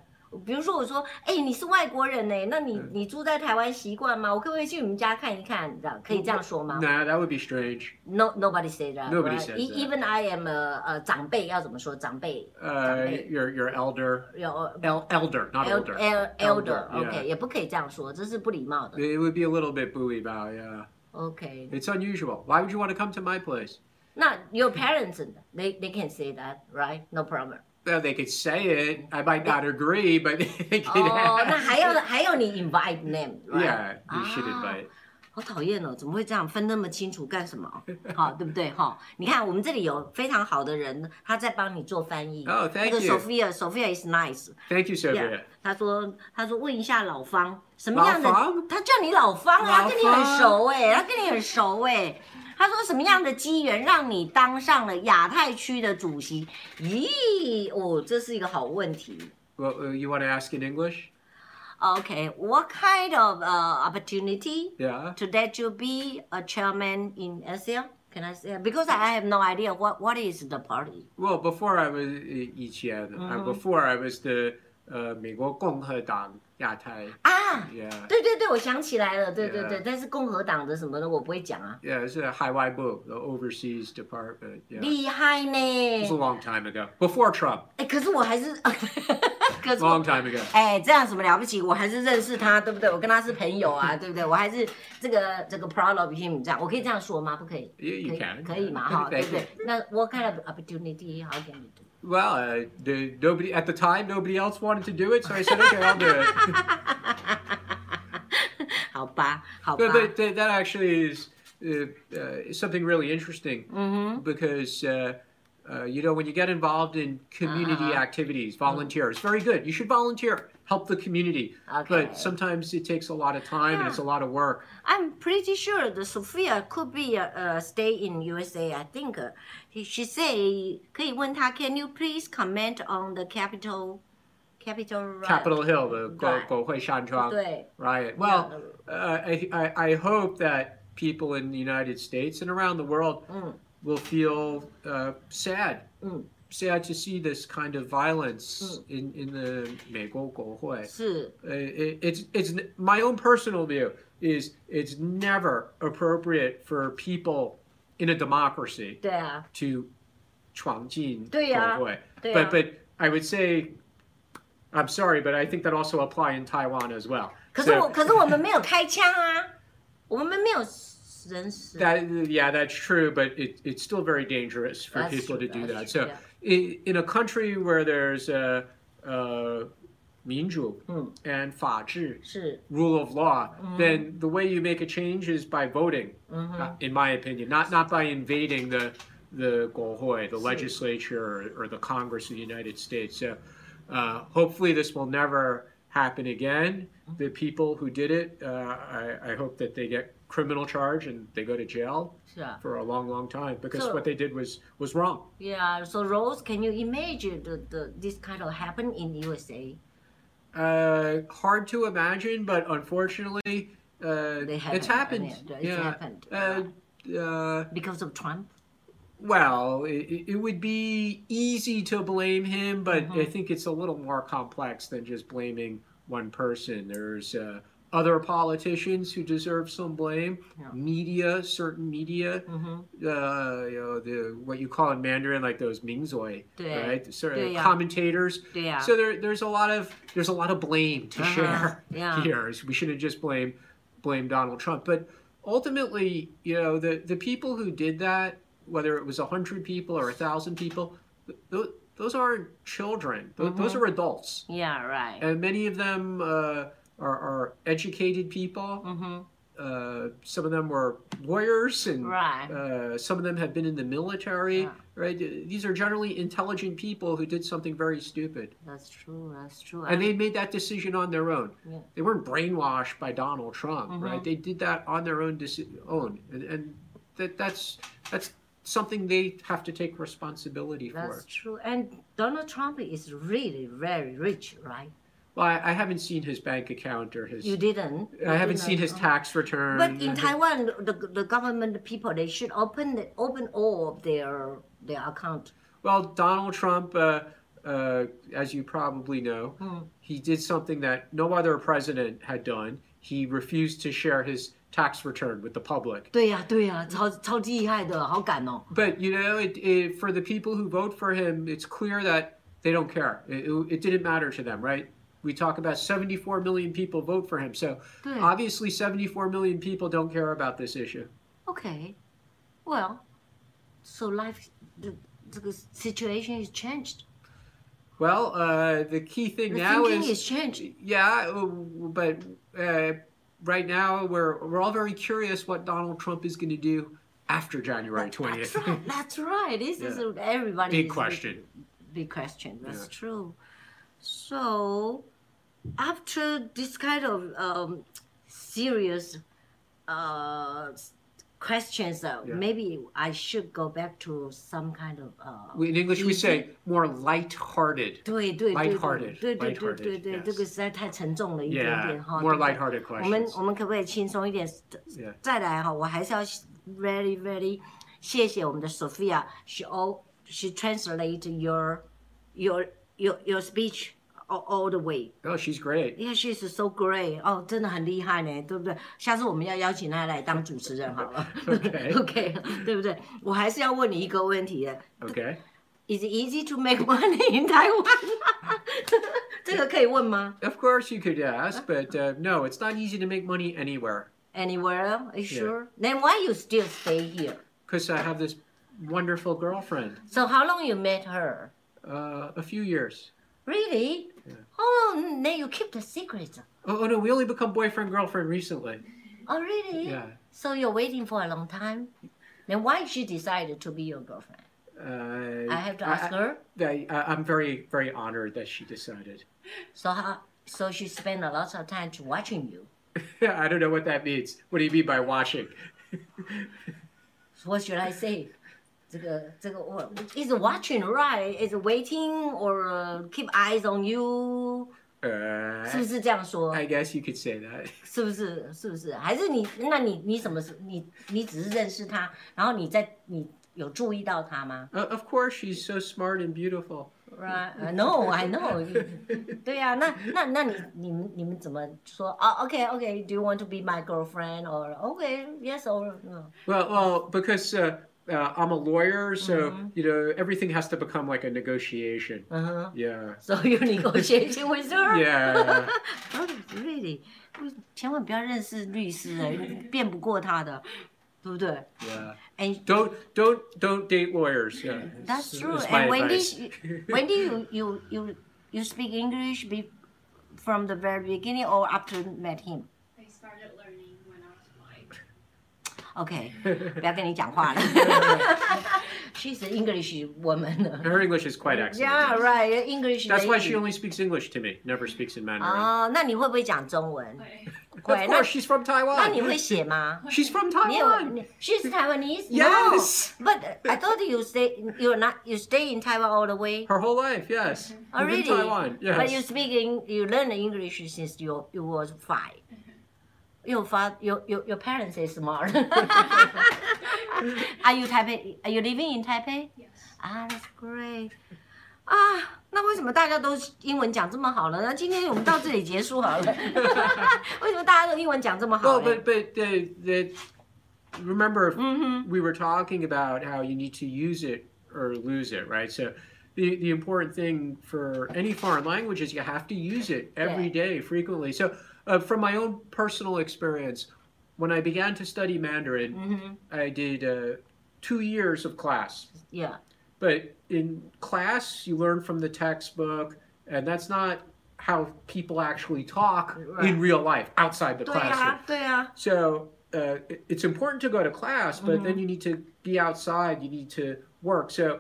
[SPEAKER 1] 比如说我说，哎、你是外国人呢、欸那你
[SPEAKER 2] 嗯
[SPEAKER 1] 你住在台湾习惯吗？我可不可以去你们家看一看？你知道可以这样说吗
[SPEAKER 2] Nah, that would be strange.
[SPEAKER 1] ？No, nobody say that.
[SPEAKER 2] 嗯 Nobody
[SPEAKER 1] right?
[SPEAKER 2] says
[SPEAKER 1] E- Even I am a 呃长辈要怎么说？长辈
[SPEAKER 2] Uh,
[SPEAKER 1] Somebody-
[SPEAKER 2] your your elder.
[SPEAKER 1] 有
[SPEAKER 2] El- elder, not
[SPEAKER 1] el
[SPEAKER 2] older.
[SPEAKER 1] el elder
[SPEAKER 2] yeah.
[SPEAKER 1] OK，也不可以这样说，这是不礼貌的。
[SPEAKER 2] It would be a little bit buoy bow, yeah.
[SPEAKER 1] OK，
[SPEAKER 2] It's unusual. Why would you want to come to my place?
[SPEAKER 1] 那 your parents they they can say that right? No problem.
[SPEAKER 2] Well, they could say it. I might not agree, but (laughs) they could
[SPEAKER 1] 哦、
[SPEAKER 2] ask.
[SPEAKER 1] 那还要还要你 invite them Oh, right? Ah.
[SPEAKER 2] Yeah, you should
[SPEAKER 1] 啊
[SPEAKER 2] invite.
[SPEAKER 1] 好讨厌哦，怎么会这样分那么清楚干
[SPEAKER 2] (laughs)
[SPEAKER 1] 什么？好，对不对？哈，你看我们这里有非常好的人，他在帮你做翻译。
[SPEAKER 2] Oh,
[SPEAKER 1] 那
[SPEAKER 2] thank
[SPEAKER 1] 个
[SPEAKER 2] you.
[SPEAKER 1] Sophia，Sophia is nice。
[SPEAKER 2] Thank you,
[SPEAKER 1] Yeah，
[SPEAKER 2] Sophia.
[SPEAKER 1] 他说，他说问一下老方什么样的
[SPEAKER 2] 老方，
[SPEAKER 1] 他叫你老方啊，他
[SPEAKER 2] 老
[SPEAKER 1] 跟你很
[SPEAKER 2] 方
[SPEAKER 1] 熟哎，他跟你很熟哎。他说什么样的机缘让你当上了亚太区的主席？咦，哦，这是一个好问题。
[SPEAKER 2] Well, uh, you want to ask in English?
[SPEAKER 1] OK，what、kind of uh, opportunity
[SPEAKER 2] Yeah.
[SPEAKER 1] to that you be a chairman in ASEAN? Can I say? Because I have no idea what, what is the party.
[SPEAKER 2] Well, before I was uh, Yiqian,
[SPEAKER 1] Mm-hmm.
[SPEAKER 2] uh, before I was the uh, 美国共和党亚太.
[SPEAKER 1] 啊，
[SPEAKER 2] Yeah.
[SPEAKER 1] 对对对，我想起来了，对对对
[SPEAKER 2] Yeah.
[SPEAKER 1] 但是共和党的什么的我不会讲啊。
[SPEAKER 2] Yeah, it's a Hawaii book, the overseas department. Yeah. It
[SPEAKER 1] 厉害呢！
[SPEAKER 2] was a long time ago. Before Trump.
[SPEAKER 1] 哎，可是我还是， (laughs) 可是
[SPEAKER 2] Long
[SPEAKER 1] 我，
[SPEAKER 2] time ago.
[SPEAKER 1] 哎，这样什么了不起？我还是认识他，对不对？我跟他是朋友 (laughs) 啊，对不对？我还是这个这个 proud of him，这样我可以这样说吗？不可以？
[SPEAKER 2] You, you
[SPEAKER 1] 可以
[SPEAKER 2] can.
[SPEAKER 1] 可以嘛？哈，对
[SPEAKER 2] Thank
[SPEAKER 1] 不
[SPEAKER 2] you.
[SPEAKER 1] 对？那 what kind of opportunity how can you do?
[SPEAKER 2] Well, uh, the, nobody at the time, nobody else wanted to do it, so I said, okay, I'll do
[SPEAKER 1] (laughs)
[SPEAKER 2] it.
[SPEAKER 1] 好吧，好吧
[SPEAKER 2] But, but th- that actually is uh, uh, something really interesting
[SPEAKER 1] 嗯哼，
[SPEAKER 2] because uh, uh, you know when you get involved in community
[SPEAKER 1] Uh-huh.
[SPEAKER 2] activities, volunteer it's very good. You should volunteer, help the community.
[SPEAKER 1] Okay.
[SPEAKER 2] But sometimes it takes a lot of time and it's a lot of work.
[SPEAKER 1] I'm pretty sure the Sophia could be a, a stay in USA. I think uh, he- she say 可以问她 Can you please comment on the capital capital riot?
[SPEAKER 2] Capitol Hill, the Go,
[SPEAKER 1] Right.
[SPEAKER 2] Go Hui Shantrong
[SPEAKER 1] 对
[SPEAKER 2] riot. Well, uh, I, I I hope that people in the United States and around the world
[SPEAKER 1] 嗯
[SPEAKER 2] will feel uh, sad
[SPEAKER 1] 嗯
[SPEAKER 2] sad to see this kind of violence in, in the 美国国会.
[SPEAKER 1] 是
[SPEAKER 2] Uh, it- it's it's n- my own personal view is it's never appropriate for people in a democracy
[SPEAKER 1] 对啊
[SPEAKER 2] to 闯进
[SPEAKER 1] 对呀，
[SPEAKER 2] 国会.
[SPEAKER 1] 对
[SPEAKER 2] But
[SPEAKER 1] 啊，
[SPEAKER 2] but I would say I'm sorry, but I think that also apply in Taiwan as well.
[SPEAKER 1] 可是我可是我们没有开枪啊，我们没有人死。
[SPEAKER 2] That yeah, that's true, but it, it's still very dangerous for
[SPEAKER 1] That's
[SPEAKER 2] people
[SPEAKER 1] true,
[SPEAKER 2] to do
[SPEAKER 1] that's
[SPEAKER 2] that.
[SPEAKER 1] true,
[SPEAKER 2] so in, in a country where there's a, uh, 民主
[SPEAKER 1] Mm.
[SPEAKER 2] and 法治
[SPEAKER 1] 是
[SPEAKER 2] rule of law,
[SPEAKER 1] Mm-hmm.
[SPEAKER 2] then the way you make a change is by voting, uh, in my opinion, not not by invading the the 国会, the legislature, or, or the Congress of the United States. So uh, hopefully this will never happen again.
[SPEAKER 1] Mm-hmm.
[SPEAKER 2] The people who did it, uh, I, I hope that they get criminal charge and they go to jail
[SPEAKER 1] 是啊
[SPEAKER 2] for a long, long time because
[SPEAKER 1] So-
[SPEAKER 2] what they did was was wrong.
[SPEAKER 1] ，Yeah. So Rose, can you imagine the the this kind of happen in USA?
[SPEAKER 2] Uh, hard to imagine, but unfortunately, uh,
[SPEAKER 1] They haven't,
[SPEAKER 2] it's happened.
[SPEAKER 1] yeah, it's
[SPEAKER 2] yeah.
[SPEAKER 1] happened.
[SPEAKER 2] Uh, uh,
[SPEAKER 1] because of Trump.
[SPEAKER 2] well, it, it would be easy to blame him, but I
[SPEAKER 1] Mhm.
[SPEAKER 2] think it's a little more complex than just blaming one person. There's uh, other politicians who deserve some blame,
[SPEAKER 1] Yeah.
[SPEAKER 2] media, certain media,
[SPEAKER 1] Mm-hmm.
[SPEAKER 2] uh, you know, the what you call in Mandarin, like those mingzoi,
[SPEAKER 1] 对，
[SPEAKER 2] right? Certain
[SPEAKER 1] 对呀。
[SPEAKER 2] commentators.
[SPEAKER 1] 对呀、
[SPEAKER 2] So there, there's a lot of there's a lot of blame to
[SPEAKER 1] Uh-huh,
[SPEAKER 2] share
[SPEAKER 1] yeah.
[SPEAKER 2] (laughs) here. We shouldn't just blame blame Donald Trump, but ultimately, you know, the the people who did that, whether it was hundred people or thousand people, th- th- those aren't children. Th-
[SPEAKER 1] Mm-hmm.
[SPEAKER 2] Those are adults,
[SPEAKER 1] yeah, right.
[SPEAKER 2] and many of them uh, are, are educated people.
[SPEAKER 1] mm-hmm.
[SPEAKER 2] Uh, some of them were lawyers, and
[SPEAKER 1] Right.
[SPEAKER 2] uh, some of them have been in the military.
[SPEAKER 1] Yeah.
[SPEAKER 2] Right? These are generally intelligent people who did something very stupid
[SPEAKER 1] That's true. That's true.
[SPEAKER 2] and they made that decision on their own.
[SPEAKER 1] Yeah.
[SPEAKER 2] They weren't brainwashed by Donald Trump,
[SPEAKER 1] Mhm.
[SPEAKER 2] right? They did that on their own deci- own, and, and that that's that's something they have to take responsibility
[SPEAKER 1] That's
[SPEAKER 2] for.
[SPEAKER 1] true. And Donald Trump is really very rich, right?
[SPEAKER 2] Well, I, I haven't seen his bank account or his.
[SPEAKER 1] You didn't.
[SPEAKER 2] I
[SPEAKER 1] you
[SPEAKER 2] haven't
[SPEAKER 1] didn't.
[SPEAKER 2] seen his
[SPEAKER 1] Oh.
[SPEAKER 2] tax return.
[SPEAKER 1] But in Taiwan, the, the government the people they should open the, open all of their their account.
[SPEAKER 2] Well, Donald Trump, uh, uh, as you probably know,
[SPEAKER 1] Hmm.
[SPEAKER 2] he did something that no other president had done. He refused to share his tax return with the public.
[SPEAKER 1] 对呀、对呀、超超级厉害的，好敢哦。
[SPEAKER 2] But you know, it, it, for the people who vote for him, it's clear that they don't care. It, it, it didn't matter to them, right? We talk about 74 million people vote for him, so
[SPEAKER 1] 对
[SPEAKER 2] obviously 74 million people don't care about this issue.
[SPEAKER 1] Okay. Well, so life the, the situation is changed.
[SPEAKER 2] Well, uh, the key thing
[SPEAKER 1] The
[SPEAKER 2] now
[SPEAKER 1] thinking
[SPEAKER 2] is,
[SPEAKER 1] is changed.
[SPEAKER 2] yeah, uh, but uh, right now we're we're all very curious what Donald Trump is going to do after January 20th.
[SPEAKER 1] That's right. That's right. This is
[SPEAKER 2] Yeah.
[SPEAKER 1] everybody.
[SPEAKER 2] Big
[SPEAKER 1] is-
[SPEAKER 2] question.
[SPEAKER 1] big question. That's
[SPEAKER 2] Yeah.
[SPEAKER 1] true. So, after this kind of um, serious uh, s- questions, uh,
[SPEAKER 2] Yeah.
[SPEAKER 1] maybe I should go back to some kind of. Uh,
[SPEAKER 2] In English, (laughs) we
[SPEAKER 1] Easy.
[SPEAKER 2] say more light-hearted.
[SPEAKER 1] 对对对
[SPEAKER 2] Lighthearted,
[SPEAKER 1] 对对对对
[SPEAKER 2] lighthearted,
[SPEAKER 1] 对
[SPEAKER 2] yes.
[SPEAKER 1] 这个实在太沉重了一点
[SPEAKER 2] Yeah,
[SPEAKER 1] 点哈。
[SPEAKER 2] more
[SPEAKER 1] 对不对
[SPEAKER 2] light-hearted
[SPEAKER 1] 我们
[SPEAKER 2] questions.
[SPEAKER 1] 我们可不可以轻松一点？
[SPEAKER 2] Yeah.
[SPEAKER 1] 再来哈，我还是要 very very 谢谢我们的 Sophia，she all she translate your your your your speech all all the way。
[SPEAKER 2] Oh, she's great.
[SPEAKER 1] 因为 she's so great，哦，真的很厉害呢，对不对？下次我们要邀请她来当主持人好了
[SPEAKER 2] (laughs)
[SPEAKER 1] (laughs)
[SPEAKER 2] Okay.
[SPEAKER 1] OK，对不对？我还是要问你一个问题的
[SPEAKER 2] Okay.
[SPEAKER 1] ，Is it easy to make money in Taiwan？这个可以问吗
[SPEAKER 2] Of course, you could ask, but uh, no, it's not easy to make money anywhere
[SPEAKER 1] ？Anywhere? Are you sure? Then why you still stay here?
[SPEAKER 2] because I have this wonderful girlfriend.
[SPEAKER 1] So how long you met her?
[SPEAKER 2] Uh, a few years.
[SPEAKER 1] Really? How long then you keep the secret?
[SPEAKER 2] Oh, oh, no, we only become boyfriend girlfriend recently.
[SPEAKER 1] Oh, really?
[SPEAKER 2] Yeah.
[SPEAKER 1] So you're waiting for a long time? Then why she decided to be your girlfriend?
[SPEAKER 2] Uh,
[SPEAKER 1] I have to ask her.
[SPEAKER 2] I, I, am very, very honored that she decided. (laughs)
[SPEAKER 1] So how, so she spent a lot of time to watching you.
[SPEAKER 2] I don't know what that means. What do you mean by watching?
[SPEAKER 1] So what should I say? (laughs) 这个这个我 is watching right? Is waiting or uh, keep eyes on you?
[SPEAKER 2] (laughs) Uh,
[SPEAKER 1] 是不是这样说？
[SPEAKER 2] I guess you could say that.
[SPEAKER 1] 是不是？是不是？还是你？那你你什么时？你你只是认识他，然后你在你有注意到他吗
[SPEAKER 2] Uh, of course, she's so smart and beautiful.
[SPEAKER 1] ？Right? I know, Oh, I
[SPEAKER 2] (laughs)
[SPEAKER 1] know. (laughs) 对呀、那那那你你们你们怎么说？哦、o k OK, do you want to be my girlfriend or OK, yes or no?
[SPEAKER 2] Well, well, because uh, uh, I'm a lawyer, so
[SPEAKER 1] Mm-hmm.
[SPEAKER 2] you know everything has to become like a negotiation.
[SPEAKER 1] 嗯哼。
[SPEAKER 2] Yeah.
[SPEAKER 1] So (laughs) you negotiation with her? (laughs)
[SPEAKER 2] Yeah.
[SPEAKER 1] Oh, really? 千万不要认识律师，哎辩不过他的，对不对
[SPEAKER 2] Yeah.
[SPEAKER 1] ？And
[SPEAKER 2] Don't don't don't date lawyers. Yeah.
[SPEAKER 1] That's
[SPEAKER 2] It's-
[SPEAKER 1] true.
[SPEAKER 2] it's my
[SPEAKER 1] And Wendy,
[SPEAKER 2] advice.
[SPEAKER 1] you- Wendy, you you you you speak English be, from the very beginning or after met him?
[SPEAKER 3] I started learning when I was like
[SPEAKER 1] Okay，不要跟你讲话了。She's an English woman.
[SPEAKER 2] (laughs) Her English is quite excellent.
[SPEAKER 1] Yeah, right. Ah, English.
[SPEAKER 2] That's why
[SPEAKER 1] lady. Oh,
[SPEAKER 2] she only speaks English to me. Never speaks in Mandarin.
[SPEAKER 1] 哦，那你会不会讲中文？
[SPEAKER 3] play.
[SPEAKER 2] Of
[SPEAKER 1] 怪。那
[SPEAKER 2] course, she's from
[SPEAKER 1] 那你
[SPEAKER 2] Taiwan.
[SPEAKER 1] 会写吗？
[SPEAKER 2] She's from
[SPEAKER 1] 你有
[SPEAKER 2] Taiwan.
[SPEAKER 1] 你？She's Taiwanese.
[SPEAKER 2] Yes.
[SPEAKER 1] No, but I thought you stay. You're not. You stay in Taiwan all the way.
[SPEAKER 2] Her whole life, yes.
[SPEAKER 1] Oh,
[SPEAKER 2] Lived in
[SPEAKER 1] really?
[SPEAKER 2] Taiwan, yes.
[SPEAKER 1] But you speak in. You learn English since you you was five. Your father, your, your, your parents is smart. (laughs) are you Taipei? Are you living in Taipei?
[SPEAKER 3] Yes.
[SPEAKER 1] Ah, that's great. 啊，那为什么大家都英文讲这么好呢？那今天我们到这里结束好了。 (laughs) 为什么大家都英文讲这么好
[SPEAKER 2] Well,
[SPEAKER 1] 呢？
[SPEAKER 2] but but they, they, remember
[SPEAKER 1] 嗯哼，
[SPEAKER 2] we were talking about how you need to use it or lose it, right? So the, the important thing for any foreign language is you have to use it every
[SPEAKER 1] Yeah.
[SPEAKER 2] day, frequently. So uh, from my own personal experience, when I began to study Mandarin,
[SPEAKER 1] 嗯哼
[SPEAKER 2] I did uh, two years of class.
[SPEAKER 1] ，Yeah，
[SPEAKER 2] But in class, you learn from the textbook, and that's not how people actually talk
[SPEAKER 1] Right.
[SPEAKER 2] in real life outside the
[SPEAKER 1] 对
[SPEAKER 2] classroom.
[SPEAKER 1] 呀，对啊呀，
[SPEAKER 2] So uh, it- it's important to go to class, but
[SPEAKER 1] Mm-hmm.
[SPEAKER 2] then you need to be outside. You need to work. So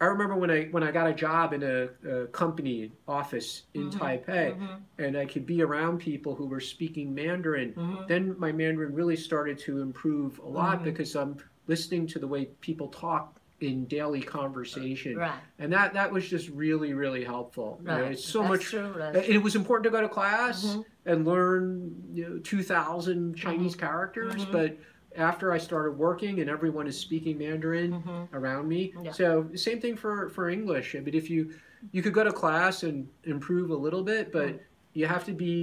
[SPEAKER 2] I remember when I when I got a job in a, a company office in
[SPEAKER 1] Mm-hmm. 嗯
[SPEAKER 2] Taipei, and I could be around people who were speaking Mandarin.
[SPEAKER 1] 嗯
[SPEAKER 2] Then my Mandarin really started to improve a lot
[SPEAKER 1] Mm-hmm.
[SPEAKER 2] because I'm listening to the way people talk in daily conversation,
[SPEAKER 1] Right.
[SPEAKER 2] and that that was just really really helpful. You know,
[SPEAKER 1] Right.
[SPEAKER 2] It's so
[SPEAKER 1] That's
[SPEAKER 2] much
[SPEAKER 1] true, that's
[SPEAKER 2] uh, it was important to go to class and learn you know, 2000 chinese characters but after i started working and everyone is speaking mandarin
[SPEAKER 1] 嗯
[SPEAKER 2] around me
[SPEAKER 1] Mm-hmm. Yeah.
[SPEAKER 2] so same thing for for english i mean if you you could go to class and improve a little bit but you have to be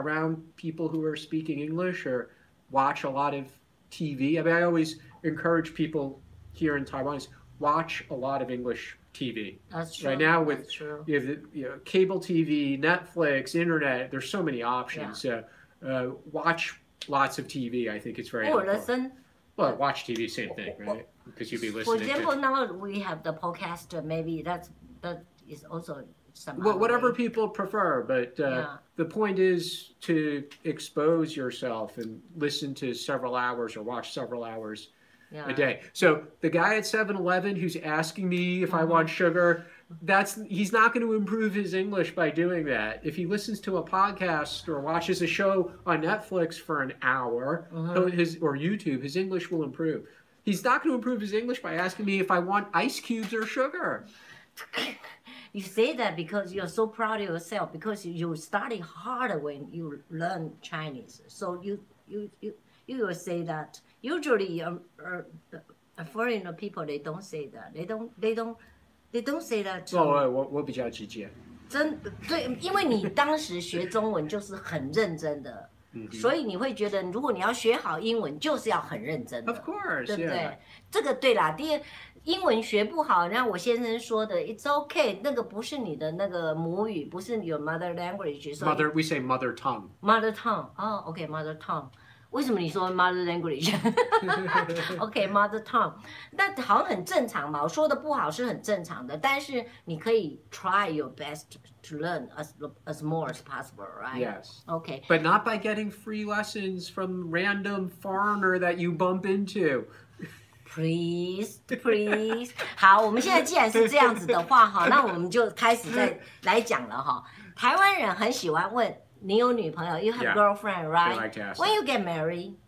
[SPEAKER 2] around people who are speaking english or watch a lot of tv i mean i always encourage people here in taiwan is watch a lot of english tv
[SPEAKER 1] that's true.
[SPEAKER 2] Right now with-
[SPEAKER 1] that's true.
[SPEAKER 2] you have the, you know, cable TV, Netflix, internet. There's so many options. So uh, watch lots of TV. I think it's very
[SPEAKER 1] 或
[SPEAKER 2] helpful.
[SPEAKER 1] 者生。
[SPEAKER 2] Well, watch TV, same thing, right? Because you'd be
[SPEAKER 1] For
[SPEAKER 2] listening.
[SPEAKER 1] example,
[SPEAKER 2] to,
[SPEAKER 1] now we have the podcast. uh, Maybe that's that is also some.
[SPEAKER 2] Wha-
[SPEAKER 1] other
[SPEAKER 2] whatever
[SPEAKER 1] way.
[SPEAKER 2] people prefer, but uh,
[SPEAKER 1] Yeah.
[SPEAKER 2] the point is to expose yourself and listen to several hours or watch several hours
[SPEAKER 1] yeah.
[SPEAKER 2] a day. So the guy at 7-Eleven who's asking me if I want sugar, that's he's not going to improve his English by doing that. If he listens to a podcast or watches a show on Netflix for an hour, he'll- his or YouTube, his English will improve. He's not going to improve his English by asking me if I want ice cubes or sugar.
[SPEAKER 1] You say that because you're so proud of yourself because you study harder when you learn Chinese. So you you you you will say that. Usually, um, uh, uh, foreigner people they don't say that. They don't they don't they don't say that. to-
[SPEAKER 2] So, uh, what, what be judge you
[SPEAKER 1] 真的对，因为你当时学中文就是很认真的，所以你会觉得，如果你要学好英文，就是要很认真的
[SPEAKER 2] Of course,
[SPEAKER 1] 对不
[SPEAKER 2] yeah.
[SPEAKER 1] 对？这个对啦。第二，英文学不好，然后我先生说的，it's okay，那个不是你的那个母语，不是你的 mother language，所以
[SPEAKER 2] Mother, we say mother tongue.
[SPEAKER 1] mother tongue，哦，OK，mother tongue。为什么你说 mother language？OK，mother tongue，那好像很正常嘛。我说的不好是很正常的，但是你可以 try your best to learn as as more as possible，right？OK，
[SPEAKER 2] Yes. But not by getting free lessons from random foreigner that you bump into.
[SPEAKER 1] Please, please，好， (laughs) 我们现在既然是这样子的话，哈，那我们就开始再来讲了哈。台湾人很喜欢问你有女朋友，you have
[SPEAKER 2] Yeah,
[SPEAKER 1] girlfriend, right?
[SPEAKER 2] like to ask
[SPEAKER 1] When you get married, (laughs)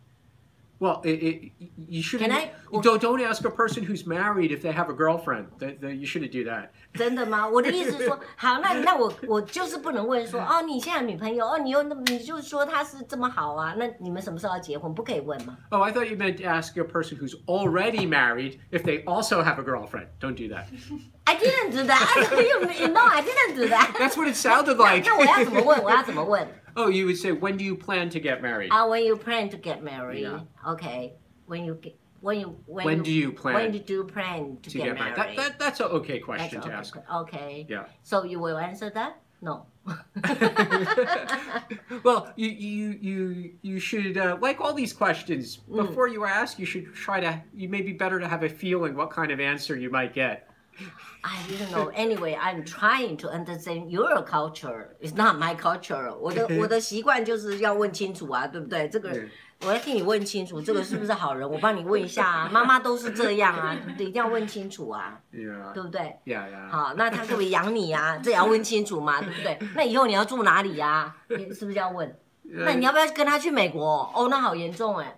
[SPEAKER 2] Well, it, it, you shouldn't.
[SPEAKER 1] Can I-
[SPEAKER 2] you don't don't ask a person who's married if they have a girlfriend. That, that- you shouldn't do that.
[SPEAKER 1] 真的吗？我的意思是说，好，那那我我就是不能问说，哦，你现在有女朋友，哦，你又那么，你就说她是这么好啊，那你们什么时候要结婚？不可以问吗？
[SPEAKER 2] Oh, I thought you meant to ask a person who's already married if they also have a girlfriend. Don't do that.
[SPEAKER 1] I didn't do that. (laughs) I don't, you know, I didn't do (laughs) that.
[SPEAKER 2] That's what it sounded
[SPEAKER 1] (laughs)
[SPEAKER 2] like.
[SPEAKER 1] 那我要怎么问？我要怎么问
[SPEAKER 2] (laughs) oh, you would say, "When do you plan to get married?"
[SPEAKER 1] 啊、w h e n you plan to get married?
[SPEAKER 2] Yeah.
[SPEAKER 1] Okay. When you get when you when,
[SPEAKER 2] When do you plan
[SPEAKER 1] when do you plan to,
[SPEAKER 2] to get married. That, that, that's an okay
[SPEAKER 1] That's
[SPEAKER 2] question to
[SPEAKER 1] okay.
[SPEAKER 2] ask.
[SPEAKER 1] (laughs) Okay.
[SPEAKER 2] Yeah.
[SPEAKER 1] So you will answer that? No. (laughs)
[SPEAKER 2] (laughs) Well, you you you you should uh, like all these questions
[SPEAKER 1] Mm.
[SPEAKER 2] before you ask. You should try to. You may be better to have a feeling what kind of answer you might get.
[SPEAKER 1] I didn't know. Anyway, I'm trying to understand your culture. It's not my
[SPEAKER 2] (laughs)
[SPEAKER 1] culture. 我的我的习惯就是要问清楚啊，对不对？这个
[SPEAKER 2] 对
[SPEAKER 1] 我要替你问清楚，这个是不是好人？我帮你问一下啊。妈妈都是这样啊， (laughs) 对不对一定要问清楚啊，
[SPEAKER 2] Yeah.
[SPEAKER 1] 对不对？
[SPEAKER 2] Yeah. Yeah.
[SPEAKER 1] 好，那他可不可以养你啊？这也要问清楚嘛，对不对？那以后你要住哪里呀、啊？你是不是要问？那你要不要跟他去美国？哦，那好严重哎、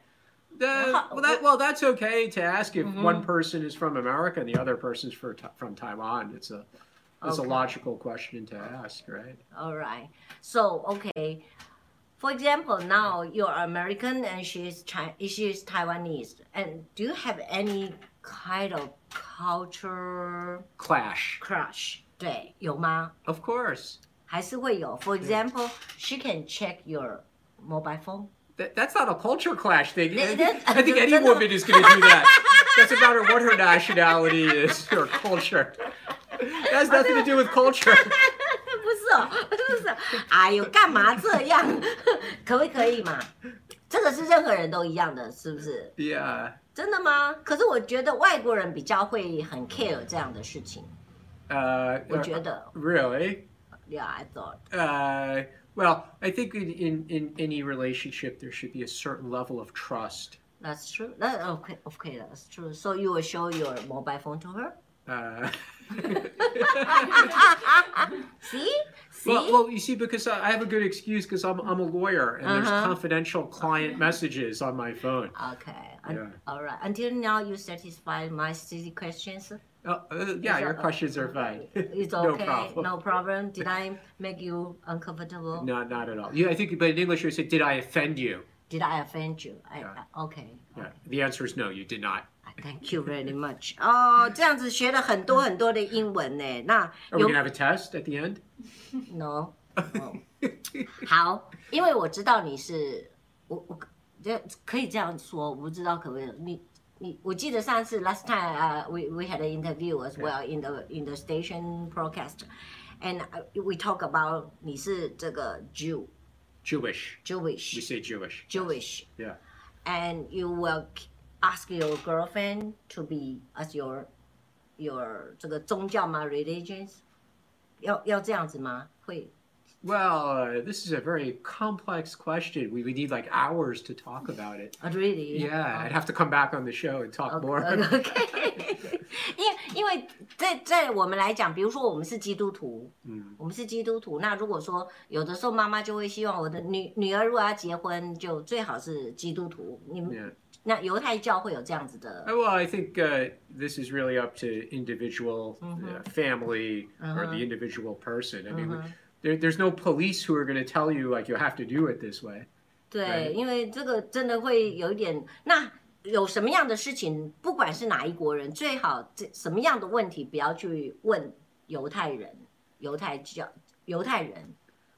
[SPEAKER 2] Uh, well, that well, that's okay to ask if
[SPEAKER 1] Mhm.
[SPEAKER 2] one person is from America and the other person's for, Ti- from Taiwan. It's a it's
[SPEAKER 1] Okay.
[SPEAKER 2] a logical question to ask, right?
[SPEAKER 1] All right. So okay. For example, now you're American and she's Chi- she's Taiwanese. And do you have any kind of culture
[SPEAKER 2] Clash,
[SPEAKER 1] crush? 对，有吗？还是会有。For
[SPEAKER 2] of course.
[SPEAKER 1] example, she can check your mobile phone.
[SPEAKER 2] That, that's not a culture clash thing. I
[SPEAKER 1] Th-
[SPEAKER 2] think,
[SPEAKER 1] that-
[SPEAKER 2] I
[SPEAKER 1] (laughs)
[SPEAKER 2] think any
[SPEAKER 1] that's not-
[SPEAKER 2] woman is going to do that. Doesn't matter what her nationality is or culture. That has nothing to do
[SPEAKER 1] (laughs)
[SPEAKER 2] with culture.
[SPEAKER 1] 不是哦， (laughs) 不是哦，哎呦，干嘛这样？ (laughs) 可不可以嘛？这个是任何人都一样的，是不是？
[SPEAKER 2] Yeah.
[SPEAKER 1] 真的吗？可是我觉得外国人比较会很 care 这样的事情。
[SPEAKER 2] Uh,
[SPEAKER 1] 我觉得
[SPEAKER 2] really?
[SPEAKER 1] ，Yeah, I thought.
[SPEAKER 2] Uh, well, I think in, in, in any relationship, there should be a certain level of trust.
[SPEAKER 1] That's true. That okay, okay, that's true. So you will show your mobile phone to her. (laughs)
[SPEAKER 2] Uh, (laughs)
[SPEAKER 1] See, see.
[SPEAKER 2] well, well, you see, because I I have a good excuse because I'm, I'm a lawyer and there's
[SPEAKER 1] Uh-huh.
[SPEAKER 2] confidential client messages on my phone.
[SPEAKER 1] okay. un-
[SPEAKER 2] Yeah.
[SPEAKER 1] All right. Until now, you satisfy my silly questions.
[SPEAKER 2] Uh, uh, yeah, your questions are fine.
[SPEAKER 1] (laughs) It's
[SPEAKER 2] (laughs) No
[SPEAKER 1] okay.
[SPEAKER 2] problem.
[SPEAKER 1] no problem. Did I make you uncomfortable?
[SPEAKER 2] No, not at all. Yeah, I think, but in English, you would say, "Did I offend you?"
[SPEAKER 1] Did I offend you? I,
[SPEAKER 2] Yeah.
[SPEAKER 1] I- okay.
[SPEAKER 2] Yeah, the answer is no. You did not.
[SPEAKER 1] I Thank you very much. (laughs) 哦、这样子学了很多很多的英文呢。那
[SPEAKER 2] Are we
[SPEAKER 1] 有
[SPEAKER 2] gonna have a test at the end?
[SPEAKER 1] no？no 好，因为我知道你是我我这可以这样说，我不知道可不可以你。你我记得上次 last time 呃、we we had an interview as well in the in the station broadcast, and uh, we talk about 你是这个 Jew
[SPEAKER 2] (laughs) Jewish. We
[SPEAKER 1] Jewish
[SPEAKER 2] say Jewish.
[SPEAKER 1] Jewish
[SPEAKER 2] Yeah.
[SPEAKER 1] and you will k- ask your girlfriend to be as your your 这个宗教吗？religions 要要这样子吗？会
[SPEAKER 2] Well, uh, this is a very complex question. We would need like hours to talk about it.
[SPEAKER 1] 啊、really？
[SPEAKER 2] Yeah, I'd have to come back on the show and
[SPEAKER 1] (laughs)
[SPEAKER 2] talk more.
[SPEAKER 1] OK，, OK (laughs) 因为因为在在我们来讲，比如说我们是基督徒，
[SPEAKER 2] 嗯，
[SPEAKER 1] 我们是基督徒，那如果说有的时候妈妈就会希望我的女女儿如果要结婚，就最好是基督徒。你们
[SPEAKER 2] Yeah.
[SPEAKER 1] 那犹太教会有这样子的，
[SPEAKER 2] Uh, Well, I think uh, this is really up to individual uh, family or
[SPEAKER 1] Mm-hmm. Uh-huh.
[SPEAKER 2] the individual person. I mean,
[SPEAKER 1] Uh-huh.
[SPEAKER 2] there, there's no police who are going to tell you like you have to do it this way.
[SPEAKER 1] 对，因为这个真的会有一点那。有什么样的事情，不管是哪一国人，最好这什么样的问题不要去问犹太人、犹太教、犹太人。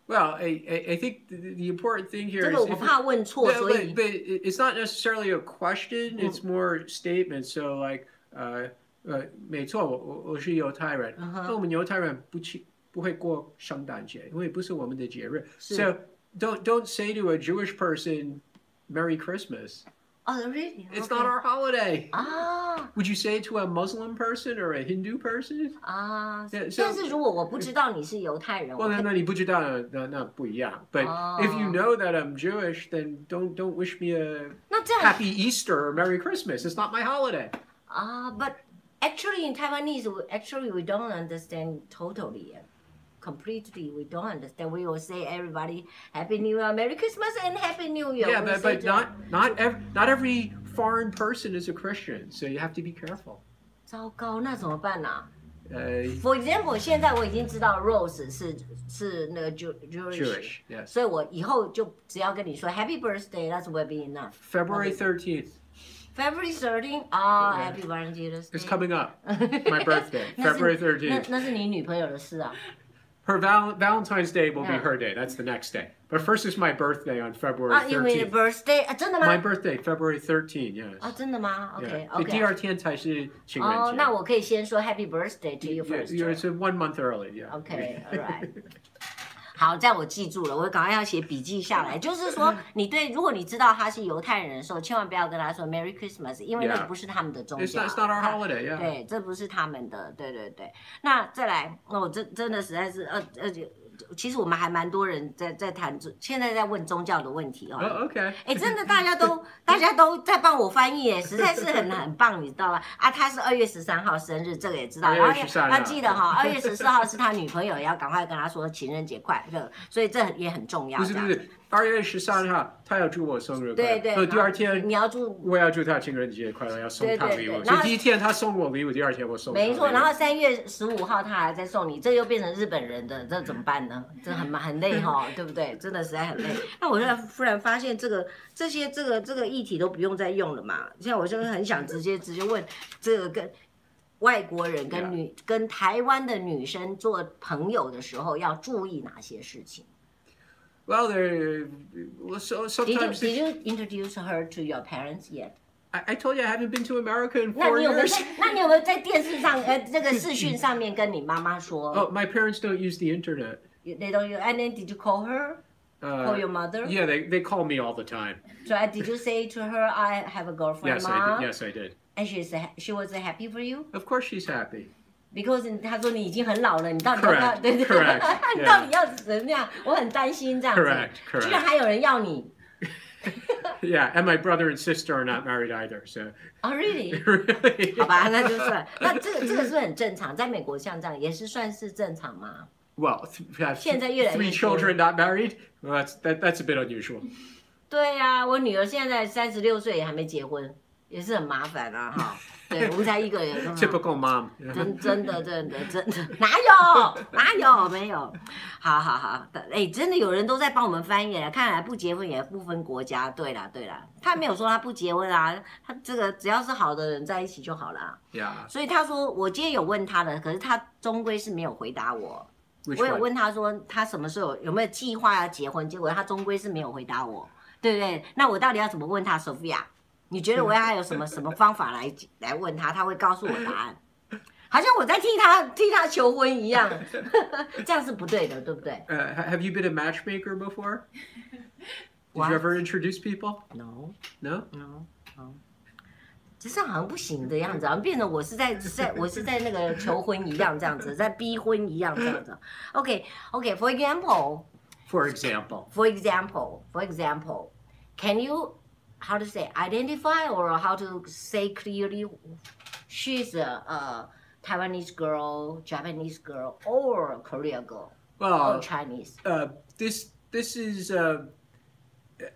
[SPEAKER 2] Well, I, I, I think the, the important thing here
[SPEAKER 1] 这
[SPEAKER 2] is
[SPEAKER 1] 个我
[SPEAKER 2] if it-
[SPEAKER 1] 怕问错，
[SPEAKER 2] Yeah,
[SPEAKER 1] 所
[SPEAKER 2] but,
[SPEAKER 1] 以
[SPEAKER 2] but it- it's not necessarily a question.
[SPEAKER 1] Mm.
[SPEAKER 2] It's more statement. So like, uh, uh, 没错，我我我是犹太人。
[SPEAKER 1] 嗯哼。
[SPEAKER 2] 那我们犹太人不去不会过圣诞节，因为不是我们的节日。
[SPEAKER 1] 是。
[SPEAKER 2] So don't don't say to a Jewish person, "Merry Christmas."
[SPEAKER 1] Oh, really?
[SPEAKER 2] It's
[SPEAKER 1] Okay.
[SPEAKER 2] not our holiday.
[SPEAKER 1] 啊
[SPEAKER 2] Would you say it to a Muslim person or a Hindu person?
[SPEAKER 1] 啊！
[SPEAKER 2] Yeah, so-
[SPEAKER 1] 但是如果我不知道你是犹太人，我
[SPEAKER 2] Well,
[SPEAKER 1] 可
[SPEAKER 2] then, 那你不知道，那那不一样。But if you
[SPEAKER 1] Oh.
[SPEAKER 2] know that I'm Jewish, then don't don't wish me a
[SPEAKER 1] 那这样
[SPEAKER 2] Happy Easter or Merry Christmas. It's not my holiday.
[SPEAKER 1] 啊，But Uh, actually in Taiwanese, we- actually we don't understand totally. uh, Completely, we don't understand. We will say everybody Happy New Year, Merry Christmas, and Happy New Year.
[SPEAKER 2] Yeah,
[SPEAKER 1] We
[SPEAKER 2] but,
[SPEAKER 1] say
[SPEAKER 2] but
[SPEAKER 1] that.
[SPEAKER 2] not not every not every foreign person is a Christian, so you have to be careful.
[SPEAKER 1] 糟糕，那怎么办呢、
[SPEAKER 2] Uh,
[SPEAKER 1] For example，现在我已经知道 Rose 是是那个 Jew- Jewish，,
[SPEAKER 2] Jewish, yes.
[SPEAKER 1] 所以我以后就只要跟你说 Happy Birthday，that will be enough。
[SPEAKER 2] February
[SPEAKER 1] Okay.
[SPEAKER 2] thirteenth
[SPEAKER 1] February thirteen 啊、h
[SPEAKER 2] Yeah.
[SPEAKER 1] Happy Valentine's Day
[SPEAKER 2] is coming up.
[SPEAKER 1] My (laughs)
[SPEAKER 2] birthday, February 13th.
[SPEAKER 1] 那那是你女朋友的事啊。
[SPEAKER 2] Her val- Valentine's Day will
[SPEAKER 1] Yeah.
[SPEAKER 2] be her day. That's the next day. But first is my birthday on
[SPEAKER 1] 啊，
[SPEAKER 2] February
[SPEAKER 1] 因为
[SPEAKER 2] thirteenth.
[SPEAKER 1] birthday 啊，真的
[SPEAKER 2] My
[SPEAKER 1] 吗？
[SPEAKER 2] birthday, February thirteenth. Yes.
[SPEAKER 1] 啊，真的吗？OK
[SPEAKER 2] Yeah. The
[SPEAKER 1] OK。
[SPEAKER 2] DRTN 才是情人节。
[SPEAKER 1] 哦，那我可以先说 Happy birthday to you
[SPEAKER 2] Yeah,
[SPEAKER 1] first
[SPEAKER 2] you're- It's
[SPEAKER 1] right。
[SPEAKER 2] a one month early. Yeah. (laughs)
[SPEAKER 1] OK alright。好，这样我记住了，我赶快要写笔记下
[SPEAKER 2] (laughs)
[SPEAKER 1] 来。就是说，你对，如果你知道他是犹太人的时候，千万不要跟他说 Merry Christmas，因为那个
[SPEAKER 2] Yeah.
[SPEAKER 1] 不是他们的宗
[SPEAKER 2] It's
[SPEAKER 1] 教。
[SPEAKER 2] not, it's not our
[SPEAKER 1] 他
[SPEAKER 2] holiday. Yeah.
[SPEAKER 1] 对，这不是他们的，对对对。那再来，那我真真的实在是，呃呃，其实我们还蛮多人在在谈，现在在问宗教的问题哦。
[SPEAKER 2] Oh, okay.
[SPEAKER 1] (laughs)
[SPEAKER 2] (laughs)
[SPEAKER 1] 哎，真的，大家都大家都在帮我翻译，哎，实在是很很棒，你知道吧？啊，他是二月十三号生日，这个也知道。
[SPEAKER 2] 2月
[SPEAKER 1] 然后
[SPEAKER 2] 13
[SPEAKER 1] 要
[SPEAKER 2] 啊
[SPEAKER 1] 要记得哈，二月十四号是他女朋友，也要赶快跟他说情人节快乐，所以这也很重要。
[SPEAKER 2] 不是
[SPEAKER 1] 这
[SPEAKER 2] 不
[SPEAKER 1] 样
[SPEAKER 2] 是，二月十三号他要祝我生日快
[SPEAKER 1] 对
[SPEAKER 2] 乐，
[SPEAKER 1] 对
[SPEAKER 2] 那第
[SPEAKER 1] 然后
[SPEAKER 2] 二天
[SPEAKER 1] 你要祝。
[SPEAKER 2] 我要祝他情人节快乐，要送他
[SPEAKER 1] 对对
[SPEAKER 2] 礼物。
[SPEAKER 1] 对
[SPEAKER 2] 所
[SPEAKER 1] 然
[SPEAKER 2] 以
[SPEAKER 1] 后
[SPEAKER 2] 第一天他送我礼物，第二天我送他礼物。
[SPEAKER 1] 没错，然后三月十五号他还在送你，这又变成日本人的，这怎么办呢？这很麻很累 (laughs) 哈、对不对？真的实在很累。那我现在忽然发现这个这些这个这个议题都不用再用了嘛，现在我真的很想直接直接问这个跟外国人跟女跟台湾的女生做朋友的时候要注意哪些事情
[SPEAKER 2] well, there. well, So
[SPEAKER 1] ？Did you
[SPEAKER 2] sometimes
[SPEAKER 1] did you introduce her to your parents yet？
[SPEAKER 2] I, I told you I haven't been to America in
[SPEAKER 1] 那
[SPEAKER 2] four
[SPEAKER 1] 你有没有
[SPEAKER 2] years.
[SPEAKER 1] 在那你有没有在电视上呃这个视讯上面跟你妈妈说？
[SPEAKER 2] (laughs) Oh, my parents don't use the internet.
[SPEAKER 1] You- They don't. You, and then did you call her?
[SPEAKER 2] Uh,
[SPEAKER 1] Call Oh, your mother?
[SPEAKER 2] Yeah, they, they call me all the time.
[SPEAKER 1] So uh, did you say to her, "I have a girlfriend,
[SPEAKER 2] Yes, I
[SPEAKER 1] ma"?
[SPEAKER 2] did. Yes, I did.
[SPEAKER 1] And she's uh, she was uh, happy for you
[SPEAKER 2] Of course, she's happy.
[SPEAKER 1] because 她说你已经很老了，你到底要不要
[SPEAKER 2] Correct,
[SPEAKER 1] (laughs) 对对
[SPEAKER 2] correct,
[SPEAKER 1] 对，你
[SPEAKER 2] yeah.
[SPEAKER 1] 到底要怎么样？我很担心这样子
[SPEAKER 2] Correct, correct.
[SPEAKER 1] 居然还有人要你
[SPEAKER 2] Yeah, and my brother and sister are not married either.
[SPEAKER 1] (laughs)
[SPEAKER 2] So
[SPEAKER 1] 啊、r e a l l
[SPEAKER 2] (laughs)
[SPEAKER 1] y
[SPEAKER 2] really,
[SPEAKER 1] 好吧，那就算。那这个这个是很正常，在美国像这样也是算是正常吗？
[SPEAKER 2] well, th- have
[SPEAKER 1] Hiện tại越来越
[SPEAKER 2] three
[SPEAKER 1] 多了。Uh-huh.
[SPEAKER 2] children not married. Well, that's that, that's a bit unusual.
[SPEAKER 1] 对呀、我女儿现在三十六岁也还没结婚，也是很麻烦啊哈。对，我们才一个
[SPEAKER 2] (laughs)
[SPEAKER 1] 人。嗯哈
[SPEAKER 2] Typical mom. you know.
[SPEAKER 1] 真真的真的真的哪有哪有没有？好好好，哎，真的有人都在帮我们翻译了。看来不结婚也不分国家。对啦对啦，他没有说他不结婚啊，他这个只要是好的人在一起就好啦。
[SPEAKER 2] Yeah.
[SPEAKER 1] 所以他说我今天有问他了，可是他终归是没有回答我。
[SPEAKER 2] Which
[SPEAKER 1] 我有
[SPEAKER 2] one?
[SPEAKER 1] 问他说他什么时候有没有计划要结婚，结果他终归是没有回答我，对不对？那我到底要怎么问他，Sophia？你觉得我要还有什么什么方法来来问他？他会告诉我答案，好像我在替他替他求婚一样， (laughs) 这样是不对的，对不对
[SPEAKER 2] Uh, ha- have you been a matchmaker
[SPEAKER 1] (laughs)
[SPEAKER 2] before? Did
[SPEAKER 1] What?
[SPEAKER 2] you ever introduce people?
[SPEAKER 1] ？No
[SPEAKER 2] No.
[SPEAKER 1] no no，这样好像不行的样子，好像变成我是在在我是在那个求婚一样这样子，在逼婚一样这样子。OK OK，for、example。
[SPEAKER 2] For example.
[SPEAKER 1] For example, for example, can you how to say identify or how to say clearly she's a, a Taiwanese girl, Japanese girl, or Korean girl, or
[SPEAKER 2] Well,
[SPEAKER 1] Chinese?
[SPEAKER 2] uh, this this is. Uh,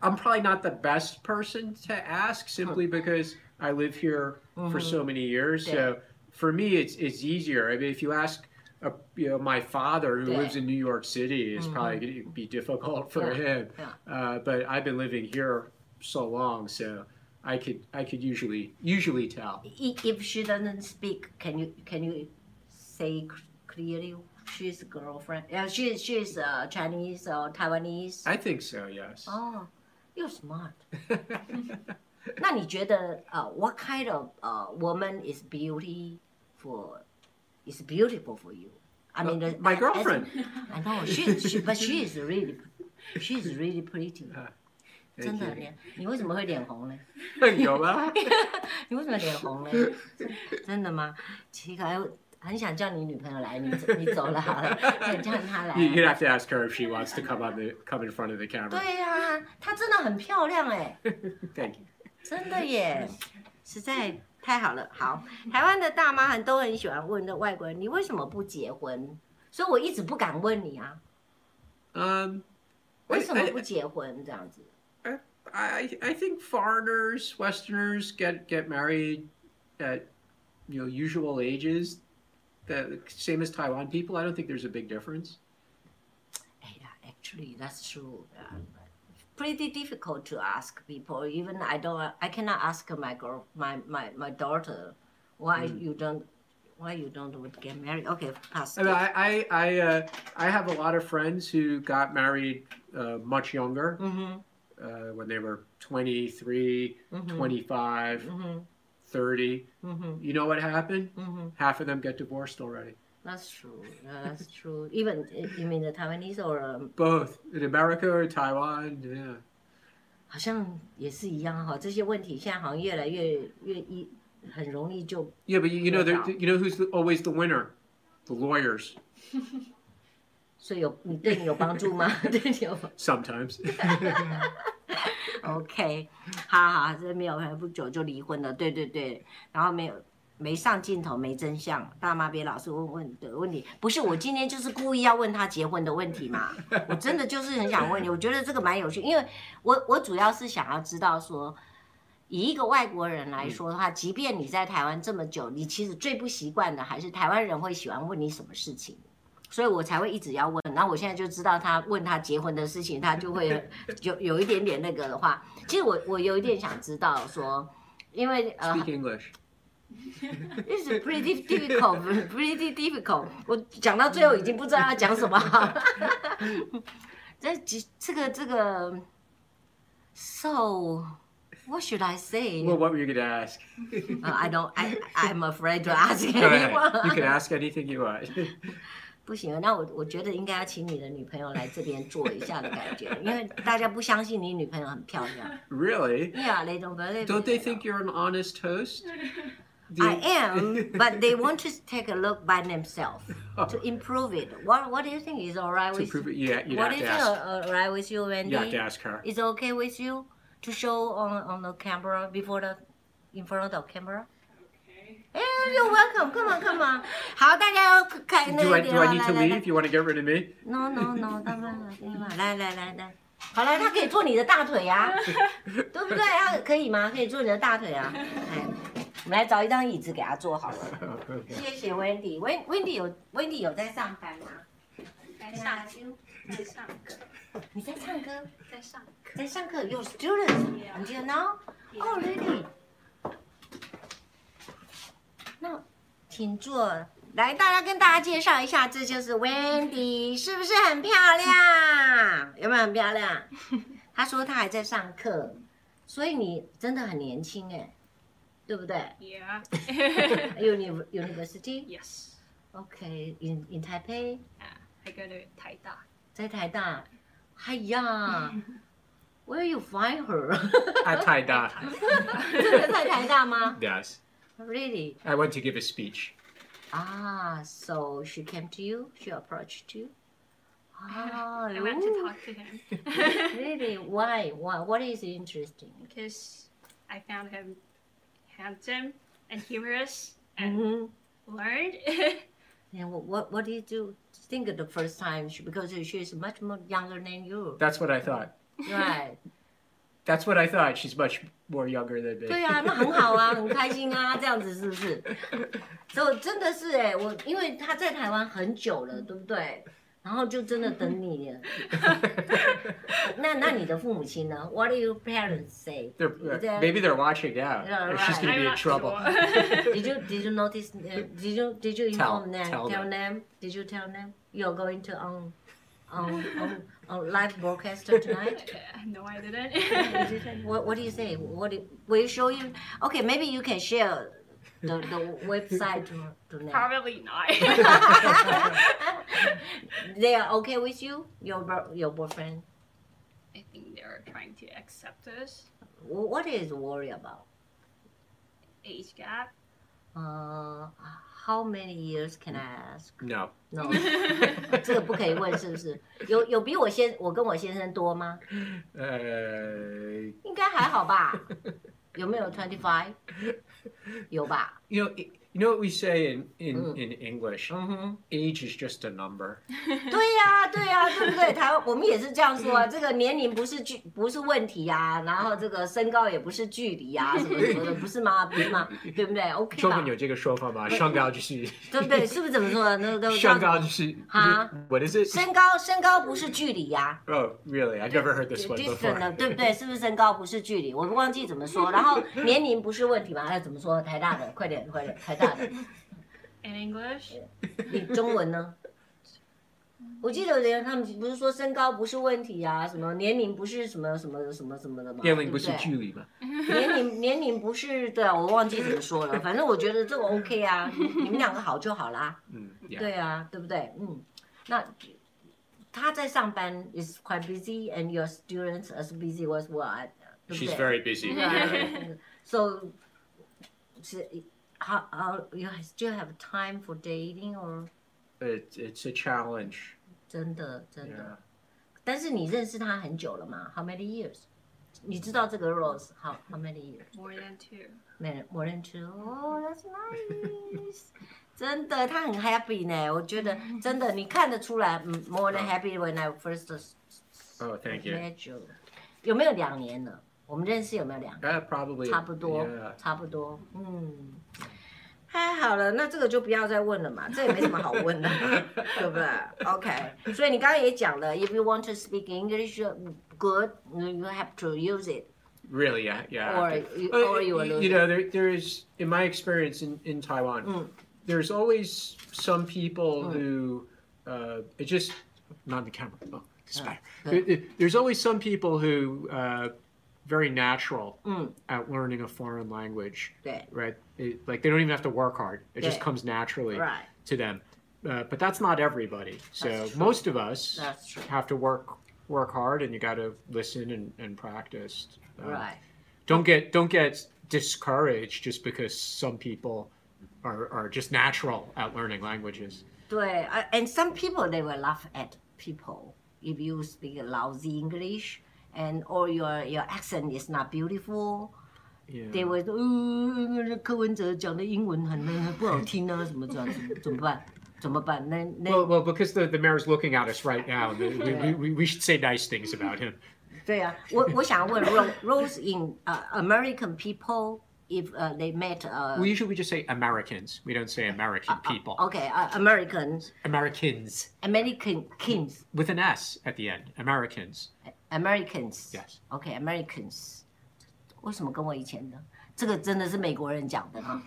[SPEAKER 2] I'm probably not the best person to ask simply because I live here for so
[SPEAKER 1] Mm-hmm.
[SPEAKER 2] many years. So for me, it's it's easier. I mean, if you ask. A, you know, my father, who
[SPEAKER 1] Yeah. Mm-hmm.
[SPEAKER 2] lives in New York City, is probably going to be difficult for
[SPEAKER 1] Yeah,
[SPEAKER 2] him.
[SPEAKER 1] yeah.
[SPEAKER 2] Uh, but I've been living here so long, so I could I could usually usually tell.
[SPEAKER 1] I- If she doesn't speak, can you can you say c- clearly she's a girlfriend? Yeah, she she's uh, Chinese or Taiwanese.
[SPEAKER 2] I think so. Yes. (laughs)
[SPEAKER 1] 哦、y o u r e smart 。那你觉得呃、w h a t kind of 呃、woman is beauty for is beautiful for you? I mean, the-
[SPEAKER 2] Uh, My
[SPEAKER 1] as-
[SPEAKER 2] girlfriend.
[SPEAKER 1] I know she, she but she is really she is really
[SPEAKER 2] (laughs)
[SPEAKER 1] pretty. 真的
[SPEAKER 2] Thank
[SPEAKER 1] 脸，你为什么会脸红呢？
[SPEAKER 2] (laughs) you. 有吗？
[SPEAKER 1] 你为什么脸红呢？ (laughs)
[SPEAKER 2] (laughs)
[SPEAKER 1] 真的吗？奇怪，我很想叫你女朋友来，你你走了
[SPEAKER 2] (laughs)
[SPEAKER 1] 好了，想叫她来
[SPEAKER 2] You- You'd have to ask her if she wants to come on the come in front of the camera. (laughs)
[SPEAKER 1] 对呀、她真的很漂亮哎、
[SPEAKER 2] Thank you.
[SPEAKER 1] 真的 (laughs) 耶，实在太好了。好，台湾的大妈很都很喜欢问的外国人，你为什么不结婚？所以我一直不敢问你啊，
[SPEAKER 2] Um,
[SPEAKER 1] 为什么
[SPEAKER 2] I,
[SPEAKER 1] 不结婚这样子？
[SPEAKER 2] I, I, I think foreigners, Westerners get get married at you know usual ages, the same as Taiwan people. I don't think there's a big difference.
[SPEAKER 1] 哎呀，actually that's true. uh, Pretty difficult to ask people. Even I don't, I cannot ask my girl, my my my daughter, why you don't, why you don't would get married. Okay, pass.
[SPEAKER 2] I mean, I I I, uh, I have a lot of friends who got married uh, much younger,
[SPEAKER 1] Mhm.
[SPEAKER 2] uh, when they were 23,
[SPEAKER 1] Mm-hmm.
[SPEAKER 2] 25, 30. You know what happened?
[SPEAKER 1] mm-hmm.
[SPEAKER 2] Half of them get divorced already.
[SPEAKER 1] That's true. Yeah, that's true. Even eh, you mean the Taiwanese or um,
[SPEAKER 2] Both in America or Taiwan. Yeah.
[SPEAKER 1] 好像也是一样哈、这些问题现在好像越来越越一很容易就
[SPEAKER 2] Yeah, but you, you know,
[SPEAKER 1] Yeah.
[SPEAKER 2] they're- you know who's the, always the winner? The lawyers.
[SPEAKER 1] 所以有你对你有帮助吗？ (laughs) 对你有帮 (laughs)
[SPEAKER 2] sometimes. (laughs)
[SPEAKER 1] OK，好好，这没有不久就离婚了，对对对，然后没有没上镜头，没真相，大妈别老是问问的问题，不是我今天就是故意要问他结婚的问题嘛，我真的就是很想问你，我觉得这个蛮有趣，因为我我主要是想要知道说。以一个外国人来说的话，即便你在台湾这么久，你其实最不习惯的还是台湾人会喜欢问你什么事情，所以我才会一直要问。然后我现在就知道他问他结婚的事情，他就会有有一点点那个的话，其实我我有一点想知道说，因为呃
[SPEAKER 2] Speak English.
[SPEAKER 1] It's pretty difficult, pretty difficult。我讲到最后已经不知道要讲什么好了。这几这个这个，so what should I say？
[SPEAKER 2] Well, what were you going to ask?
[SPEAKER 1] Uh, I don't. I I'm afraid to ask
[SPEAKER 2] Go ahead. You can
[SPEAKER 1] (laughs) anyone.
[SPEAKER 2] ask anything you want.
[SPEAKER 1] (laughs)
[SPEAKER 2] (laughs)
[SPEAKER 1] 不行，那我我觉得应该要请你的女朋友来这边坐一下的感觉，因为大家不相信你女朋友很漂亮。
[SPEAKER 2] really?
[SPEAKER 1] Yeah, they don't believe.
[SPEAKER 2] Don't they
[SPEAKER 1] it.
[SPEAKER 2] think you're an honest host? Do
[SPEAKER 1] I
[SPEAKER 2] you- (laughs)
[SPEAKER 1] am, but they want to take a look by themselves to improve it. What What do you think is alright
[SPEAKER 2] to
[SPEAKER 1] with?
[SPEAKER 2] Oh, prove it, yeah, you'd
[SPEAKER 1] what
[SPEAKER 2] have
[SPEAKER 1] is
[SPEAKER 2] to ask.
[SPEAKER 1] alright with you, Wendy?
[SPEAKER 2] You have to ask her.
[SPEAKER 1] Is okay with you to show on on the camera before the in front of camera?
[SPEAKER 3] Okay.
[SPEAKER 1] Yeah, you're welcome. Come on, come on. (laughs) 好，大家要开那
[SPEAKER 2] Do
[SPEAKER 1] 个
[SPEAKER 2] I
[SPEAKER 1] 电
[SPEAKER 2] do
[SPEAKER 1] 话
[SPEAKER 2] I
[SPEAKER 1] 来
[SPEAKER 2] need to
[SPEAKER 1] 来来
[SPEAKER 2] leave? You want to get rid of me?
[SPEAKER 1] No no no，当然了，可以吗？来来来来，好了，他可以做你的大腿呀、对
[SPEAKER 2] (laughs)
[SPEAKER 1] 不对？他可以吗？可以做你的大腿啊！哎，我们来找一张椅子给他坐好了。
[SPEAKER 2] Okay.
[SPEAKER 1] 谢谢 Wendy。Wen Wendy 有 Wendy 有在上班吗？
[SPEAKER 3] 在上在上课，
[SPEAKER 1] 你在唱歌，
[SPEAKER 3] 在上课。
[SPEAKER 1] 在上课。有 students until now? Oh really? 那请坐。来，大家跟大家介绍一下，这就是 Wendy，是不是很漂亮？有没有很漂亮？她说她还在上课，所以你真的很年轻哎，对不对
[SPEAKER 3] Yeah.
[SPEAKER 1] ？Uni University,
[SPEAKER 3] yes.
[SPEAKER 1] OK, in in Taipei，
[SPEAKER 3] 啊，还跟着台大。
[SPEAKER 1] 在台大。哎呀，Where you find her？
[SPEAKER 2] (laughs) I tied that.
[SPEAKER 1] (laughs) 真的 (laughs) 在台大吗
[SPEAKER 2] Yes.
[SPEAKER 1] ？Really？
[SPEAKER 2] I went to give a speech.
[SPEAKER 1] Ah, so she came to you, she approached you. Ah,
[SPEAKER 3] (laughs) I went to
[SPEAKER 1] ooh,
[SPEAKER 3] talk to him
[SPEAKER 1] really? Why? Why? What is interesting?
[SPEAKER 3] because I found him handsome and humorous and
[SPEAKER 1] hmm
[SPEAKER 3] learned.
[SPEAKER 1] And what, what? What did you think the first time? She, because she is much more younger than
[SPEAKER 2] (laughs)
[SPEAKER 1] you,
[SPEAKER 2] That's what I thought.
[SPEAKER 1] right?
[SPEAKER 2] That's what I thought. She's much more younger than me.
[SPEAKER 1] 对啊，那很好啊， (laughs) 很开心
[SPEAKER 2] (laughs)
[SPEAKER 1] 啊，这样子是不是？所以真的是哎、我因为他在台湾很久了，对不对？然后就真的等你了。那那你的父母亲呢？What do your parents say?
[SPEAKER 2] They're, uh,
[SPEAKER 1] They're-
[SPEAKER 2] maybe they're watching now.
[SPEAKER 1] Yeah,
[SPEAKER 2] She's
[SPEAKER 1] right.
[SPEAKER 2] gonna
[SPEAKER 3] I'm
[SPEAKER 2] be in
[SPEAKER 3] not
[SPEAKER 2] trouble.
[SPEAKER 3] sure. (laughs)
[SPEAKER 1] Did you
[SPEAKER 2] (laughs)
[SPEAKER 1] did you notice? uh, Did you did you
[SPEAKER 2] Tell-
[SPEAKER 1] inform them?
[SPEAKER 2] tell them.
[SPEAKER 1] Did you tell them you're going to on on on, on live broadcaster tonight?
[SPEAKER 3] (laughs) no, I didn't. (laughs)
[SPEAKER 1] Did (laughs) you say- what what do you say? What do, will you show you? Okay, maybe you can share the, the website to to them.
[SPEAKER 3] Probably not.
[SPEAKER 1] (laughs) they are okay with you, your bro- your boyfriend.
[SPEAKER 3] I think they're trying to accept us.
[SPEAKER 1] Wh- What is worry about?
[SPEAKER 3] Age gap.
[SPEAKER 1] Uh, how many years can I ask? (laughs)
[SPEAKER 2] no.
[SPEAKER 1] No. 这个不可以问，是不是？有有比我先我跟我先生多吗？
[SPEAKER 2] Uh,
[SPEAKER 1] 应该还好吧？有没有 twenty five？有吧？
[SPEAKER 2] you know, you know what we say in in,
[SPEAKER 1] Mm.
[SPEAKER 2] in English.
[SPEAKER 1] 嗯哼，
[SPEAKER 2] Age is just a
[SPEAKER 3] (laughs)
[SPEAKER 2] number.
[SPEAKER 1] 对呀、对呀、对不对？台湾我们也是这样说啊，这个年龄不是距不是问题呀、然后这个身高也不是距离呀、什么什么的，不是吗？不是吗？对不对？OK 吧？
[SPEAKER 2] 中文有这个说法吗？身高就是
[SPEAKER 1] 对不对？是不是怎么说的？那都
[SPEAKER 2] 身高就是
[SPEAKER 1] 哈？
[SPEAKER 2] What is it?
[SPEAKER 1] 身高身高不是距离呀、
[SPEAKER 2] Oh, really? I've never heard this one
[SPEAKER 1] distance 的，
[SPEAKER 2] before.
[SPEAKER 1] 对不对？是不是身高不是距离？我忘记怎么说。然后年龄不是问题吧？那怎么说？台大的，快点，快点，台大的。
[SPEAKER 3] In English,
[SPEAKER 1] 你中文呢？我记得人他们不是说身高不是问题啊，什么年龄不是什么什么什么什么的嘛，对不对
[SPEAKER 2] 年龄不是距离吗？
[SPEAKER 1] 年龄年龄不是对啊，我忘记怎么说了，反正我觉得这个 OK 啊，你你们两个好就好
[SPEAKER 2] (laughs)
[SPEAKER 1] 啦，
[SPEAKER 2] 嗯，
[SPEAKER 1] 对啊，对不对？嗯，那他在上班 is quite busy and your students as busy as what，对不
[SPEAKER 2] She's
[SPEAKER 1] 对啊 (laughs)
[SPEAKER 2] very busy.
[SPEAKER 1] So, so how, how you still have time for dating or
[SPEAKER 2] It, it's a challenge.
[SPEAKER 1] 真的真的。
[SPEAKER 2] Yeah.
[SPEAKER 1] 但是你认识他很久了吗？How many years？你知道这
[SPEAKER 2] 嗯
[SPEAKER 1] 个 Rose how how many years？
[SPEAKER 3] more than two.
[SPEAKER 1] 没人没人吃哦，That's nice 。 (laughs) 真的，他很 happy 呢。我 (laughs) 觉得真的，你看得出来嗯，more than happy when I first
[SPEAKER 2] Oh, thank you.
[SPEAKER 1] met you。有没有两年了？我们认识有没有两年？
[SPEAKER 2] Uh, probably.
[SPEAKER 1] 差不多
[SPEAKER 2] Yeah.，
[SPEAKER 1] 差不多，嗯。太好了，那这个就不要再问了 (laughs) 嘛，这也没什么好问的，对不对？OK，所以你刚刚也讲了，if you want to speak English good, you have to use it.
[SPEAKER 2] Really, yeah, yeah.
[SPEAKER 1] Or
[SPEAKER 2] Okay.
[SPEAKER 1] you-
[SPEAKER 2] Uh,
[SPEAKER 1] or you will lose
[SPEAKER 2] know, there, there is, in my experience in, in Taiwan,
[SPEAKER 1] Mm.
[SPEAKER 2] there's always some people who, uh, it just, not in the camera. Oh, it's better. There- there- There's always some people who, uh, very natural
[SPEAKER 1] Mm.
[SPEAKER 2] at learning a foreign language,
[SPEAKER 1] 对
[SPEAKER 2] right? It- like they don't even have to work hard; it just
[SPEAKER 1] Yeah.
[SPEAKER 2] comes naturally
[SPEAKER 1] ，right,
[SPEAKER 2] to them. Uh, but that's not everybody. So
[SPEAKER 1] That's true.
[SPEAKER 2] most of us
[SPEAKER 1] that's true,
[SPEAKER 2] have to work work hard, and you got to listen and, and practice. Um,
[SPEAKER 1] right.
[SPEAKER 2] don't get don't get discouraged just because some people are, are just natural at learning languages
[SPEAKER 1] 对啊，and some people they will laugh at people if you speak lousy English and or your your accent is not beautiful.
[SPEAKER 2] yeah
[SPEAKER 1] 对我说，呃，柯文哲讲的英文很很不好听啊，什么这样子，怎么办？怎么办？那那
[SPEAKER 2] well, well because the, the mayor's looking at us right now and we,
[SPEAKER 1] (laughs)
[SPEAKER 2] we, we, we should say nice things about him
[SPEAKER 1] 对啊，我我想问 Rose Rose in 呃、American people if 呃、they met 呃、
[SPEAKER 2] we usually just say americans we don't say
[SPEAKER 1] Uh,
[SPEAKER 2] american people
[SPEAKER 1] OK 呃、Americans
[SPEAKER 2] americans
[SPEAKER 1] American kings
[SPEAKER 2] with an s at the end americans
[SPEAKER 1] Americans
[SPEAKER 2] Yes.
[SPEAKER 1] OK Americans 为什么跟我以前的这个真的是美国人讲的
[SPEAKER 2] (laughs)
[SPEAKER 1] 哈？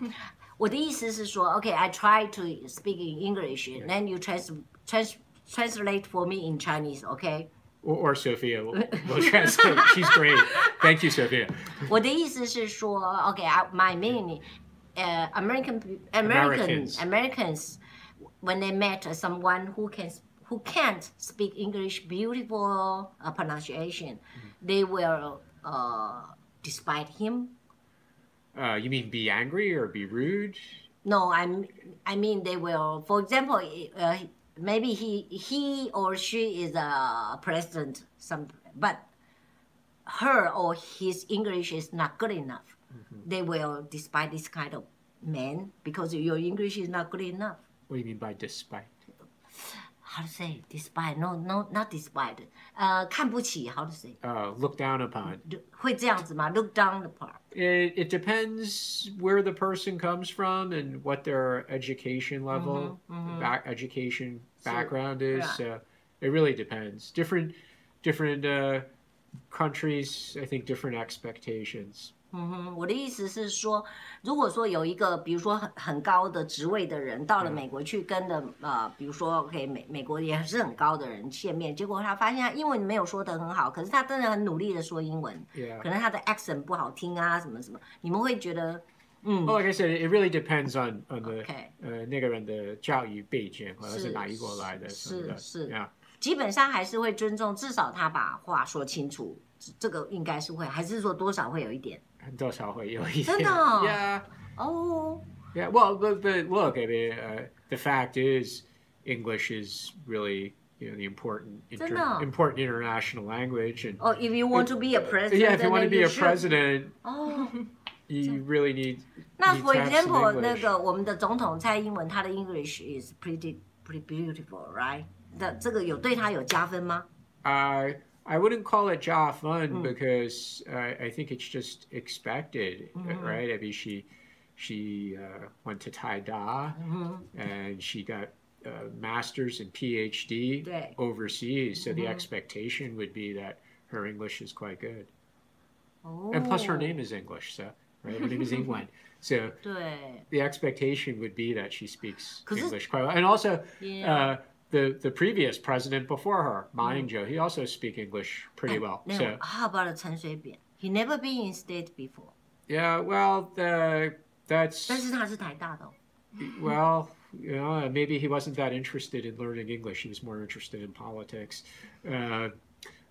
[SPEAKER 1] 我的意思是说，OK I try to speak in English and then you trans trans translate for me in Chinese OK。
[SPEAKER 2] or, or sophia will, will translate she's great thank you sophia
[SPEAKER 1] 我的意思是说，OK，my、my meaning，呃、a m e r i c a n Americans
[SPEAKER 2] Americans.
[SPEAKER 1] Americans when they met someone who can who can't speak English beautiful uh, pronunciation, they will uh despite him.
[SPEAKER 2] uh, you mean be angry or be rude
[SPEAKER 1] No, I'm I mean they will. For example, uh, maybe he he or she is a president, some but her or his English is not good enough. They will despise this kind of man because your English is not good enough.
[SPEAKER 2] what do you mean by despite
[SPEAKER 1] How to say despise? No, no, not despise. 呃，看不起。How to say?
[SPEAKER 2] uh, look down upon
[SPEAKER 1] 会这样子吗？Look down upon.
[SPEAKER 2] It, it depends where the person comes from and what their education level, back, education background is.
[SPEAKER 1] yeah.
[SPEAKER 2] So it really depends. Different, different uh, countries, I think, different expectations.
[SPEAKER 1] 嗯我的意思是说，如果说有一个，比如说很很高的职位的人到了
[SPEAKER 2] 嗯
[SPEAKER 1] 美国去跟的呃，比如说 OK 美美国也是很高的人见面，结果他发现他英文没有说得很好，可是他真的很努力的说英文，
[SPEAKER 2] Yeah.
[SPEAKER 1] 可能他的 accent 不好听啊，什么什么，你们会觉得
[SPEAKER 2] Well, like I said, it really depends on on the
[SPEAKER 1] Okay.
[SPEAKER 2] uh, 那个人的教育背景或者是哪一国来的。
[SPEAKER 1] 是，
[SPEAKER 2] 什么的。
[SPEAKER 1] 是。
[SPEAKER 2] Yeah.
[SPEAKER 1] 基本上还是会尊重，至少他把话说清楚，这这个应该是会，还是说多少会有一点
[SPEAKER 2] 很多少会有一点。
[SPEAKER 1] 真的哦？
[SPEAKER 2] (laughs) Yeah.
[SPEAKER 1] 哦。
[SPEAKER 2] Yeah, well, but, but look, I mean, uh, the fact is, English is really you know the important
[SPEAKER 1] Dunno.
[SPEAKER 2] inter- important international language, and
[SPEAKER 1] 哦、i f Oh, you want to be a president，
[SPEAKER 2] yeah, if you want to
[SPEAKER 1] then
[SPEAKER 2] be a
[SPEAKER 1] should.
[SPEAKER 2] president,
[SPEAKER 1] (laughs) 哦。
[SPEAKER 2] you really need.
[SPEAKER 1] 那
[SPEAKER 2] need
[SPEAKER 1] for
[SPEAKER 2] to have some
[SPEAKER 1] example，那
[SPEAKER 2] English.
[SPEAKER 1] 个我们的总统蔡英文，他的 English is pretty pretty beautiful，right？那这个有对他有加分吗？
[SPEAKER 2] Uh, I wouldn't call it Ja fun because uh, I think it's just expected, uh, right? I mean, she she uh, went to Tai Da and she got a master's and PhD
[SPEAKER 1] Right.
[SPEAKER 2] overseas. So the expectation would be that her English is quite good,
[SPEAKER 1] 哦
[SPEAKER 2] and plus her name is English, so right, her name is England. So
[SPEAKER 1] 对
[SPEAKER 2] the expectation would be that she speaks
[SPEAKER 1] 'Cause it-
[SPEAKER 2] English quite well. And also,
[SPEAKER 1] Yeah. Mm-hmm.
[SPEAKER 2] uh, the the previous president before her, Ma Ying-jeou, he also speak English pretty well.
[SPEAKER 1] 那
[SPEAKER 2] So
[SPEAKER 1] 种 How about 陈水扁？He never been in state before，
[SPEAKER 2] yeah, well, the, that's
[SPEAKER 1] 但是他是台大的、哦。
[SPEAKER 2] well, you know, uh, maybe he wasn't that interested in learning English. He was more interested in politics. Uh,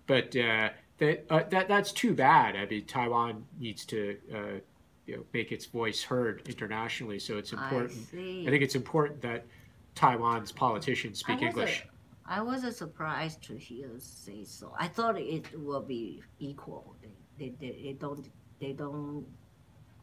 [SPEAKER 2] but uh, that uh, that that's too bad. I mean, Taiwan needs to. Uh, you know, make its voice heard internationally, so it's important.
[SPEAKER 1] see.
[SPEAKER 2] think it's important that Taiwan's politicians
[SPEAKER 1] I
[SPEAKER 2] speak
[SPEAKER 1] was a-
[SPEAKER 2] English.
[SPEAKER 1] I wasn't surprised to hear say so. I thought it will be equal. They, they, they, they don't they don't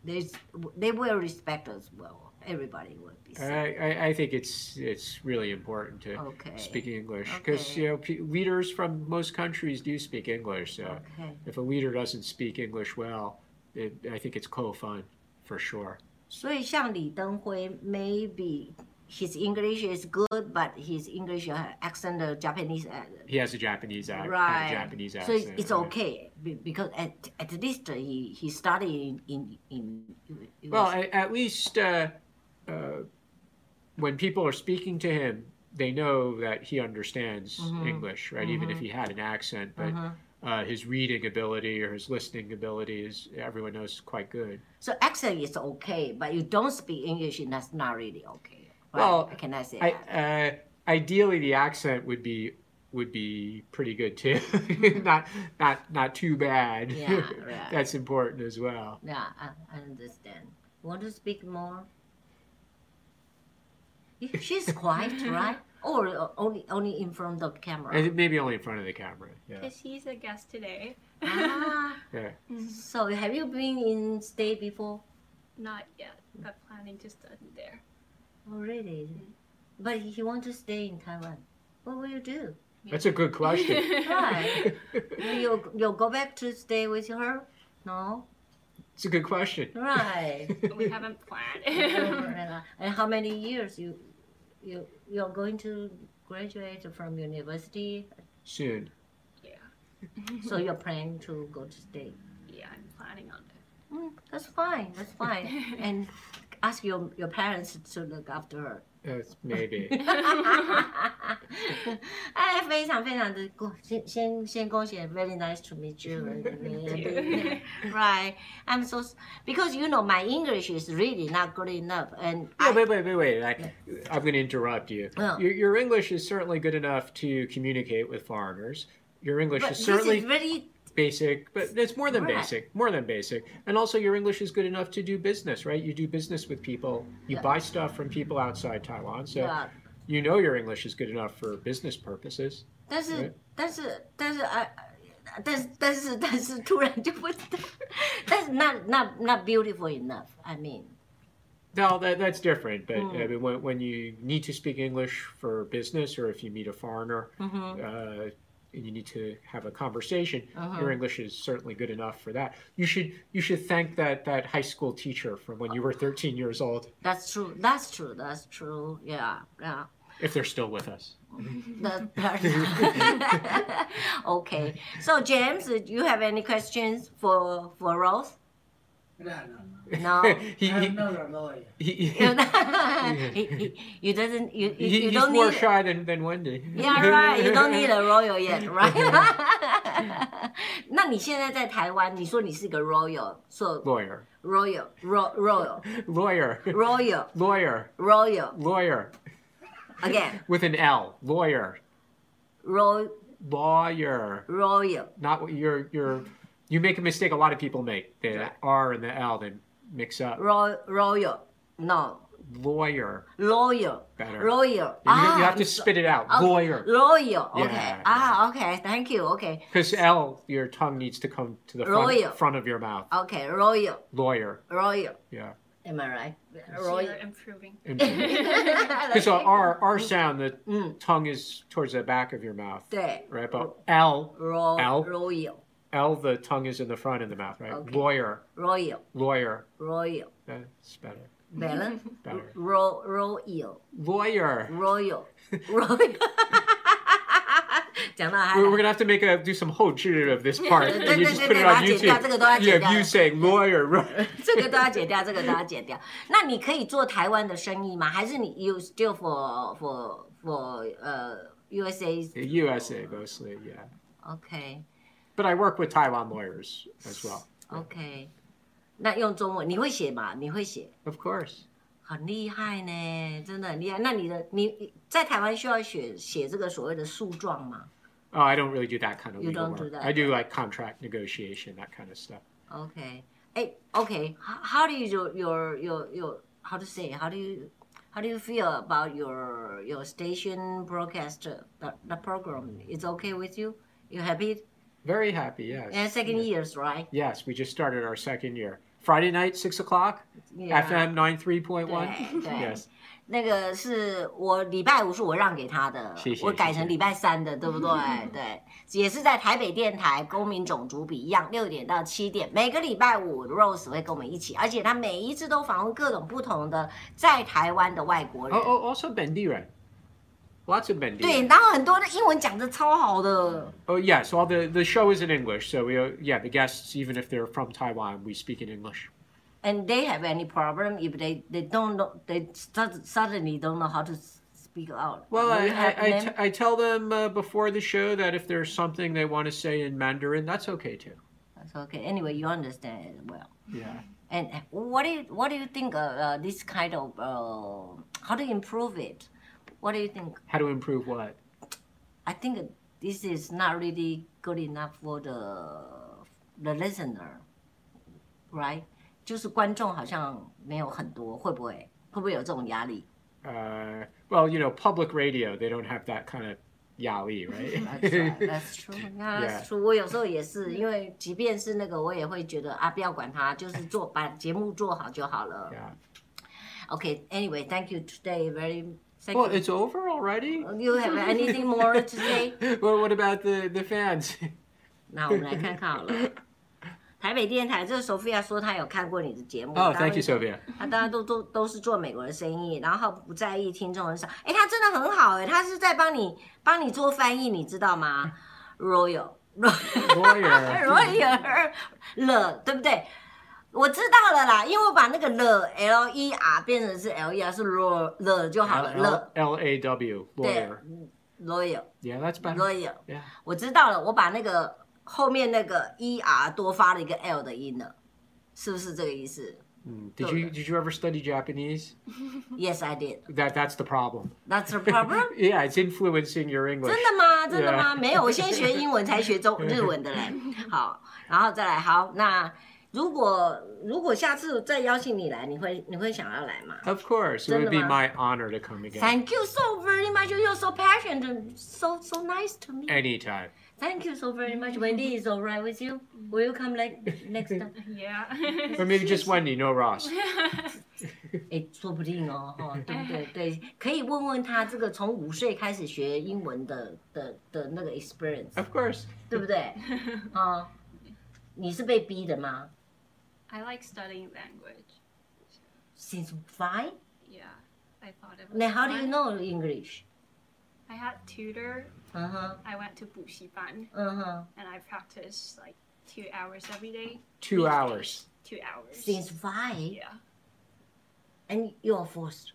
[SPEAKER 1] they they will respect us well. Everybody will be.
[SPEAKER 2] I,
[SPEAKER 1] safe.
[SPEAKER 2] I, I think it's it's really important to
[SPEAKER 1] Okay.
[SPEAKER 2] speak English because
[SPEAKER 1] Okay.
[SPEAKER 2] you know pe leaders from most countries do speak English. So
[SPEAKER 1] Okay.
[SPEAKER 2] if a leader doesn't speak English well, it, I think it's co-fun for sure.
[SPEAKER 1] 所以像李登辉，maybe his English is good, but his English uh, accent, the Japanese accent,
[SPEAKER 2] He has a Japanese accent,
[SPEAKER 1] right?
[SPEAKER 2] Japanese
[SPEAKER 1] so
[SPEAKER 2] accent.
[SPEAKER 1] it's, it's
[SPEAKER 2] right.
[SPEAKER 1] okay be- because at at least uh, he he studied in in. in in-
[SPEAKER 2] Well, at, at least uh, uh, when people are speaking to him, they know that he understands
[SPEAKER 1] Mm-hmm.
[SPEAKER 2] English, right? Even if he had an accent, but uh, his reading ability or his listening ability is everyone knows is quite good.
[SPEAKER 1] so accent is okay, but you don't speak English, that's not really okay. Right?
[SPEAKER 2] Well,
[SPEAKER 1] can I say
[SPEAKER 2] I,
[SPEAKER 1] that?
[SPEAKER 2] uh, ideally, the accent would be would be pretty good too, (laughs) not not not too bad.
[SPEAKER 1] Yeah, right.
[SPEAKER 2] (laughs) That's important as well.
[SPEAKER 1] Yeah, I, I understand. Want to speak more? Yeah, She's
[SPEAKER 2] (laughs)
[SPEAKER 1] quiet, right? Or uh, only only in front of
[SPEAKER 2] I
[SPEAKER 1] camera.
[SPEAKER 2] think maybe only in front of the camera. Yeah,
[SPEAKER 3] Because he's a guest today.
[SPEAKER 1] ah,
[SPEAKER 2] yeah.
[SPEAKER 1] so have you been in state before?
[SPEAKER 3] (laughs) Not yet, but planning to study there.
[SPEAKER 1] Oh, really? But he want to stay in Taiwan. What will you do?
[SPEAKER 2] That's a good question.
[SPEAKER 1] (laughs)
[SPEAKER 3] (laughs)
[SPEAKER 1] Right. you'll you'll go back to stay with her? No.
[SPEAKER 2] It's a good question. (laughs)
[SPEAKER 1] Right.
[SPEAKER 3] we haven't planned.
[SPEAKER 1] and how many years you you you're going to graduate from university?
[SPEAKER 2] Soon.
[SPEAKER 3] yeah,
[SPEAKER 1] So you're planning to go to state.
[SPEAKER 3] yeah, I'm planning on it.
[SPEAKER 1] Mm, that's fine. That's fine. and ask your your parents to look after her.
[SPEAKER 2] That's
[SPEAKER 1] (laughs)
[SPEAKER 2] maybe.
[SPEAKER 1] 哎，非常非常的恭，先先先恭喜，very nice to meet you. (laughs) right, I'm so because you know my English is really not good enough, and
[SPEAKER 2] Yeah,
[SPEAKER 1] I-
[SPEAKER 2] wait, wait, wait, wait. I, I'm going to interrupt you.
[SPEAKER 1] Oh.
[SPEAKER 2] Your, your English is certainly good enough to communicate with foreigners. Your English
[SPEAKER 1] but
[SPEAKER 2] is
[SPEAKER 1] this
[SPEAKER 2] certainly
[SPEAKER 1] is very
[SPEAKER 2] basic, but it's more than
[SPEAKER 1] Right.
[SPEAKER 2] basic, more than basic. And also, your English is good enough to do business, right? You do business with people, you
[SPEAKER 1] Yeah.
[SPEAKER 2] buy stuff from people outside Taiwan. So
[SPEAKER 1] Yeah.
[SPEAKER 2] you know your English is good enough for business purposes.
[SPEAKER 1] 但是
[SPEAKER 2] Right.
[SPEAKER 1] 但是但是啊，呃但是但是但是突然就不，但是 not not not beautiful enough. I mean,
[SPEAKER 2] No, that, that's different. But
[SPEAKER 1] Hmm.
[SPEAKER 2] I mean, when, when you need to speak English for business, or if you meet a foreigner
[SPEAKER 1] Mm-hmm.
[SPEAKER 2] uh, and you need to have a conversation,
[SPEAKER 1] Uh-huh.
[SPEAKER 2] your English is certainly good enough for that. You should you should thank that that high school teacher from when you were 13 years old,
[SPEAKER 1] that's true. That's true. That's true. Yeah, yeah.
[SPEAKER 2] if they're still with us. (laughs)
[SPEAKER 1] That part. (laughs) okay. So James, do you have any questions for for Rose?
[SPEAKER 4] No, no.
[SPEAKER 1] No.
[SPEAKER 2] (laughs)
[SPEAKER 1] (laughs)
[SPEAKER 2] he,
[SPEAKER 4] I
[SPEAKER 2] he,
[SPEAKER 4] am not a lawyer.
[SPEAKER 2] he, he,
[SPEAKER 1] He- he- you doesn't. You, you,
[SPEAKER 2] he-
[SPEAKER 1] you
[SPEAKER 2] he's
[SPEAKER 1] don't
[SPEAKER 2] more
[SPEAKER 1] need.
[SPEAKER 2] shy than, than Wendy.
[SPEAKER 1] (laughs) Yeah, right. You don't
[SPEAKER 2] (laughs)
[SPEAKER 1] need a royal yet, right? (laughs) 那你现在在台湾，你说你是个 royal，so
[SPEAKER 2] Lawyer,
[SPEAKER 1] royal ro- royal
[SPEAKER 2] lawyer,
[SPEAKER 1] royal
[SPEAKER 2] lawyer,
[SPEAKER 1] royal
[SPEAKER 2] lawyer,
[SPEAKER 1] again
[SPEAKER 2] with an L. Lawyer,
[SPEAKER 1] ro-
[SPEAKER 2] lawyer.
[SPEAKER 1] royal
[SPEAKER 2] not what you're you're you make a mistake a lot of people make the r and the l then mix up
[SPEAKER 1] ro- royal no
[SPEAKER 2] lawyer
[SPEAKER 1] royal
[SPEAKER 2] Better.
[SPEAKER 1] royal
[SPEAKER 2] you,
[SPEAKER 1] ah,
[SPEAKER 2] you have to spit it out
[SPEAKER 1] okay.
[SPEAKER 2] lawyer
[SPEAKER 1] royal okay
[SPEAKER 2] Yeah.
[SPEAKER 1] ah okay thank you okay
[SPEAKER 2] because l your tongue needs to come to the front,
[SPEAKER 1] Lawyer.
[SPEAKER 2] front of your mouth
[SPEAKER 1] okay royal
[SPEAKER 2] lawyer
[SPEAKER 1] royal
[SPEAKER 2] yeah
[SPEAKER 1] am I right
[SPEAKER 3] So
[SPEAKER 1] royal
[SPEAKER 3] you're improving.
[SPEAKER 1] (laughs) That's
[SPEAKER 2] because the
[SPEAKER 1] it.
[SPEAKER 2] r r
[SPEAKER 1] mm.
[SPEAKER 2] sound the mm, tongue is towards the back of your mouth
[SPEAKER 1] 对
[SPEAKER 2] right but
[SPEAKER 1] Oh.
[SPEAKER 2] l
[SPEAKER 1] ro-
[SPEAKER 2] L.
[SPEAKER 1] royal
[SPEAKER 2] l the tongue is in the front of the mouth right
[SPEAKER 1] Okay.
[SPEAKER 2] lawyer
[SPEAKER 1] royal
[SPEAKER 2] lawyer
[SPEAKER 1] royal
[SPEAKER 2] (laughs) that's better
[SPEAKER 1] better
[SPEAKER 2] better
[SPEAKER 1] ro- royal
[SPEAKER 2] lawyer
[SPEAKER 1] royal royal (laughs) 讲到还
[SPEAKER 2] We're, we're gonna have to make a do some whole jiu of
[SPEAKER 1] (laughs)
[SPEAKER 2] this part,
[SPEAKER 1] Yeah,
[SPEAKER 2] and you
[SPEAKER 1] yeah,
[SPEAKER 2] just
[SPEAKER 1] yeah,
[SPEAKER 2] put it
[SPEAKER 1] yeah,
[SPEAKER 2] on
[SPEAKER 1] yeah, yeah, yeah, yeah,
[SPEAKER 2] YouTube. You have
[SPEAKER 1] yeah.
[SPEAKER 2] you saying
[SPEAKER 1] (laughs)
[SPEAKER 2] lawyer, right?
[SPEAKER 1] 这个都要剪掉，这个都要剪掉。那你可以做台湾的生意吗？还是你 you still for for for 呃 USA？OK，、
[SPEAKER 2] (laughs) The USA mostly, yeah.
[SPEAKER 1] OK
[SPEAKER 2] But I work with Taiwan lawyers as well,
[SPEAKER 1] OK，那用中文你会写吗？你会写，
[SPEAKER 2] of course.
[SPEAKER 1] 很厉害呢，真的很厉害。那你的你在台湾需要写写这个所谓的诉状吗
[SPEAKER 2] Oh, I don't really do that kind of
[SPEAKER 1] You
[SPEAKER 2] legal
[SPEAKER 1] don't do
[SPEAKER 2] work.
[SPEAKER 1] that.
[SPEAKER 2] I do like contract negotiation, that kind of stuff.
[SPEAKER 1] ？OK，哎，OK，how how do you do your your your how to say how do you How do you feel about your your station broadcast, uh, the, the program? It's okay with you? You happy?
[SPEAKER 2] Very happy, yes.
[SPEAKER 1] Yeah, second
[SPEAKER 2] Yeah.
[SPEAKER 1] years, right?
[SPEAKER 2] Yes, we just started our second year. Friday night, 6 o'clock, FM 93.1.
[SPEAKER 1] 对对
[SPEAKER 2] Yes.
[SPEAKER 1] 那个是我礼拜五是我让给他的，
[SPEAKER 2] 谢谢
[SPEAKER 1] 我改
[SPEAKER 2] 谢谢
[SPEAKER 1] 成礼拜三的，对不对？对，也是在台北电台公民种族比一样，六点到七点，每个礼拜五 Rose 会跟我们一起，而且他每一次都访问各种不同的在台湾的外国
[SPEAKER 2] Oh,
[SPEAKER 1] 人。
[SPEAKER 2] oh, also Bendiran. Lots of Bendiran.
[SPEAKER 1] 对，然后很多的英文讲的超好的，
[SPEAKER 2] Oh yes, all the the show is in English, so we uh, yeah the guests even if they're from Taiwan, we speak in English.
[SPEAKER 1] And they have any problem if they they don't know they stud- suddenly don't know how to speak out.
[SPEAKER 2] Well,
[SPEAKER 1] Do
[SPEAKER 2] I
[SPEAKER 1] you
[SPEAKER 2] I,
[SPEAKER 1] have
[SPEAKER 2] I,
[SPEAKER 1] them?
[SPEAKER 2] t- I tell them uh, before the show that if there's something they want to say in Mandarin, that's okay too.
[SPEAKER 1] That's okay. Anyway, you understand it well.
[SPEAKER 2] Yeah.
[SPEAKER 1] And what do you what do you think uh, uh, this kind of uh, how to improve it? What do you think?
[SPEAKER 2] How to improve what?
[SPEAKER 1] I think this is not really good enough for the the listener, right? 就是观众好像没有很多，会不会会不会有这种压力？
[SPEAKER 2] Uh, well, you know, public radio, they don't have that kind of yali,
[SPEAKER 1] (laughs) That's
[SPEAKER 2] (laughs)
[SPEAKER 1] right,
[SPEAKER 2] right?
[SPEAKER 1] 啊 that's true. Yeah, that's true. 我有时候也是，
[SPEAKER 2] 嗯
[SPEAKER 1] 因为即便是那个，我也会觉得啊，不要管他，就是
[SPEAKER 2] (laughs)
[SPEAKER 1] 做把节目做好就好了。
[SPEAKER 2] yeah.
[SPEAKER 1] Okay. Anyway, thank you today. Very. Thank
[SPEAKER 2] Well, 呃
[SPEAKER 1] you.
[SPEAKER 2] it's over already.
[SPEAKER 1] You have anything more to say?
[SPEAKER 2] (laughs) well, what about the the fans?
[SPEAKER 1] 那我们来看看好了。台北电台，这个 Sophia 说她有看过你的节目。
[SPEAKER 2] Oh,
[SPEAKER 1] 她
[SPEAKER 2] thank
[SPEAKER 1] 会
[SPEAKER 2] you,
[SPEAKER 1] (laughs)
[SPEAKER 2] Sophia.
[SPEAKER 1] 他大家都都都是做美国的生意，然后不在意听众很少。哎，他真的很好哎，他是在帮你帮你做翻译，你知道吗？Royal
[SPEAKER 2] Lawyer.
[SPEAKER 1] Royal 了，对不对？我知道了啦，因为我把那个了 L E R 变成是 L E R 是 Royal 了就好了
[SPEAKER 2] L
[SPEAKER 1] 了
[SPEAKER 2] L A W. Lawyer.
[SPEAKER 1] Royal
[SPEAKER 2] Yeah, that's better.
[SPEAKER 1] Royal，
[SPEAKER 2] Yeah.
[SPEAKER 1] 我知道了，我把那个后面那个 E R 多发了一个 L 的音了，是不是这个意思
[SPEAKER 2] Mm. Did you did you ever study Japanese? 嗯
[SPEAKER 1] ？Yes, I did.
[SPEAKER 2] That that's the problem.
[SPEAKER 1] That's the problem.
[SPEAKER 2] (laughs) Yeah, it's influencing your English.
[SPEAKER 1] 真的吗？真的吗
[SPEAKER 2] Yeah.
[SPEAKER 1] 没有，我先学英文才学中日文的
[SPEAKER 2] (laughs)
[SPEAKER 1] 嘞。好，然后再来。好，那如果如果下次再邀请你来，你会你会想要来吗
[SPEAKER 2] Of course, it would be my honor to come again
[SPEAKER 1] ？Thank you so very much. You're so passionate, and so so nice to me.
[SPEAKER 2] anytime.
[SPEAKER 1] Thank you so very much. Wendy is alright with you. Will you come like next time?
[SPEAKER 3] 呀，
[SPEAKER 2] Or maybe
[SPEAKER 3] (laughs)
[SPEAKER 2] just Wendy, no Ross.
[SPEAKER 1] (laughs)
[SPEAKER 2] (laughs)
[SPEAKER 1] 哎，说不定 (laughs) 哦，哈、对不对？对，可以问问他这个从五岁开始学英文的的的那个 experience，
[SPEAKER 2] Of course.
[SPEAKER 1] 对不对？啊、你是被逼的吗？
[SPEAKER 3] I like studying language.
[SPEAKER 1] since five?
[SPEAKER 3] Yeah, I thought it was.
[SPEAKER 1] Now, how do you
[SPEAKER 3] fun.
[SPEAKER 1] know English?
[SPEAKER 3] I had tutor.
[SPEAKER 1] Uh huh.
[SPEAKER 3] I went to 补习班
[SPEAKER 1] Uh huh.
[SPEAKER 3] and I practiced like two hours every day.
[SPEAKER 2] Two hours.
[SPEAKER 3] Two hours.
[SPEAKER 1] Since five,
[SPEAKER 3] yeah,
[SPEAKER 1] and you are forced.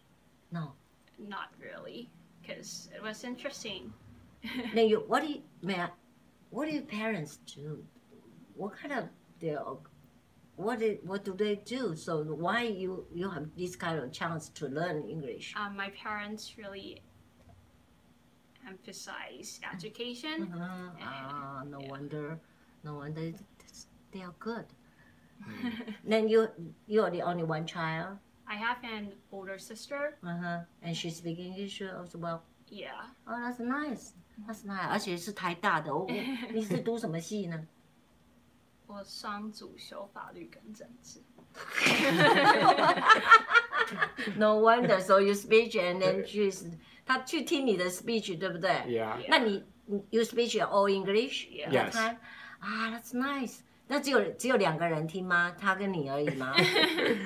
[SPEAKER 1] No.
[SPEAKER 3] not really, because it was interesting.
[SPEAKER 1] Now, you, what do you, may I, what do your parents do? What kind of their, what do, what do they do? So why you you have this kind of chance to learn English?
[SPEAKER 3] (laughs) Um, my parents really emphasize education.
[SPEAKER 1] Uh, ah, no
[SPEAKER 3] Yeah.
[SPEAKER 1] wonder, no wonder it's- they are good. Then you you are the only one child.
[SPEAKER 3] (laughs) I have an older sister.
[SPEAKER 1] Uh huh. And she speaks English as well.
[SPEAKER 3] Yeah,
[SPEAKER 1] Oh, that's nice. That's nice. 而且是台大的哦。
[SPEAKER 3] (laughs)
[SPEAKER 1] 我你是读什么系呢？
[SPEAKER 3] 我双主修法律跟政治。
[SPEAKER 1] (laughs) No wonder. So you speech and then she's 他去听你的 speech，对不对 (laughs)
[SPEAKER 2] Yeah. (laughs)
[SPEAKER 1] 那你你 you speech all English
[SPEAKER 3] Yeah.
[SPEAKER 1] that
[SPEAKER 2] Yes.
[SPEAKER 1] time? 啊、t h a t s nice. 那只有只有两个人听吗？他跟你而已
[SPEAKER 2] (laughs)
[SPEAKER 1] 吗？ (laughs)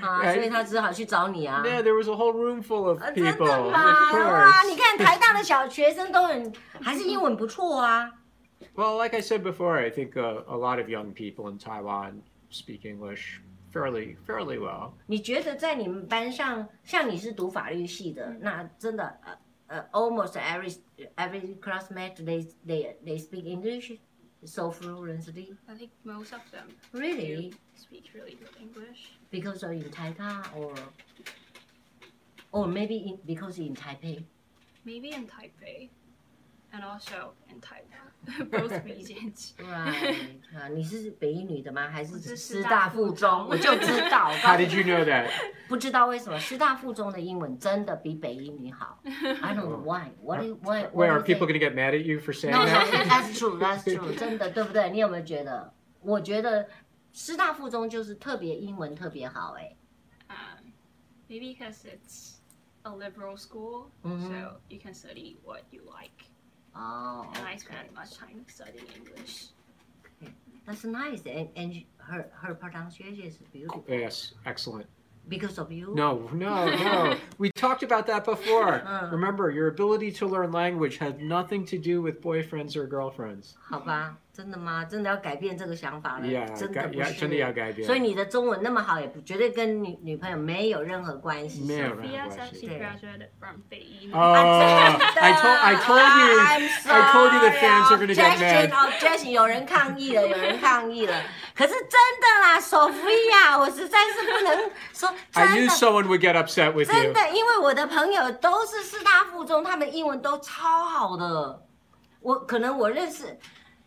[SPEAKER 1] 啊，
[SPEAKER 2] 哎
[SPEAKER 1] 所以他只好去找你啊。
[SPEAKER 2] Yeah, there was a whole room full of
[SPEAKER 1] 啊真
[SPEAKER 2] people.
[SPEAKER 1] 的
[SPEAKER 2] Of
[SPEAKER 1] 吗？哇，你
[SPEAKER 2] course.
[SPEAKER 1] 看台大的小学生都很，还是英文不错啊。
[SPEAKER 2] (laughs) Well, like I said before, I think uh, a lot of young people in Taiwan speak English fairly fairly well.
[SPEAKER 1] 你觉得在你们班上，像你是读法律系的，
[SPEAKER 3] 嗯
[SPEAKER 1] 那真的呃呃，almost every every classmate they they they speak English so fluently.
[SPEAKER 3] I think most of them
[SPEAKER 1] Really?
[SPEAKER 3] do speak really good English.
[SPEAKER 1] Because of in Taipei or oh,
[SPEAKER 3] (laughs)
[SPEAKER 1] or maybe in, because in Taipei.
[SPEAKER 3] Maybe in Taipei. and also in Taiwan, (laughs) both regions.
[SPEAKER 1] right. 啊，你是北一女的吗？还是
[SPEAKER 3] 我是
[SPEAKER 1] 师
[SPEAKER 3] 师
[SPEAKER 1] 大
[SPEAKER 3] 大
[SPEAKER 1] 附
[SPEAKER 3] 附
[SPEAKER 1] 中？
[SPEAKER 3] 中
[SPEAKER 1] 我就知
[SPEAKER 3] (laughs)
[SPEAKER 1] 道，
[SPEAKER 2] How did you know that?
[SPEAKER 1] 不知道为什么师大附中的英文真的比北一女
[SPEAKER 3] (laughs)
[SPEAKER 1] 好。I don't know why. What do why? what
[SPEAKER 2] Where
[SPEAKER 1] do
[SPEAKER 2] are
[SPEAKER 1] you
[SPEAKER 2] people
[SPEAKER 1] think?
[SPEAKER 2] going to get mad at you for saying
[SPEAKER 1] No, no,
[SPEAKER 2] that?
[SPEAKER 1] (laughs) that's true, that's true，真的对不对？你有没有觉得？我觉得师大附中就是特别英文特别好哎、
[SPEAKER 3] Um, maybe because it's a liberal school, so
[SPEAKER 1] Mhm.
[SPEAKER 3] you can study what you like.
[SPEAKER 1] 哦、
[SPEAKER 3] And I spend much time studying English.
[SPEAKER 1] That's nice, and and her her pronunciation is beautiful
[SPEAKER 2] Yes, excellent.
[SPEAKER 1] because of you.
[SPEAKER 2] No, no, no.
[SPEAKER 1] (laughs)
[SPEAKER 2] we talked about that before.
[SPEAKER 1] Uh.
[SPEAKER 2] Remember, your ability to learn language had nothing to do with boyfriends or girlfriends.
[SPEAKER 1] 好吧，真的吗？真的要改变这个想法了
[SPEAKER 2] Yeah,
[SPEAKER 1] 真的
[SPEAKER 2] ga-
[SPEAKER 1] 不
[SPEAKER 2] yeah,
[SPEAKER 1] 是。
[SPEAKER 2] 真的要改变
[SPEAKER 1] 所以你的中文那么好，也不绝对跟女女朋友没有任何关系。
[SPEAKER 2] 没有
[SPEAKER 3] Sophia
[SPEAKER 2] Yeah, right,
[SPEAKER 3] said
[SPEAKER 2] right,
[SPEAKER 3] she
[SPEAKER 1] right.
[SPEAKER 3] graduated from Beijing.
[SPEAKER 2] Oh,
[SPEAKER 1] (laughs)
[SPEAKER 2] I told I told you I told you that fans are gonna get mad.
[SPEAKER 1] o b j e c t i o n 有人抗议了，有人抗
[SPEAKER 2] (laughs)
[SPEAKER 1] 议了。可是真的啦，Sophia，我实在是不能说
[SPEAKER 2] (laughs) I
[SPEAKER 1] 真
[SPEAKER 2] knew
[SPEAKER 1] 的。
[SPEAKER 2] someone would get upset with
[SPEAKER 1] 真
[SPEAKER 2] you.
[SPEAKER 1] 的，因为我的朋友都是师大附中，他们英文都超好的。我可能我认识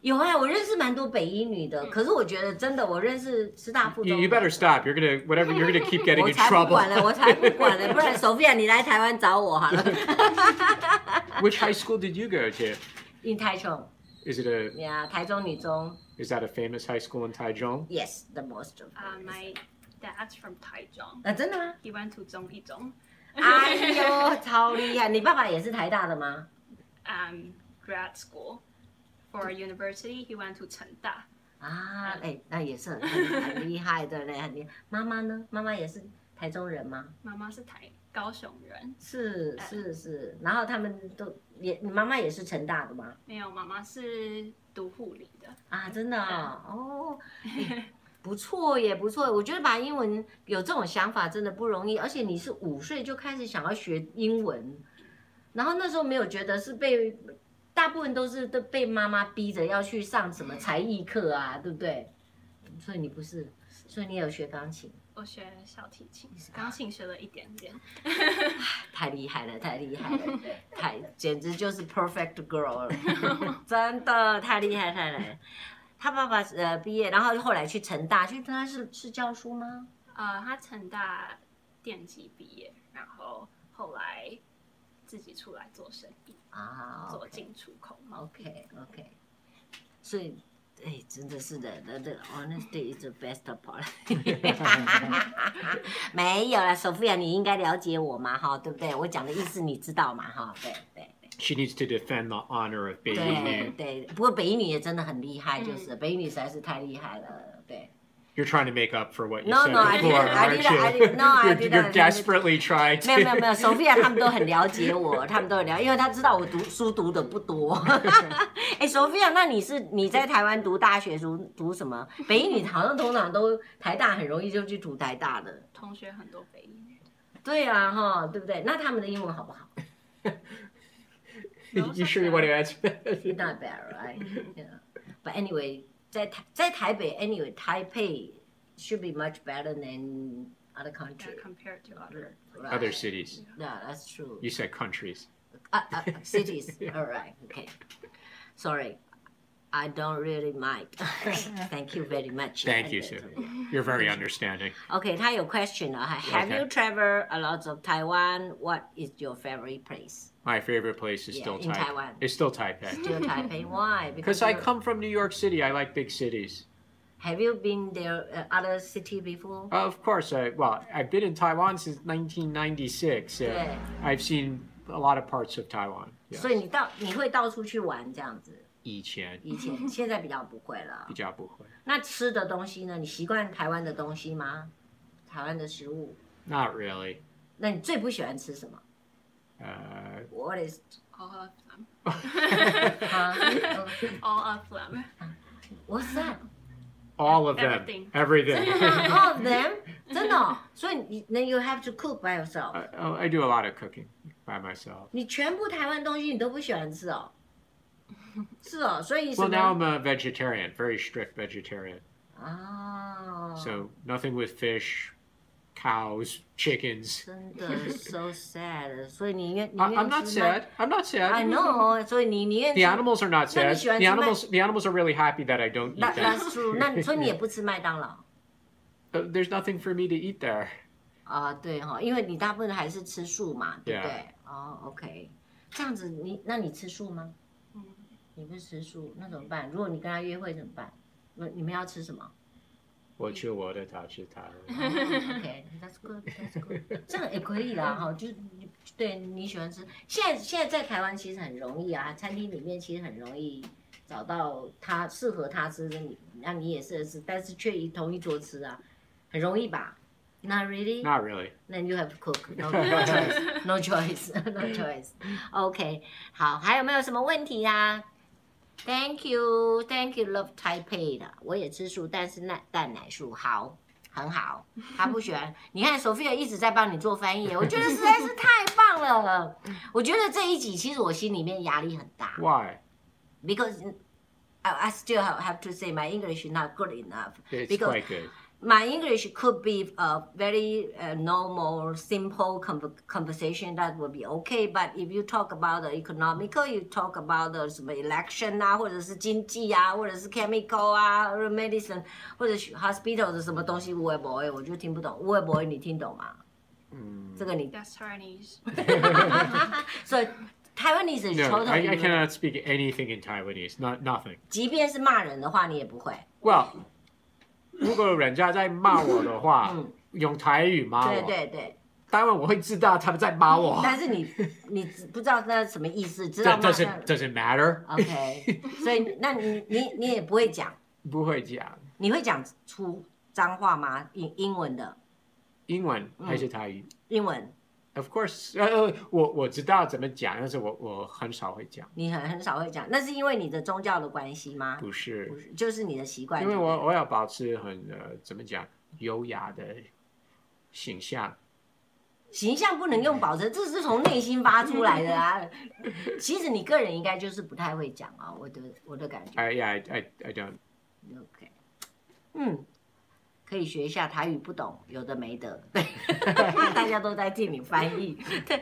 [SPEAKER 1] 有啊，我认识蛮多北医女的，可是我觉得真的，我认识师大附
[SPEAKER 2] You,
[SPEAKER 1] 中
[SPEAKER 2] you
[SPEAKER 1] 的 (laughs)
[SPEAKER 2] better stop. You're gonna whatever. You're gonna keep getting
[SPEAKER 1] 我
[SPEAKER 2] in
[SPEAKER 1] 才不
[SPEAKER 2] trouble.
[SPEAKER 1] 管了，我才
[SPEAKER 2] (laughs)
[SPEAKER 1] 不管了，不然 Sophia，你来台湾找我好了。 (laughs)
[SPEAKER 2] Which high school did you go to?
[SPEAKER 1] in 台中
[SPEAKER 2] Is it a
[SPEAKER 1] 呀台中女中
[SPEAKER 2] is that a famous high school in Taichung?
[SPEAKER 1] ，yes，the most of it
[SPEAKER 3] (laughs) Uh, my dad's from Taichung.
[SPEAKER 1] 啊，真的
[SPEAKER 3] (laughs)
[SPEAKER 1] 吗？
[SPEAKER 3] He went to Zhonghizhong.
[SPEAKER 1] 哎呦，超厉害！你爸爸也是台大的吗？
[SPEAKER 3] (laughs) um, grad school. For university, he went to Chengda.
[SPEAKER 1] 啊，
[SPEAKER 3] Uh，
[SPEAKER 1] 哎，那也是很
[SPEAKER 3] (laughs)
[SPEAKER 1] 很厉害的嘞，很厉害。妈妈呢？妈妈也是台中人吗？
[SPEAKER 3] 妈妈是台高雄人，没有，妈妈是
[SPEAKER 1] 是
[SPEAKER 3] 哎
[SPEAKER 1] 是是。然后他们都也，你妈妈也是成大的吗？啊，真的啊、哦，哎不错耶，不错。我觉得把英文有这种想法真的不容易，而且你是五岁就开始想要学英文，然后那时候没有觉得是被，大部分都是都被妈妈逼着要去上什么才艺课啊，对不对？所以你不是，所以你有学钢琴，
[SPEAKER 3] 我学小提琴，钢琴学了一点点。
[SPEAKER 1] 太厉害了，太厉害了，太简直就是 perfect girl，了真的太厉害太厉害。他爸爸呃毕业，然后后来去成大，去他是是教书吗？
[SPEAKER 3] 呃，他成大电机毕业，然后后来自己出来做生意，
[SPEAKER 1] 啊
[SPEAKER 3] 做
[SPEAKER 1] ，OK
[SPEAKER 3] 进出口贸
[SPEAKER 1] OK OK，所以哎，真的是的，那那 honesty is the best part 。没有啦，索菲亚，你应该了解我嘛，哈，对不对？我讲的意思你知道嘛，哈，对对。
[SPEAKER 2] She needs to defend the honor of
[SPEAKER 1] 对
[SPEAKER 2] being named.
[SPEAKER 1] 对，不过北一女也真的很厉害，就是、北一女实在是太厉害了，对。
[SPEAKER 2] You're trying to make up for what you
[SPEAKER 1] No,
[SPEAKER 2] said
[SPEAKER 1] no, I
[SPEAKER 2] before,
[SPEAKER 1] didn't- I
[SPEAKER 2] aren't
[SPEAKER 1] didn't-
[SPEAKER 2] you?
[SPEAKER 1] I didn't- no, I
[SPEAKER 2] (laughs) you're,
[SPEAKER 1] didn't- I
[SPEAKER 2] you're
[SPEAKER 1] didn't-
[SPEAKER 2] desperately trying
[SPEAKER 1] 没有没有
[SPEAKER 2] to.
[SPEAKER 1] 没有，Sophia 他们都很了解我，他们都很了解，因为他知道我读书读的不多。 (laughs) 哎，Sophia，那你是你在台湾读大学读读什么？北一女好像通常都台大很容易就去读台大的。
[SPEAKER 3] 易。同学很多北医女，
[SPEAKER 1] 对啊，哈，对不对？那他们的英文好不好
[SPEAKER 2] you sure you want to (laughs) answer
[SPEAKER 1] (laughs)
[SPEAKER 2] that?
[SPEAKER 1] ？Not bad, right? Yeah. But anyway，在台在台北，anyway，台北 should be much better than other country.
[SPEAKER 3] Yeah, compared to other
[SPEAKER 1] Right.
[SPEAKER 2] Other cities.
[SPEAKER 1] Yeah, that's true.
[SPEAKER 2] You said countries.
[SPEAKER 1] uh, uh,
[SPEAKER 2] (laughs)
[SPEAKER 1] cities. All right. Okay. Sorry. I don't really mind.
[SPEAKER 2] (laughs)
[SPEAKER 1] Thank you very much.
[SPEAKER 2] Thank you, Sue. You're very understanding.
[SPEAKER 1] Okay, 他有 question 啊。Have
[SPEAKER 2] Okay.
[SPEAKER 1] you traveled a lot of Taiwan? What is your favorite place?
[SPEAKER 2] My favorite place is
[SPEAKER 1] Yeah,
[SPEAKER 2] still
[SPEAKER 1] in
[SPEAKER 2] Taipei.
[SPEAKER 1] Taiwan.
[SPEAKER 2] It's still Taipei. (laughs)
[SPEAKER 1] Still Taipei? Why?
[SPEAKER 2] Because I
[SPEAKER 1] you're-
[SPEAKER 2] come from New York City. I like big cities.
[SPEAKER 1] Have you been there uh, other city before?
[SPEAKER 2] Of course, I well, I've been in Taiwan since 1996. So
[SPEAKER 1] Yeah.
[SPEAKER 2] I've seen a lot of parts of Taiwan.
[SPEAKER 1] 所以你到你会到处去玩这样子？以
[SPEAKER 2] (laughs)
[SPEAKER 1] 前现在比较不会了。那吃的东西呢？你习惯台湾的东西吗？台湾的食物？
[SPEAKER 2] Not really.
[SPEAKER 1] 那你最不喜欢吃什么
[SPEAKER 2] Uh, (laughs)
[SPEAKER 1] ？What is
[SPEAKER 3] all of them,
[SPEAKER 1] (laughs) 啊
[SPEAKER 3] (laughs) all of them.
[SPEAKER 1] What's
[SPEAKER 2] (laughs)
[SPEAKER 1] that?
[SPEAKER 2] all of them.
[SPEAKER 3] Everything.
[SPEAKER 2] Everything.
[SPEAKER 1] 啊 (laughs) All of them? 真的哦、所以你 then you have to cook by yourself、
[SPEAKER 2] I, oh, I do a lot of cooking by myself.
[SPEAKER 1] 你全部台湾东西你都不喜欢吃
[SPEAKER 2] (laughs)
[SPEAKER 1] 哦？是哦，所以什
[SPEAKER 2] Well, now
[SPEAKER 1] 么？
[SPEAKER 2] I'm a vegetarian, very strict vegetarian.
[SPEAKER 1] 啊，
[SPEAKER 2] So nothing with fish, cows, chickens.
[SPEAKER 1] 真的 so sad。所以你愿你
[SPEAKER 2] I,
[SPEAKER 1] 愿
[SPEAKER 2] I'm not
[SPEAKER 1] 吃麦
[SPEAKER 2] sad. I'm not sad.
[SPEAKER 1] I know，所以你你愿
[SPEAKER 2] The
[SPEAKER 1] 吃
[SPEAKER 2] animals are not
[SPEAKER 1] No, you
[SPEAKER 2] sad.
[SPEAKER 1] should
[SPEAKER 2] The
[SPEAKER 1] answer my-
[SPEAKER 2] animals, the animals are really happy that I don't eat
[SPEAKER 1] That,
[SPEAKER 2] them.
[SPEAKER 1] that's true 那。所以你也不吃麦当劳
[SPEAKER 2] Uh, There's nothing for me to eat there.
[SPEAKER 1] 啊？对哈、因为你大部分还是吃素嘛，对不
[SPEAKER 2] Yeah.
[SPEAKER 1] 对？哦、o k 这样子你那你吃素吗？
[SPEAKER 3] 嗯，
[SPEAKER 1] 你不吃素，那怎么办？如果你跟他约会怎么办？你你们要吃什么
[SPEAKER 2] 我吃我的，他吃他的。
[SPEAKER 1] (laughs) ？OK，that's good，that's good，这样也可以啦哈，就是你对你喜欢吃。现在现在在台湾其实很容易啊，餐厅里面其实很容易找到他适合他吃的你，那你也适合吃，但是却一同一桌吃啊，很容易吧？Not really。
[SPEAKER 2] Not really.
[SPEAKER 1] Then you have to cook. No, no choice. No choice. (laughs) No choice. OK，好，还有没有什么问题呀、Thank you, thank you, love Taipei 的。我也吃素，但是奶蛋奶素好，很好。他不喜欢。你看 Sophia 一直在帮你做翻译，我觉得实在是太棒了。我觉得这一集其实我心里面压力很大
[SPEAKER 2] Why?
[SPEAKER 1] ，because I I still have have to say my English is not good enough.
[SPEAKER 2] It's
[SPEAKER 1] Because-
[SPEAKER 2] quite good.
[SPEAKER 1] my English could be a very uh, normal, simple com- conversation that would be okay. But if you talk about the economical, you talk about the 什么 election 啊，或者是经济啊，或者是 chemical 啊，或者 medicine，或者是 hospital 的什么东西，我也不会，我就听不懂。我也不会，你听懂吗？
[SPEAKER 2] Mm.
[SPEAKER 1] 这个
[SPEAKER 2] (laughs)
[SPEAKER 1] 你，
[SPEAKER 3] that's Chinese。
[SPEAKER 1] (laughs)
[SPEAKER 3] (laughs)
[SPEAKER 1] 所以台湾 is
[SPEAKER 2] No, I, I
[SPEAKER 1] totally，、
[SPEAKER 2] cannot speak anything in Taiwanese. Not nothing.
[SPEAKER 1] 即便是骂人的话，你也不会。
[SPEAKER 2] Well, 如果人家在骂我的话，
[SPEAKER 1] 嗯。对
[SPEAKER 2] 用台语骂我，
[SPEAKER 1] 对对，
[SPEAKER 2] 当然我会知道他们在骂我。
[SPEAKER 1] 但是你你不知道那什么意思，知道
[SPEAKER 2] That
[SPEAKER 1] 吗？
[SPEAKER 2] doesn't doesn't matter. (laughs)
[SPEAKER 1] OK，所以那你你你也不会讲，你会讲出脏话吗？英英文的嗯。
[SPEAKER 2] 不会讲英文还是台语。
[SPEAKER 1] 英文，
[SPEAKER 2] Of course，呃，我我知道怎么讲，但是我我很少会讲，不是，
[SPEAKER 1] 你很很少会讲，那是因为你的宗教的关系吗？不是，就是你的习惯。
[SPEAKER 2] 因为
[SPEAKER 1] 对不
[SPEAKER 2] 我我要保持很呃怎么讲优雅的形象。
[SPEAKER 1] 对形象不能用保持，这是从内心发出来的啊。 (laughs) 其实你个人应该就是不太会讲啊，我的我的感觉。
[SPEAKER 2] I yeah I I, I don't
[SPEAKER 1] OK，嗯，可以学一下台语，不懂有的没的，对， (laughs) 大家都在替你翻译。 (laughs) 对，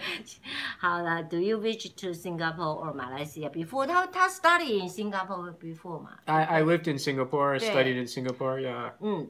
[SPEAKER 1] 好了，Do you wish to Singapore or Malaysia before？他他 study in Singapore before 嘛？
[SPEAKER 2] I I lived in Singapore,
[SPEAKER 1] Yeah.
[SPEAKER 2] studied in Singapore. Yeah,
[SPEAKER 1] 嗯，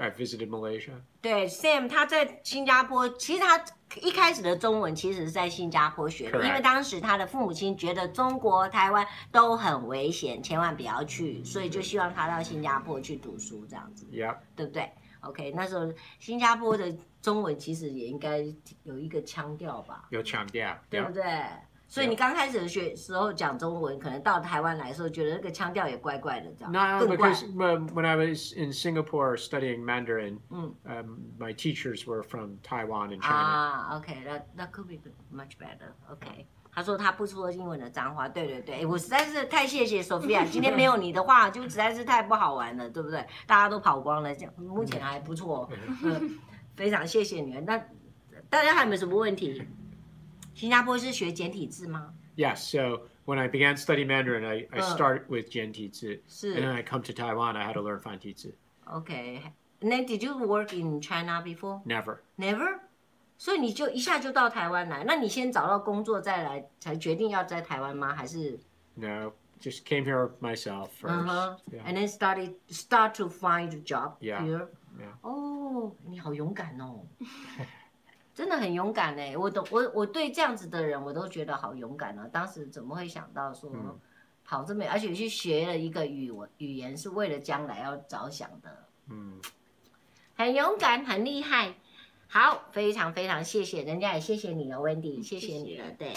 [SPEAKER 2] I visited Malaysia.
[SPEAKER 1] 对，Sam 他在新加坡，其实他一开始的中文其实是在新加坡学的，
[SPEAKER 2] Correct.
[SPEAKER 1] 因为当时他的父母亲觉得中国、台湾都很危险，千万不要去，所以就希望他到新加坡去读书这样子。
[SPEAKER 2] Yep.
[SPEAKER 1] 对不对？OK，那时候新加坡的中文其实也应该有一个腔调吧，
[SPEAKER 2] 有强调。
[SPEAKER 1] 对不
[SPEAKER 2] Yeah.
[SPEAKER 1] 对？所以你刚开始学时候讲中文，可能到台湾来的时候，觉得那个腔调也怪怪的，这样
[SPEAKER 2] No,
[SPEAKER 1] 更怪。
[SPEAKER 2] because um, when I was in Singapore studying Mandarin,
[SPEAKER 1] 嗯
[SPEAKER 2] um, my teachers were from Taiwan and China.
[SPEAKER 1] 啊，OK，那那 could be much better。OK，他说他不说英文的脏话，对对对，哎我实在是太谢谢 (laughs) Sophia，今天没有你的话，就实在是太不好玩了，对不对？大家都跑光了，这样目前还不错，嗯非常谢谢你们。那大家还有没有什么问题？新加坡是学简体字吗？
[SPEAKER 2] Yes, so when I began studying Mandarin, I, I
[SPEAKER 1] Uh. Mm.
[SPEAKER 2] start with Gentitsu, and then
[SPEAKER 1] 是
[SPEAKER 2] I come to Taiwan. I had to learn Fantitsu.
[SPEAKER 1] OK。那 Did you work in China before?
[SPEAKER 2] Never.
[SPEAKER 1] Never. 所以你就一下就到台湾来？那你先找到工作再来，才决定要在台湾吗？还是
[SPEAKER 2] No, just came here myself 1st
[SPEAKER 1] Uh-huh.
[SPEAKER 2] Yeah.
[SPEAKER 1] And then started start to find a job
[SPEAKER 2] Yeah,
[SPEAKER 1] here.
[SPEAKER 2] yeah.
[SPEAKER 1] 哦，你好勇敢哦， (laughs) 真的很勇敢哎！我懂，我我对这样子的人我都觉得好勇敢啊。当时怎么会想到说
[SPEAKER 2] 嗯
[SPEAKER 1] 跑这么远，而且去学了一个语文语言是为了将来要着想的，
[SPEAKER 2] Mm.
[SPEAKER 1] 很勇敢，很厉害。好，非常非常谢谢，人家也谢谢你哦，Wendy，谢
[SPEAKER 2] 嗯
[SPEAKER 1] 谢你了。对，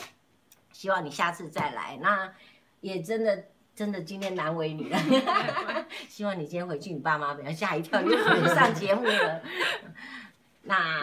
[SPEAKER 1] 希望你下次再来。那也真的真的今天难为你了。希望你今天回去，你爸妈不要吓一跳，又回上节目了。那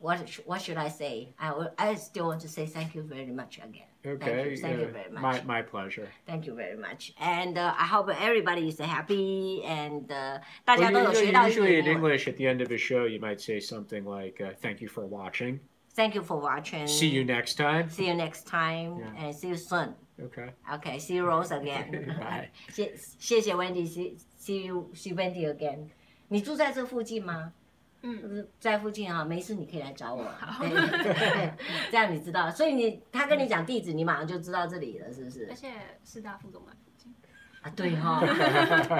[SPEAKER 1] what what should I say? I will, I still want to say thank you very much again.
[SPEAKER 2] Okay.
[SPEAKER 1] you, thank you
[SPEAKER 2] uh,
[SPEAKER 1] very
[SPEAKER 2] My,
[SPEAKER 1] much.
[SPEAKER 2] my pleasure.
[SPEAKER 1] Thank you very much. And、uh, I hope everybody is happy and、uh, 大
[SPEAKER 2] Well,
[SPEAKER 1] 家
[SPEAKER 2] you-
[SPEAKER 1] 都有
[SPEAKER 2] you-
[SPEAKER 1] 学到一
[SPEAKER 2] usually
[SPEAKER 1] 点
[SPEAKER 2] in
[SPEAKER 1] 英文。
[SPEAKER 2] English, at the end of a show, you might say something like, uh, "Thank you for watching.
[SPEAKER 1] Thank you for watching.
[SPEAKER 2] See you next time."
[SPEAKER 1] See you next time
[SPEAKER 2] Yeah.
[SPEAKER 1] and see you soon.
[SPEAKER 2] Okay.
[SPEAKER 1] Okay, see you Rose again.
[SPEAKER 2] Bye.
[SPEAKER 1] 谢谢谢 Wendy，see see you see Wendy again。你住在这附近吗？
[SPEAKER 3] 嗯，
[SPEAKER 1] 在附近啊，没事你可以来找我，对对， (laughs) 这样你知道。所以你他跟你讲地址，你马上就知道这里了，是不是
[SPEAKER 3] 而？且师大附中在附近。
[SPEAKER 1] 啊，对哈、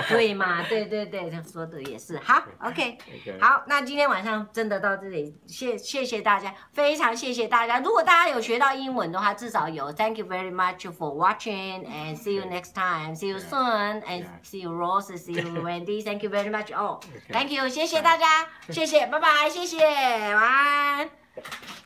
[SPEAKER 1] 对嘛，对对对，他说的也是。好，OK，
[SPEAKER 5] Okay.
[SPEAKER 1] 好，那今天晚上真的到这里，谢谢谢大家，非常谢谢大家。如果大家有学到英文的话，至少有 Thank you very much for watching and see you next time, see you
[SPEAKER 5] Yeah.
[SPEAKER 1] soon and
[SPEAKER 5] Yeah.
[SPEAKER 1] see you Rose, see
[SPEAKER 5] (laughs)
[SPEAKER 1] you Wendy, thank you very much. 哦
[SPEAKER 5] Okay. (laughs)
[SPEAKER 1] ，Thank you，谢谢大家，谢谢，拜拜，谢谢，晚安。